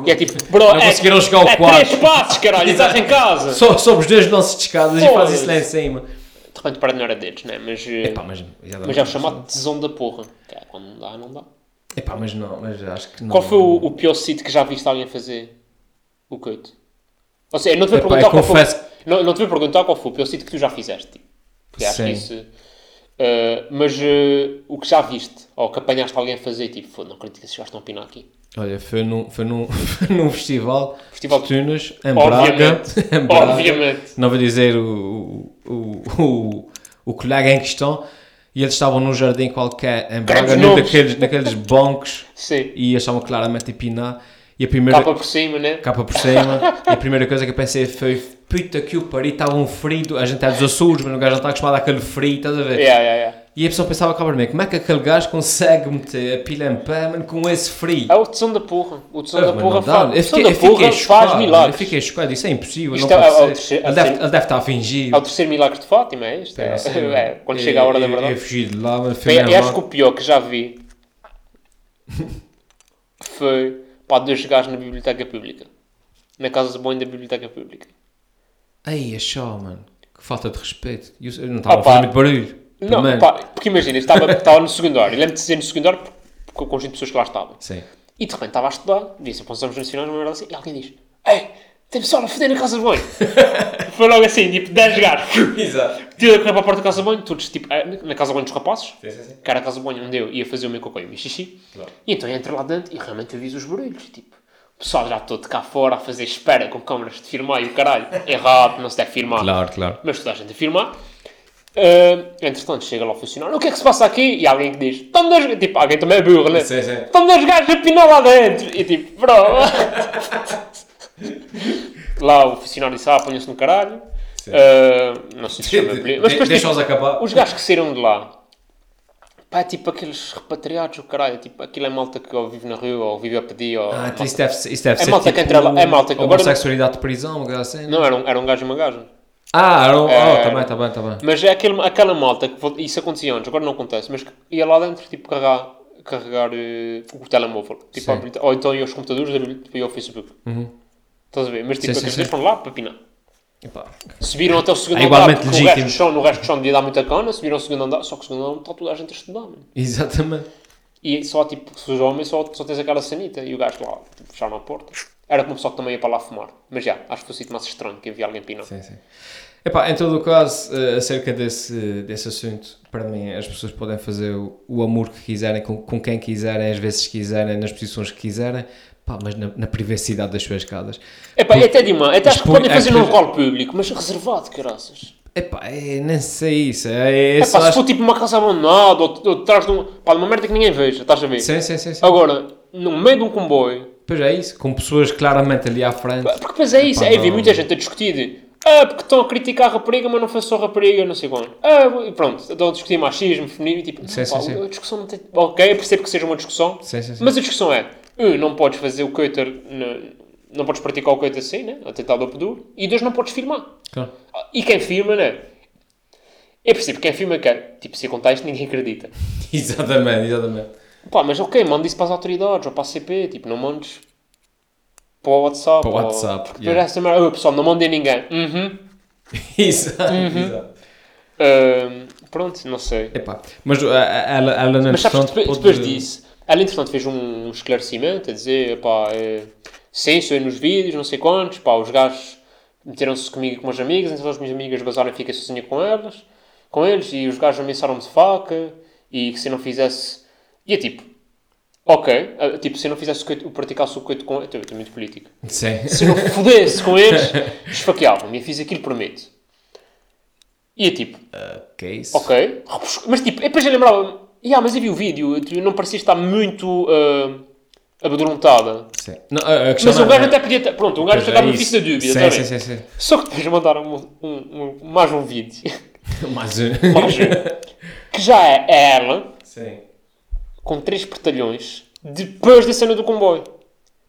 [SPEAKER 2] E é tipo, bro,
[SPEAKER 3] Não
[SPEAKER 2] é,
[SPEAKER 3] conseguiram chegar ao
[SPEAKER 2] é
[SPEAKER 3] quarto.
[SPEAKER 2] três passos, caralho, estás em casa.
[SPEAKER 3] Só sobre os dois lances de escadas e
[SPEAKER 2] Foda-se.
[SPEAKER 3] faz isso lá em cima.
[SPEAKER 2] De repente o prédio não era deles, né? Mas, eh,
[SPEAKER 3] Epá, mas, exatamente.
[SPEAKER 2] mas é o chamado tesão da porra. Que é, quando não dá, não dá.
[SPEAKER 3] Epá, mas não, mas acho que não.
[SPEAKER 2] Qual foi o, o pior sítio que já viste alguém fazer o coito? Ou seja, eu não te vou
[SPEAKER 3] Epá,
[SPEAKER 2] perguntar
[SPEAKER 3] eu
[SPEAKER 2] qual
[SPEAKER 3] confesso-
[SPEAKER 2] foi. Não, não te vou perguntar qual foi o pior sítio que tu já fizeste. Tipo, Porque acho
[SPEAKER 3] Sim.
[SPEAKER 2] que isso. eh, mas eh, o que já viste, ou que apanhaste alguém a fazer, tipo, foda, não acredito que esses gajos estão a pinar aqui.
[SPEAKER 3] Olha, foi num, foi num, (laughs) num festival,
[SPEAKER 2] Festival-
[SPEAKER 3] de Tunas, em Braga.
[SPEAKER 2] Obviamente.
[SPEAKER 3] em Braga.
[SPEAKER 2] Obviamente.
[SPEAKER 3] Não vou dizer o, o, o, o, o colega em questão. E eles estavam num jardim qualquer em Braga,
[SPEAKER 2] Grandes
[SPEAKER 3] num
[SPEAKER 2] nomes.
[SPEAKER 3] daqueles, naqueles bancos,
[SPEAKER 2] Sim.
[SPEAKER 3] e eles estavam claramente a pinar. E a primeira.
[SPEAKER 2] Capa por cima, né?
[SPEAKER 3] (laughs) capa por cima. e a primeira coisa que eu pensei foi: puta que o pariu, estava um frio. A gente é dos Açores, mas o gajo não está acostumado àquele frio, estás a ver?
[SPEAKER 2] Yeah, yeah, yeah.
[SPEAKER 3] E a pessoa pensava claramente, como é que aquele gajo consegue meter a pilha em pé, mano, com esse frio?
[SPEAKER 2] É o Tson da Porra. O Tson da
[SPEAKER 3] Ah, Mas não
[SPEAKER 2] Porra
[SPEAKER 3] dá.
[SPEAKER 2] faz, o
[SPEAKER 3] Eu
[SPEAKER 2] Tson
[SPEAKER 3] fiquei-
[SPEAKER 2] da
[SPEAKER 3] eu fiquei
[SPEAKER 2] Porra faz
[SPEAKER 3] chocado, Eu
[SPEAKER 2] milagres.
[SPEAKER 3] fiquei chocado, isso é impossível.
[SPEAKER 2] Isto
[SPEAKER 3] não
[SPEAKER 2] é-
[SPEAKER 3] pode
[SPEAKER 2] é o
[SPEAKER 3] ser.
[SPEAKER 2] terceiro-
[SPEAKER 3] ele, deve,
[SPEAKER 2] assim-
[SPEAKER 3] ele deve estar a fingir.
[SPEAKER 2] É o terceiro milagre de Fátima, é isto. É, (laughs)
[SPEAKER 3] Pá, assim,
[SPEAKER 2] é, quando
[SPEAKER 3] eu-
[SPEAKER 2] chega a hora da
[SPEAKER 3] eu- Eu
[SPEAKER 2] verdade.
[SPEAKER 3] fugi de lá, mas
[SPEAKER 2] Foi,
[SPEAKER 3] fui
[SPEAKER 2] eu
[SPEAKER 3] mesmo
[SPEAKER 2] acho que o pior que já
[SPEAKER 3] (laughs)
[SPEAKER 2] vi foi pá, dois gajos na biblioteca pública. Na casa de banho da biblioteca pública.
[SPEAKER 3] lá. Ei, é só, mano. Que falta de respeito. E Eu eu não
[SPEAKER 2] Opa.
[SPEAKER 3] estava a fazer muito barulho.
[SPEAKER 2] Ah, Não,
[SPEAKER 3] Também.
[SPEAKER 2] pá, porque imagina, eu estava, estava no secundário. Lembro-me de dizer no secundário porque, porque o conjunto de pessoas que lá estavam.
[SPEAKER 3] Sim.
[SPEAKER 2] E de repente estava a estudar, disse, para os exames nacionais, uma merda assim, e alguém diz, Ei, tem pessoal a foder na casa de
[SPEAKER 3] (laughs)
[SPEAKER 2] banho. foi logo assim, tipo, 10 gajos.
[SPEAKER 3] Exato.
[SPEAKER 2] Tira a correr para a porta da casa de banho, todos, tipo, eh, na casa de banho dos rapazes.
[SPEAKER 3] Sim, sim, sim.
[SPEAKER 2] que era a casa de banho onde eu ia fazer o meu cocô e o meu xixi.
[SPEAKER 3] Claro.
[SPEAKER 2] E então eu entro lá dentro e realmente aviso os barulhos. Tipo, o pessoal já todo cá fora a fazer espera com câmaras de filmar e o caralho. (laughs) Errado, não se deve filmar.
[SPEAKER 3] Claro, claro.
[SPEAKER 2] Mas toda a gente a filmar. Ah, entretanto, chega lá o funcionário. O que é que se passa aqui? E alguém que diz: Estão dois. ga-" Tipo, alguém também é burro, né?
[SPEAKER 3] Sim, sim.
[SPEAKER 2] Estão dois gajos a pinar lá dentro. E tipo,
[SPEAKER 3] (laughs)
[SPEAKER 2] bro. lá o funcionário disse: Ah, ponham-se no caralho. Ah, não sei se chama.
[SPEAKER 3] De-
[SPEAKER 2] Mas depois,
[SPEAKER 3] Deixa-os
[SPEAKER 2] tipo,
[SPEAKER 3] acabar.
[SPEAKER 2] os gajos que saíram de lá, pá, é tipo aqueles repatriados, o caralho, é tipo, aquilo é malta que ou vive na rua, ou vive a pedir, ou...
[SPEAKER 3] Ah, então
[SPEAKER 2] malta-
[SPEAKER 3] isso deve, ser- isso deve
[SPEAKER 2] É
[SPEAKER 3] ser
[SPEAKER 2] malta que
[SPEAKER 3] tipo
[SPEAKER 2] entra lá- é malta que- agora-
[SPEAKER 3] homossexualidade de prisão, uma coisa assim.
[SPEAKER 2] Não, era um, era um gajo e uma gaja.
[SPEAKER 3] Ah, era um-
[SPEAKER 2] É.
[SPEAKER 3] oh, tá bem, tá bem, tá bem.
[SPEAKER 2] Mas é aquele, aquela malta, que vo- isso acontecia antes, agora não acontece, mas que ia lá dentro, tipo, carregar, carregar eh, o telemóvel. Tipo,
[SPEAKER 3] Sim. Uhum.
[SPEAKER 2] habilita- ou então ia aos computadores tipo, ia ao Facebook. Estás a ver? Mas tipo,
[SPEAKER 3] Sim, sim,
[SPEAKER 2] aqueles
[SPEAKER 3] sim.
[SPEAKER 2] dois foram lá para pinar.
[SPEAKER 3] Epá.
[SPEAKER 2] Subiram até o segundo
[SPEAKER 3] É
[SPEAKER 2] andar,
[SPEAKER 3] igualmente
[SPEAKER 2] porque no resto,
[SPEAKER 3] legítimo.
[SPEAKER 2] do chão, no resto do chão devia dar muita cana, subiram ao segundo andar, só que o segundo andar está toda a gente a estudar, mano.
[SPEAKER 3] Exatamente.
[SPEAKER 2] E só tipo, se os homens só, só tens aquela sanita e o gajo lá, tipo, fecharam a porta. Era como o pessoal que também ia para lá fumar. Mas já, acho que foi o sítio mais estranho que havia alguém pinar.
[SPEAKER 3] Sim, sim. Epá, em todo o caso, eh, acerca desse, desse assunto, para mim, as pessoas podem fazer o, o amor que quiserem, com, com quem quiserem, às vezes quiserem, nas posições que quiserem, pá, mas na, na privacidade das suas casas. Tipo,
[SPEAKER 2] Epá, é e até de uma, até acho que
[SPEAKER 3] Expõe-
[SPEAKER 2] podem fazer
[SPEAKER 3] é
[SPEAKER 2] num
[SPEAKER 3] que-
[SPEAKER 2] local público, mas reservado, caraças.
[SPEAKER 3] Epá, é, nem sei isso. É, é,
[SPEAKER 2] Epá,
[SPEAKER 3] só
[SPEAKER 2] se
[SPEAKER 3] acho-
[SPEAKER 2] for tipo uma casa abandonada ou, ou atrás de um, pá, de uma merda que ninguém veja, estás a ver?
[SPEAKER 3] Sim, sim, sim. sim.
[SPEAKER 2] Agora, no meio de um comboio,
[SPEAKER 3] Pois é isso, com pessoas claramente ali à frente. (laughs)
[SPEAKER 2] pá, porque depois é isso,
[SPEAKER 3] Epá,
[SPEAKER 2] é, vi
[SPEAKER 3] não.
[SPEAKER 2] muita gente a discutir de, ah, porque estão a criticar a rapariga, mas não foi só rapariga, não sei quando. Ah, e pronto, estão a discutir machismo, feminismo, e tipo,
[SPEAKER 3] Sim,
[SPEAKER 2] pá,
[SPEAKER 3] sim, sim.
[SPEAKER 2] a discussão não tem... Ok, eu percebo que seja uma discussão,
[SPEAKER 3] Sim, sim, sim.
[SPEAKER 2] Mas a discussão é: um, não podes fazer o coiter, na- não podes praticar o coito assim, né? A tentar dobro duro, e dois, não podes filmar.
[SPEAKER 3] Claro.
[SPEAKER 2] E quem filma, né? É possível, quem filma quer. Tipo, se eu contar isto, ninguém acredita.
[SPEAKER 3] Exatamente, exatamente. (laughs)
[SPEAKER 2] Pá, mas ok, manda isso para as autoridades ou para a CP, tipo, não mandes para o WhatsApp.
[SPEAKER 3] Para o
[SPEAKER 2] ou-
[SPEAKER 3] WhatsApp,
[SPEAKER 2] Porque
[SPEAKER 3] yeah.
[SPEAKER 2] parece merda. "Oh, pessoal, não mandem ninguém. Uhum.
[SPEAKER 3] Exato, exato.
[SPEAKER 2] Ahm, pronto, não sei.
[SPEAKER 3] Epá, mas a- a- ela, ela não
[SPEAKER 2] Mas sabes, que depois, depois disso, ela entretanto fez um esclarecimento a dizer, pá, é, sim, sou eu nos vídeos, não sei quantos, pá, os gajos meteram-se comigo e com umas amigas, então as minhas amigas basaram e fiquei sozinha com elas, com eles, e os gajos ameaçaram-me de faca, e que se eu não fizesse... E é tipo, ok, ah, tipo, se eu não fizesse o coito, eu praticasse o coito com... Então, eu estou muito político
[SPEAKER 3] Sim.
[SPEAKER 2] se eu não fudesse com eles, esfaqueavam-me, eu fiz aquilo por medo. E é tipo,
[SPEAKER 3] Que é isso?
[SPEAKER 2] Ok. Mas tipo, depois eu lembrava-me. Yeah, mas eu vi o vídeo, tu não parecia estar muito uh, abedrontada.
[SPEAKER 3] Sim. Não, a- a questão
[SPEAKER 2] Mas o
[SPEAKER 3] é-
[SPEAKER 2] gajo até podia. estar- Pronto, o gajo
[SPEAKER 3] Pois
[SPEAKER 2] até estava
[SPEAKER 3] é
[SPEAKER 2] no
[SPEAKER 3] isso.
[SPEAKER 2] fim da dúvida.
[SPEAKER 3] Sim,
[SPEAKER 2] tá
[SPEAKER 3] sim,
[SPEAKER 2] bem?
[SPEAKER 3] sim, sim.
[SPEAKER 2] Só que depois mandaram um, um- um- mais um vídeo. (laughs)
[SPEAKER 3] (laughs) Mas, eh,
[SPEAKER 2] mais um, que já é ela
[SPEAKER 3] (laughs) sim.
[SPEAKER 2] com três portalhões depois da cena do comboio.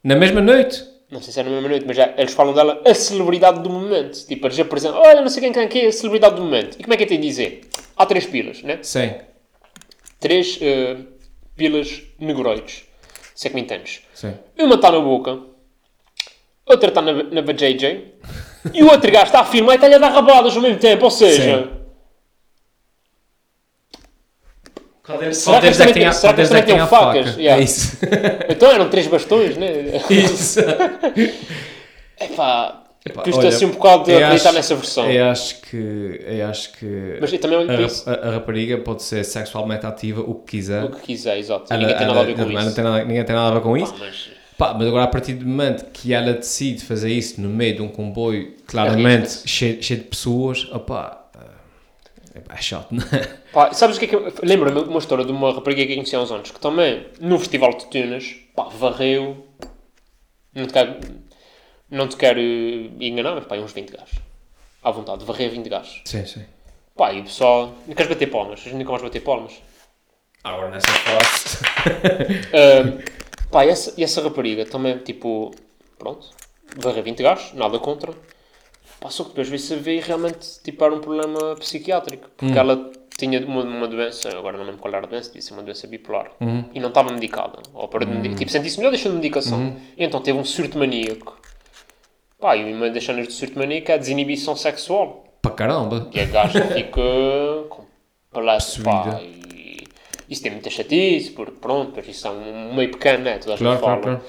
[SPEAKER 3] Na mesma noite?
[SPEAKER 2] Não sei se é na mesma noite, mas já, eles falam dela a celebridade do momento. Tipo, eles apresentam. Olha, não sei quem, quem é a celebridade do momento. E como é que eu tenho de dizer? Há três pilas, né?
[SPEAKER 3] Sim.
[SPEAKER 2] três eh, pilas negroides. Se é que me entendes.
[SPEAKER 3] Sim.
[SPEAKER 2] Uma está na boca, outra está na, na vajayjay e o outro gajo tá é está a firmar e está-lhe a dar rabadas ao mesmo tempo. Ou seja,
[SPEAKER 3] Só
[SPEAKER 2] que
[SPEAKER 3] Deus é que tem a,
[SPEAKER 2] eles também
[SPEAKER 3] só Deus é que
[SPEAKER 2] têm
[SPEAKER 3] tem a
[SPEAKER 2] facas?
[SPEAKER 3] faca.
[SPEAKER 2] Yeah.
[SPEAKER 3] É (laughs) isso.
[SPEAKER 2] então eram três bastões,
[SPEAKER 3] (laughs)
[SPEAKER 2] né?
[SPEAKER 3] isso.
[SPEAKER 2] Epá,
[SPEAKER 3] Epá,
[SPEAKER 2] custa
[SPEAKER 3] olha,
[SPEAKER 2] assim um bocado de
[SPEAKER 3] eu
[SPEAKER 2] acreditar
[SPEAKER 3] acho-
[SPEAKER 2] nessa versão.
[SPEAKER 3] Eu acho que... Eu acho que...
[SPEAKER 2] Mas eu também é olho
[SPEAKER 3] é a,
[SPEAKER 2] para isso.
[SPEAKER 3] ra- a- a rapariga pode ser sexualmente ativa, o que quiser.
[SPEAKER 2] O que quiser, exato.
[SPEAKER 3] Ela-
[SPEAKER 2] Ninguém tem nada a ver
[SPEAKER 3] ela-
[SPEAKER 2] com
[SPEAKER 3] ela Não
[SPEAKER 2] isso.
[SPEAKER 3] tem nada, ninguém tem nada a ver com isso.
[SPEAKER 2] Mas
[SPEAKER 3] Pá, mas agora a partir do momento que ela decide fazer isso no meio de um
[SPEAKER 2] É
[SPEAKER 3] comboio claramente
[SPEAKER 2] Arrisca-se.
[SPEAKER 3] cheio, cheio de pessoas, opá, eh, epá, é chato, não é?
[SPEAKER 2] Pá, sabes o que é que eu... Lembro-me uma história de uma rapariga que eu conheci há uns anos, que também, no Festival de Tunas, pá, varreu... Não te quero, não te quero eh, enganar, mas pá, uns 20 gajos. À vontade, varreu 20 gajos.
[SPEAKER 3] Sim, sim.
[SPEAKER 2] Pá, e o pessoal. Não queres bater palmas? A gente nunca mais bater palmas. Ah,
[SPEAKER 3] Agora nessa fase.
[SPEAKER 2] Ahm, pá, e essa, e essa rapariga também, tipo, pronto, varra 20 gajos, nada contra. Pá, só que depois veio-se a ver e realmente, tipo, era um problema psiquiátrico. Porque ela tinha uma, uma doença, agora não lembro qual era a doença, devia ser uma doença bipolar. E não estava medicada. Ou parou de medi- Tipo, senti-se melhor deixando de medicação. E então teve um surto maníaco. Pá, e uma das cenas de surto maníaco é a desinibição sexual.
[SPEAKER 3] (laughs) Para caramba.
[SPEAKER 2] E a gaja fica com palácio, pá,
[SPEAKER 3] Possuída.
[SPEAKER 2] e isso tem muita chatice, porque pronto, pois isso é um meio pequeno, né? Toda a gente
[SPEAKER 3] Claro,
[SPEAKER 2] fala.
[SPEAKER 3] claro, claro.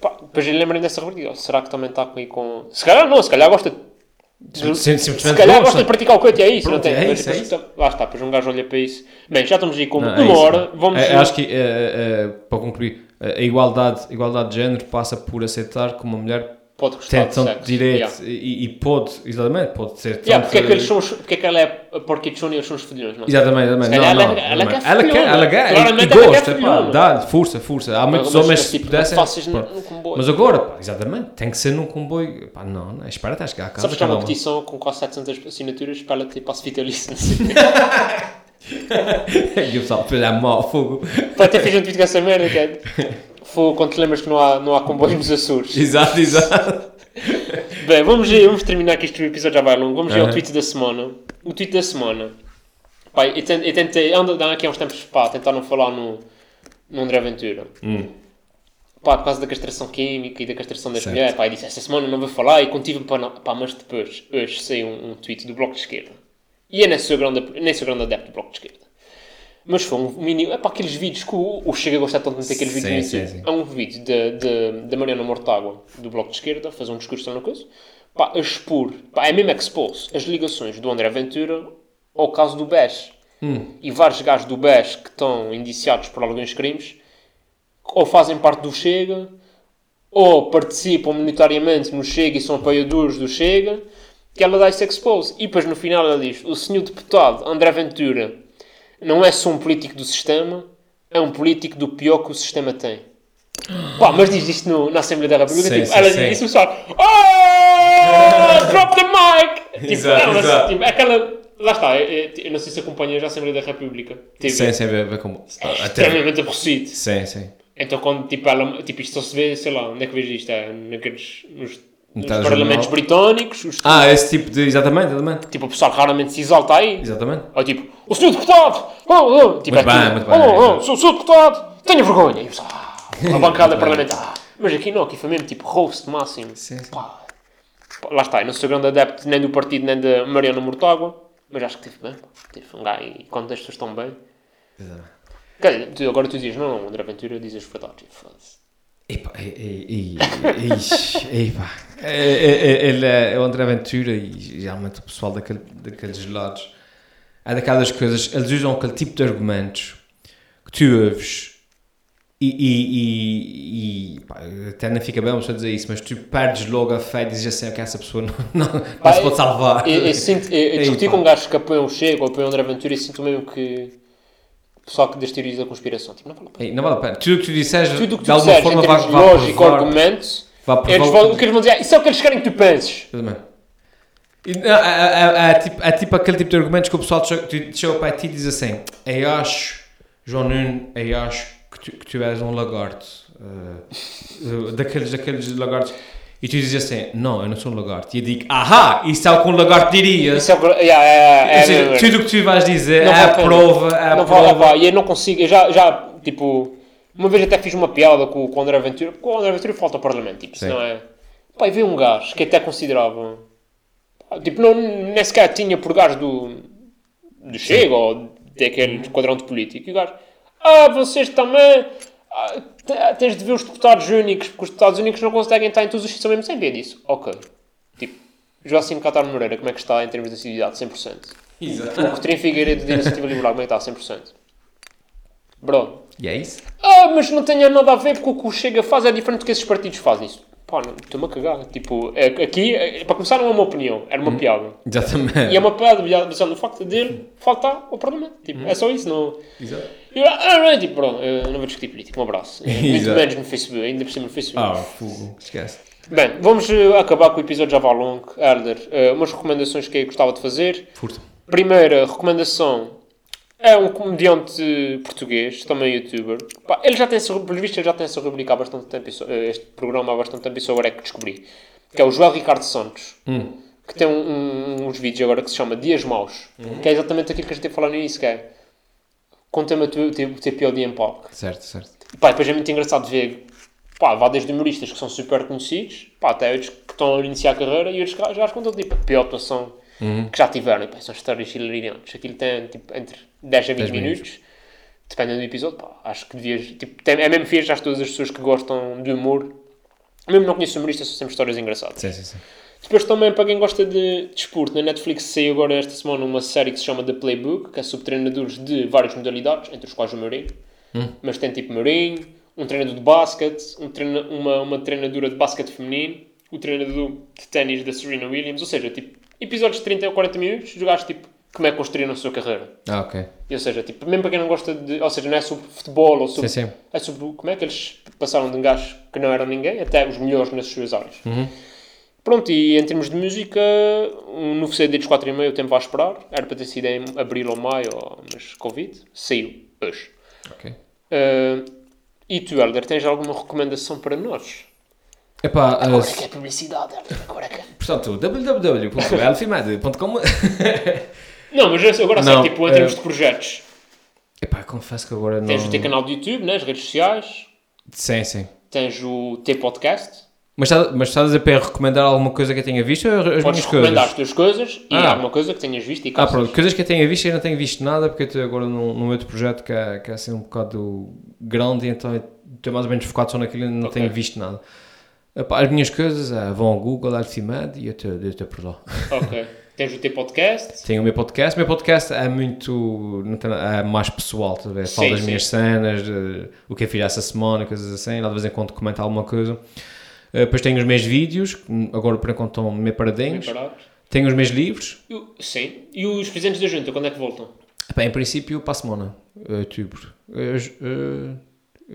[SPEAKER 2] Pá, depois eu lembrei dessa rubrica, oh, será que também está com, com... Se calhar não, se calhar gosta de...
[SPEAKER 3] Sim,
[SPEAKER 2] Se
[SPEAKER 3] simplesmente
[SPEAKER 2] calhar
[SPEAKER 3] gosta.
[SPEAKER 2] gosta de praticar o coito, e é isso,
[SPEAKER 3] Pronto,
[SPEAKER 2] não tem?
[SPEAKER 3] é
[SPEAKER 2] Mas
[SPEAKER 3] isso, é
[SPEAKER 2] depois tá- Lá está, depois um gajo olha para isso. Bem, já estamos aí com
[SPEAKER 3] Não,
[SPEAKER 2] uma
[SPEAKER 3] é isso.
[SPEAKER 2] hora, vamos...
[SPEAKER 3] É, acho que, é, é, para concluir, a igualdade, a igualdade de género passa por aceitar que uma mulher
[SPEAKER 2] Pode gostar
[SPEAKER 3] tem
[SPEAKER 2] de
[SPEAKER 3] tanto
[SPEAKER 2] sexo,
[SPEAKER 3] direito
[SPEAKER 2] yeah.
[SPEAKER 3] e, e pode, exatamente, pode ser tanto...
[SPEAKER 2] Yeah, porque, é que eles são os- porque é que ela é a porquichona e eles são os filhões, não é?
[SPEAKER 3] Exatamente, exatamente.
[SPEAKER 2] Se calhar
[SPEAKER 3] Não,
[SPEAKER 2] ela-
[SPEAKER 3] não,
[SPEAKER 2] ela
[SPEAKER 3] não é.
[SPEAKER 2] quer
[SPEAKER 3] ela quer,
[SPEAKER 2] filhona.
[SPEAKER 3] ela quer, e- e
[SPEAKER 2] Claramente ela
[SPEAKER 3] gosta,
[SPEAKER 2] quer
[SPEAKER 3] pá,
[SPEAKER 2] filhona.
[SPEAKER 3] dá, força, força. Há muitos
[SPEAKER 2] mas,
[SPEAKER 3] homens
[SPEAKER 2] tipo,
[SPEAKER 3] que
[SPEAKER 2] não
[SPEAKER 3] pudessem.
[SPEAKER 2] faças num-
[SPEAKER 3] pronto.
[SPEAKER 2] num comboio.
[SPEAKER 3] Mas agora, pá, exatamente, tem que ser num comboio. Pá, não, não, espera até chegar a casa. um.
[SPEAKER 2] Sabes que há uma
[SPEAKER 3] caramba.
[SPEAKER 2] petição com quase 700 assinaturas para ela ter passo vitalício, assim.
[SPEAKER 3] (laughs) e o pessoal depois dá mal fogo.
[SPEAKER 2] Pá, até fiz um tweet com essa merda, que é, Fogo, quando te lembras que não há, não há comboio nos Açores.
[SPEAKER 3] (laughs) Exato, exato.
[SPEAKER 2] Bem, vamos, aí, vamos terminar que este episódio já vai longo. Vamos aí ao
[SPEAKER 3] Aham.
[SPEAKER 2] tweet da semana. O tweet da semana. Pá, eu tentei, eu tentei ando andar aqui há uns tempos, pá, tentar não falar no, no André Ventura.
[SPEAKER 3] Hum.
[SPEAKER 2] Pá, por causa da castração química e da castração das
[SPEAKER 3] Certo.
[SPEAKER 2] mulheres, pá, e disse, esta semana não vou falar e contive-me para não. Pá, mas depois, hoje, saiu um, um tweet do Bloco de Esquerda. E eu nem sou grande, nem sou grande adepto do Bloco de Esquerda. Mas foi um mínimo. É para aqueles vídeos que o, o Chega gosta tanto de meter aqueles vídeos
[SPEAKER 3] Sim,
[SPEAKER 2] no
[SPEAKER 3] sim,
[SPEAKER 2] YouTube. Há um vídeo da- da- da Mariana Mortágua, do Bloco de Esquerda, a fazer um discurso sobre uma coisa. Pá, a expor, pá, é mesmo expose as ligações do André Ventura ao caso do BES.
[SPEAKER 3] Hum.
[SPEAKER 2] E vários gajos do BES que estão indiciados por alguns crimes ou fazem parte do Chega, ou participam monetariamente no Chega e são apoiadores do Chega, que ela dá esse expose. E depois no final ela diz: o senhor deputado André Ventura não é só um político do sistema, é um político do pior que o sistema tem. Pá, mas diz isto no- na Assembleia da República.
[SPEAKER 3] Sim,
[SPEAKER 2] tipo,
[SPEAKER 3] sim,
[SPEAKER 2] ela
[SPEAKER 3] sim.
[SPEAKER 2] diz isso e o pessoal.
[SPEAKER 3] (laughs)
[SPEAKER 2] "Oh, drop the mic! Tipo,
[SPEAKER 3] Exato,
[SPEAKER 2] não, mas,
[SPEAKER 3] exato.
[SPEAKER 2] tipo, é aquela. Lá está, é- é- eu não sei se acompanhas a Assembleia da República. Tipo,
[SPEAKER 3] Sim, sim, vê, vê como. Ah,
[SPEAKER 2] é
[SPEAKER 3] Até.
[SPEAKER 2] extremamente aborrecido.
[SPEAKER 3] Sim, sim.
[SPEAKER 2] Então quando tipo, ela, tipo isto só se vê, sei lá, onde é que vejo isto? É, naqueles, nos, nos
[SPEAKER 3] telejornal.
[SPEAKER 2] parlamentos britânicos, os-
[SPEAKER 3] Ah, esse tipo de. Exatamente, exatamente.
[SPEAKER 2] tipo, o pessoal raramente se exalta aí.
[SPEAKER 3] Exatamente.
[SPEAKER 2] Ou tipo, o senhor deputado! Oh, oh! Tipo,
[SPEAKER 3] Muito
[SPEAKER 2] é
[SPEAKER 3] bem,
[SPEAKER 2] tudo,
[SPEAKER 3] muito bem.
[SPEAKER 2] Oh, oh, sou o senhor deputado! Tenho vergonha! E o pessoal, ah, a bancada parlamentar. Mas aqui não, aqui foi mesmo tipo roast máximo.
[SPEAKER 3] Sim, sim.
[SPEAKER 2] Pá, pá, lá está, eu não sou grande adepto nem do partido nem da Mariana Mortágua, mas acho que teve bem. pá. Teve um gajo e quando as pessoas estão bem.
[SPEAKER 3] Exatamente.
[SPEAKER 2] Quer dizer, tu- agora tu dizes, não, não, André Ventura diz as verdades. Foda-se.
[SPEAKER 3] Epá, e- e- e- ixi, epá. É- é- é- Ele é é o André Ventura e geralmente o pessoal daquele, daqueles lados é daquelas coisas, eles usam aquele tipo de argumentos que tu ouves e, e, e- e, pá, até não fica bem uma pessoa dizer isso, mas tu perdes logo a fé e dizes assim, ok, essa pessoa não, não, não
[SPEAKER 2] Pá,
[SPEAKER 3] se pode salvar.
[SPEAKER 2] Eu, eu sinto, eu, eu discuti
[SPEAKER 3] Ei, É pá.
[SPEAKER 2] com gajos que apoiam o Chega ou apoiam o André Ventura e sinto mesmo que o pessoal que das teorias da conspiração, tipo, não vale a pena.
[SPEAKER 3] Ei, não vale a pena. Tudo o que tu disseres,
[SPEAKER 2] Tudo o que
[SPEAKER 3] de
[SPEAKER 2] tu
[SPEAKER 3] alguma
[SPEAKER 2] disseres em
[SPEAKER 3] forma,
[SPEAKER 2] termos
[SPEAKER 3] vai,
[SPEAKER 2] de
[SPEAKER 3] vai
[SPEAKER 2] lógico,
[SPEAKER 3] provar-
[SPEAKER 2] argumento,
[SPEAKER 3] vai
[SPEAKER 2] eles
[SPEAKER 3] provar-
[SPEAKER 2] vão, o que eles vão dizer, "Ah, isso é o que eles querem que tu penses.
[SPEAKER 3] Exatamente. E não, é, há- há- há- há tipo- há tipo aquele tipo de argumentos que o pessoal te chega- te chega para ti e diz assim: Eu acho, João Nuno, eu acho que tu, que tu és um lagarto. eh, eh, daqueles, daqueles lagartos. E tu dizes assim: Não, eu não sou um lagarto. E eu digo: Ahá, isso é o que um lagarto diria.
[SPEAKER 2] Isso é o que... yeah, yeah,
[SPEAKER 3] Ou
[SPEAKER 2] yeah,
[SPEAKER 3] seja,
[SPEAKER 2] yeah,
[SPEAKER 3] tudo o que tu vais dizer
[SPEAKER 2] Não
[SPEAKER 3] é a
[SPEAKER 2] vale a pena.
[SPEAKER 3] prova, é a
[SPEAKER 2] não vale,
[SPEAKER 3] prova.
[SPEAKER 2] pá, e eu não consigo, eu já, já, tipo, uma vez até fiz uma piada com, com o André Ventura, porque o André Ventura falta ao Parlamento, tipo, isso
[SPEAKER 3] Sim.
[SPEAKER 2] não é? Pá, e veio um gajo que até considerava, pá, tipo, não, nem sequer tinha por gajo do, do Chega ou
[SPEAKER 3] Uhum.
[SPEAKER 2] daquele quadrante político, e o gajo, ah, vocês também... ah, te- tens de ver os deputados únicos, porque os deputados únicos não conseguem estar em todos os sítios ao mesmo tempo. E eu disse, ok. Tipo, Joacim Catar Moreira, como é que está em termos de assiduidade? 100%. O
[SPEAKER 3] Exato.
[SPEAKER 2] Coutinho Figueiredo da Iniciativa Liberal, como é que está? 100%. Bro.
[SPEAKER 3] E é isso.
[SPEAKER 2] Ah, mas não tenha nada a ver porque o que o Chega faz é diferente do que esses partidos fazem. Isso. Pá, não, estou-me a cagar. Tipo, é- aqui, é- para começar, não é uma opinião. Era
[SPEAKER 3] Hum.
[SPEAKER 2] uma piada.
[SPEAKER 3] Exatamente.
[SPEAKER 2] E é uma piada baseada no facto dele faltar ao Parlamento. Tipo,
[SPEAKER 3] Hum.
[SPEAKER 2] é só isso. Não...
[SPEAKER 3] Exato.
[SPEAKER 2] Eu, ah, não, é, tipo, pronto, eu não vou discutir política. Um
[SPEAKER 3] (laughs)
[SPEAKER 2] abraço. Muito
[SPEAKER 3] Exato.
[SPEAKER 2] menos no Facebook, ainda por cima no Facebook.
[SPEAKER 3] Ah, fogo. Esquece.
[SPEAKER 2] Bem, vamos eh, acabar com o episódio já vai longo. Elder, eh, umas recomendações que eu gostava de fazer.
[SPEAKER 3] Furto.
[SPEAKER 2] Primeira recomendação é um comediante português, também youtuber. Pá, ele já tem, essa- pelo visto, ele já tem essa rubrica há bastante tempo, e só- eh, este programa há bastante tempo e só agora é que descobri. Que é o Joel Ricardo Santos. Que tem um- um- uns vídeos agora que se chama Dias Maus. Que é exatamente aquilo que a gente tem falado no início, que é... Conta-me o teu, o teu- o teu pior dia em palco.
[SPEAKER 3] Certo, certo.
[SPEAKER 2] Pá, depois é muito engraçado ver, pá, vá desde humoristas que são super conhecidos, pá, até outros que estão a iniciar a carreira e outros que já as contam, tipo, a pior atuação que já tiveram. E, pá, são histórias hilariantes. Aquilo tem, tipo, entre 10 a 20
[SPEAKER 3] 10
[SPEAKER 2] minutos, dependendo do episódio, pá, acho que devias, tipo, tem- é mesmo fixe às todas as pessoas que gostam de humor. Mesmo não conheço humoristas, são sempre histórias engraçadas.
[SPEAKER 3] Sim, sim, sim.
[SPEAKER 2] Depois também, para quem gosta de desporto, na Netflix saiu agora esta semana uma série que se chama The Playbook, que é sobre treinadores de várias modalidades, entre os quais o Mourinho. Mas tem tipo Mourinho, um treinador de basquete, um treina- uma, uma treinadora de basquete feminino, o treinador de ténis da Serena Williams, ou seja, tipo, episódios de 30 ou 40 minutos, jogaste tipo, como é que construíram a sua carreira.
[SPEAKER 3] Ah, ok.
[SPEAKER 2] E, ou seja, tipo, mesmo para quem não gosta de... Ou seja, não é sobre futebol ou sobre...
[SPEAKER 3] Sim, sim.
[SPEAKER 2] É sobre como é que eles passaram de um gajo que não era ninguém até os melhores nas suas áreas.
[SPEAKER 3] Uhum.
[SPEAKER 2] Pronto, e em termos de música, um novo CD dos 4 e meio, o tempo a esperar. Era para ter sido em abril ou maio, ou- mas Covid. Saiu hoje.
[SPEAKER 3] Ok.
[SPEAKER 2] Ah, e tu, Helder, tens alguma recomendação para nós?
[SPEAKER 3] Epá, ah,
[SPEAKER 2] Agora é que é publicidade, Helder, agora é que é.
[SPEAKER 3] portanto, www.elfimed.com
[SPEAKER 2] Não, mas esse- agora sei,
[SPEAKER 3] Não,
[SPEAKER 2] tipo, em termos
[SPEAKER 3] eh, hum.
[SPEAKER 2] de projetos.
[SPEAKER 3] (laughs) Epá, confesso que agora não...
[SPEAKER 2] Tens o teu canal de YouTube, né, as redes sociais.
[SPEAKER 3] Sim, sim.
[SPEAKER 2] Tens o teu podcast.
[SPEAKER 3] Mas está- mas estás a dizer para recomendar alguma coisa que eu tenha visto ou as minhas
[SPEAKER 2] Podes
[SPEAKER 3] coisas?
[SPEAKER 2] recomendar as tuas coisas e
[SPEAKER 3] Ah.
[SPEAKER 2] alguma coisa que tenhas visto e
[SPEAKER 3] Ah,
[SPEAKER 2] calças.
[SPEAKER 3] pronto, coisas que eu tenha visto, eu não tenho visto nada, porque eu estou agora num, num outro projeto que é, que é assim um bocado grande, então eu estou mais ou menos focado só naquilo e não
[SPEAKER 2] Ok.
[SPEAKER 3] tenho visto nada. Epá, as minhas coisas é, vão ao Google, Altimed e eu estou- eu estou por lá.
[SPEAKER 2] Ok. Tens o teu podcast.
[SPEAKER 3] Tenho o meu podcast. O meu podcast é muito. não tem nada- é mais pessoal, estás a ver? Falo
[SPEAKER 2] Sim,
[SPEAKER 3] das
[SPEAKER 2] sim.
[SPEAKER 3] minhas cenas, de o que eu fiz essa semana, coisas assim. Lá de vez em quando comento alguma coisa. Eh, Depois tenho os meus vídeos, que agora por enquanto estão meio paradinhos.
[SPEAKER 2] Preparados.
[SPEAKER 3] Tenho os meus livros.
[SPEAKER 2] é E o- Sim. E os presidentes da junta, quando é que voltam?
[SPEAKER 3] Epá, em princípio, para a semana, eh, outubro. Hoje, eh,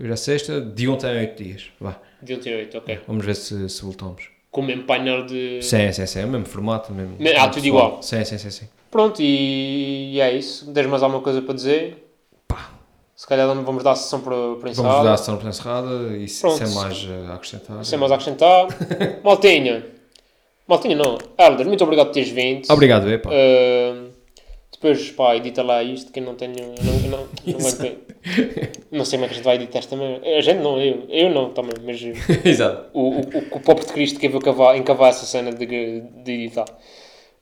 [SPEAKER 3] hoje é sexta, de ontem a oito dias. Vá.
[SPEAKER 2] De 88, ok.
[SPEAKER 3] Vamos ver se, se voltamos.
[SPEAKER 2] Com o mesmo painel de.
[SPEAKER 3] Sim, sim, sim. É o mesmo formato. Mesmo,
[SPEAKER 2] Me- ah,
[SPEAKER 3] mesmo
[SPEAKER 2] tudo
[SPEAKER 3] pessoal.
[SPEAKER 2] igual.
[SPEAKER 3] Sim, sim, sim. sim.
[SPEAKER 2] Pronto, e, e é isso. Tens mais alguma coisa para dizer?
[SPEAKER 3] Pá.
[SPEAKER 2] Se calhar não vamos dar a sessão para, para encerrar.
[SPEAKER 3] Vamos dar a sessão por encerrada e se-
[SPEAKER 2] Pronto.
[SPEAKER 3] sem mais eh, a acrescentar.
[SPEAKER 2] Sem mais a acrescentar.
[SPEAKER 3] (laughs)
[SPEAKER 2] Maltinha. Maltinha não. Helder, muito obrigado por teres vindo.
[SPEAKER 3] Obrigado, Epa.
[SPEAKER 2] Ah, depois, pá, edita lá isto que eu não tenho. Não, não, não, vai ter- não sei como é que a gente vai editar esta merda. A gente não, eu. Eu não também, mas eu-
[SPEAKER 3] Exato.
[SPEAKER 2] o, o, o, o pobre de Cristo que eu vou cavar, encavar essa cena de, de editar.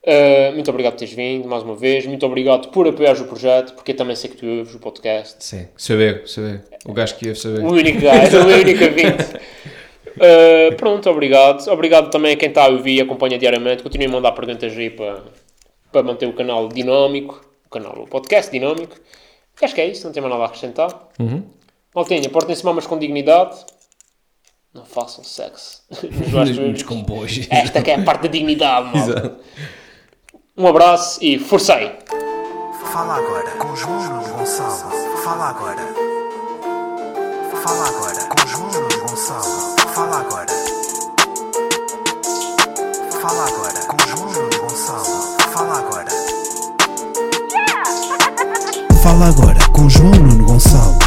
[SPEAKER 2] Ah, muito obrigado por teres vindo mais uma vez. Muito obrigado por apoiares o projeto, porque eu também sei que tu ouves o podcast.
[SPEAKER 3] Sim, sou eu, sou eu. O gajo que ia saber.
[SPEAKER 2] O único gajo, o único
[SPEAKER 3] (laughs)
[SPEAKER 2] vinte. Ah, pronto, obrigado. Obrigado também a quem está a ouvir e acompanha diariamente. Continuem a mandar perguntas aí para, para manter o canal dinâmico, o canal, o podcast dinâmico. E acho que é isso, não tem mais nada a acrescentar.
[SPEAKER 3] Uhum.
[SPEAKER 2] Maltinha, portem-se mal, mas com dignidade. Não façam sexo. (laughs) Nos
[SPEAKER 3] Nos,
[SPEAKER 2] vossos
[SPEAKER 3] nos comboios.
[SPEAKER 2] Esta que é a parte da dignidade, malta.
[SPEAKER 3] (laughs) Exato.
[SPEAKER 2] Um abraço e força aí!
[SPEAKER 1] Fala agora com Júlio Gonçalo. Fala agora. Fala agora com Júlio Gonçalo. Fala agora. Fala agora com Júlio Gonçalo. Fala agora. Fala agora com João Nuno Gonçalo.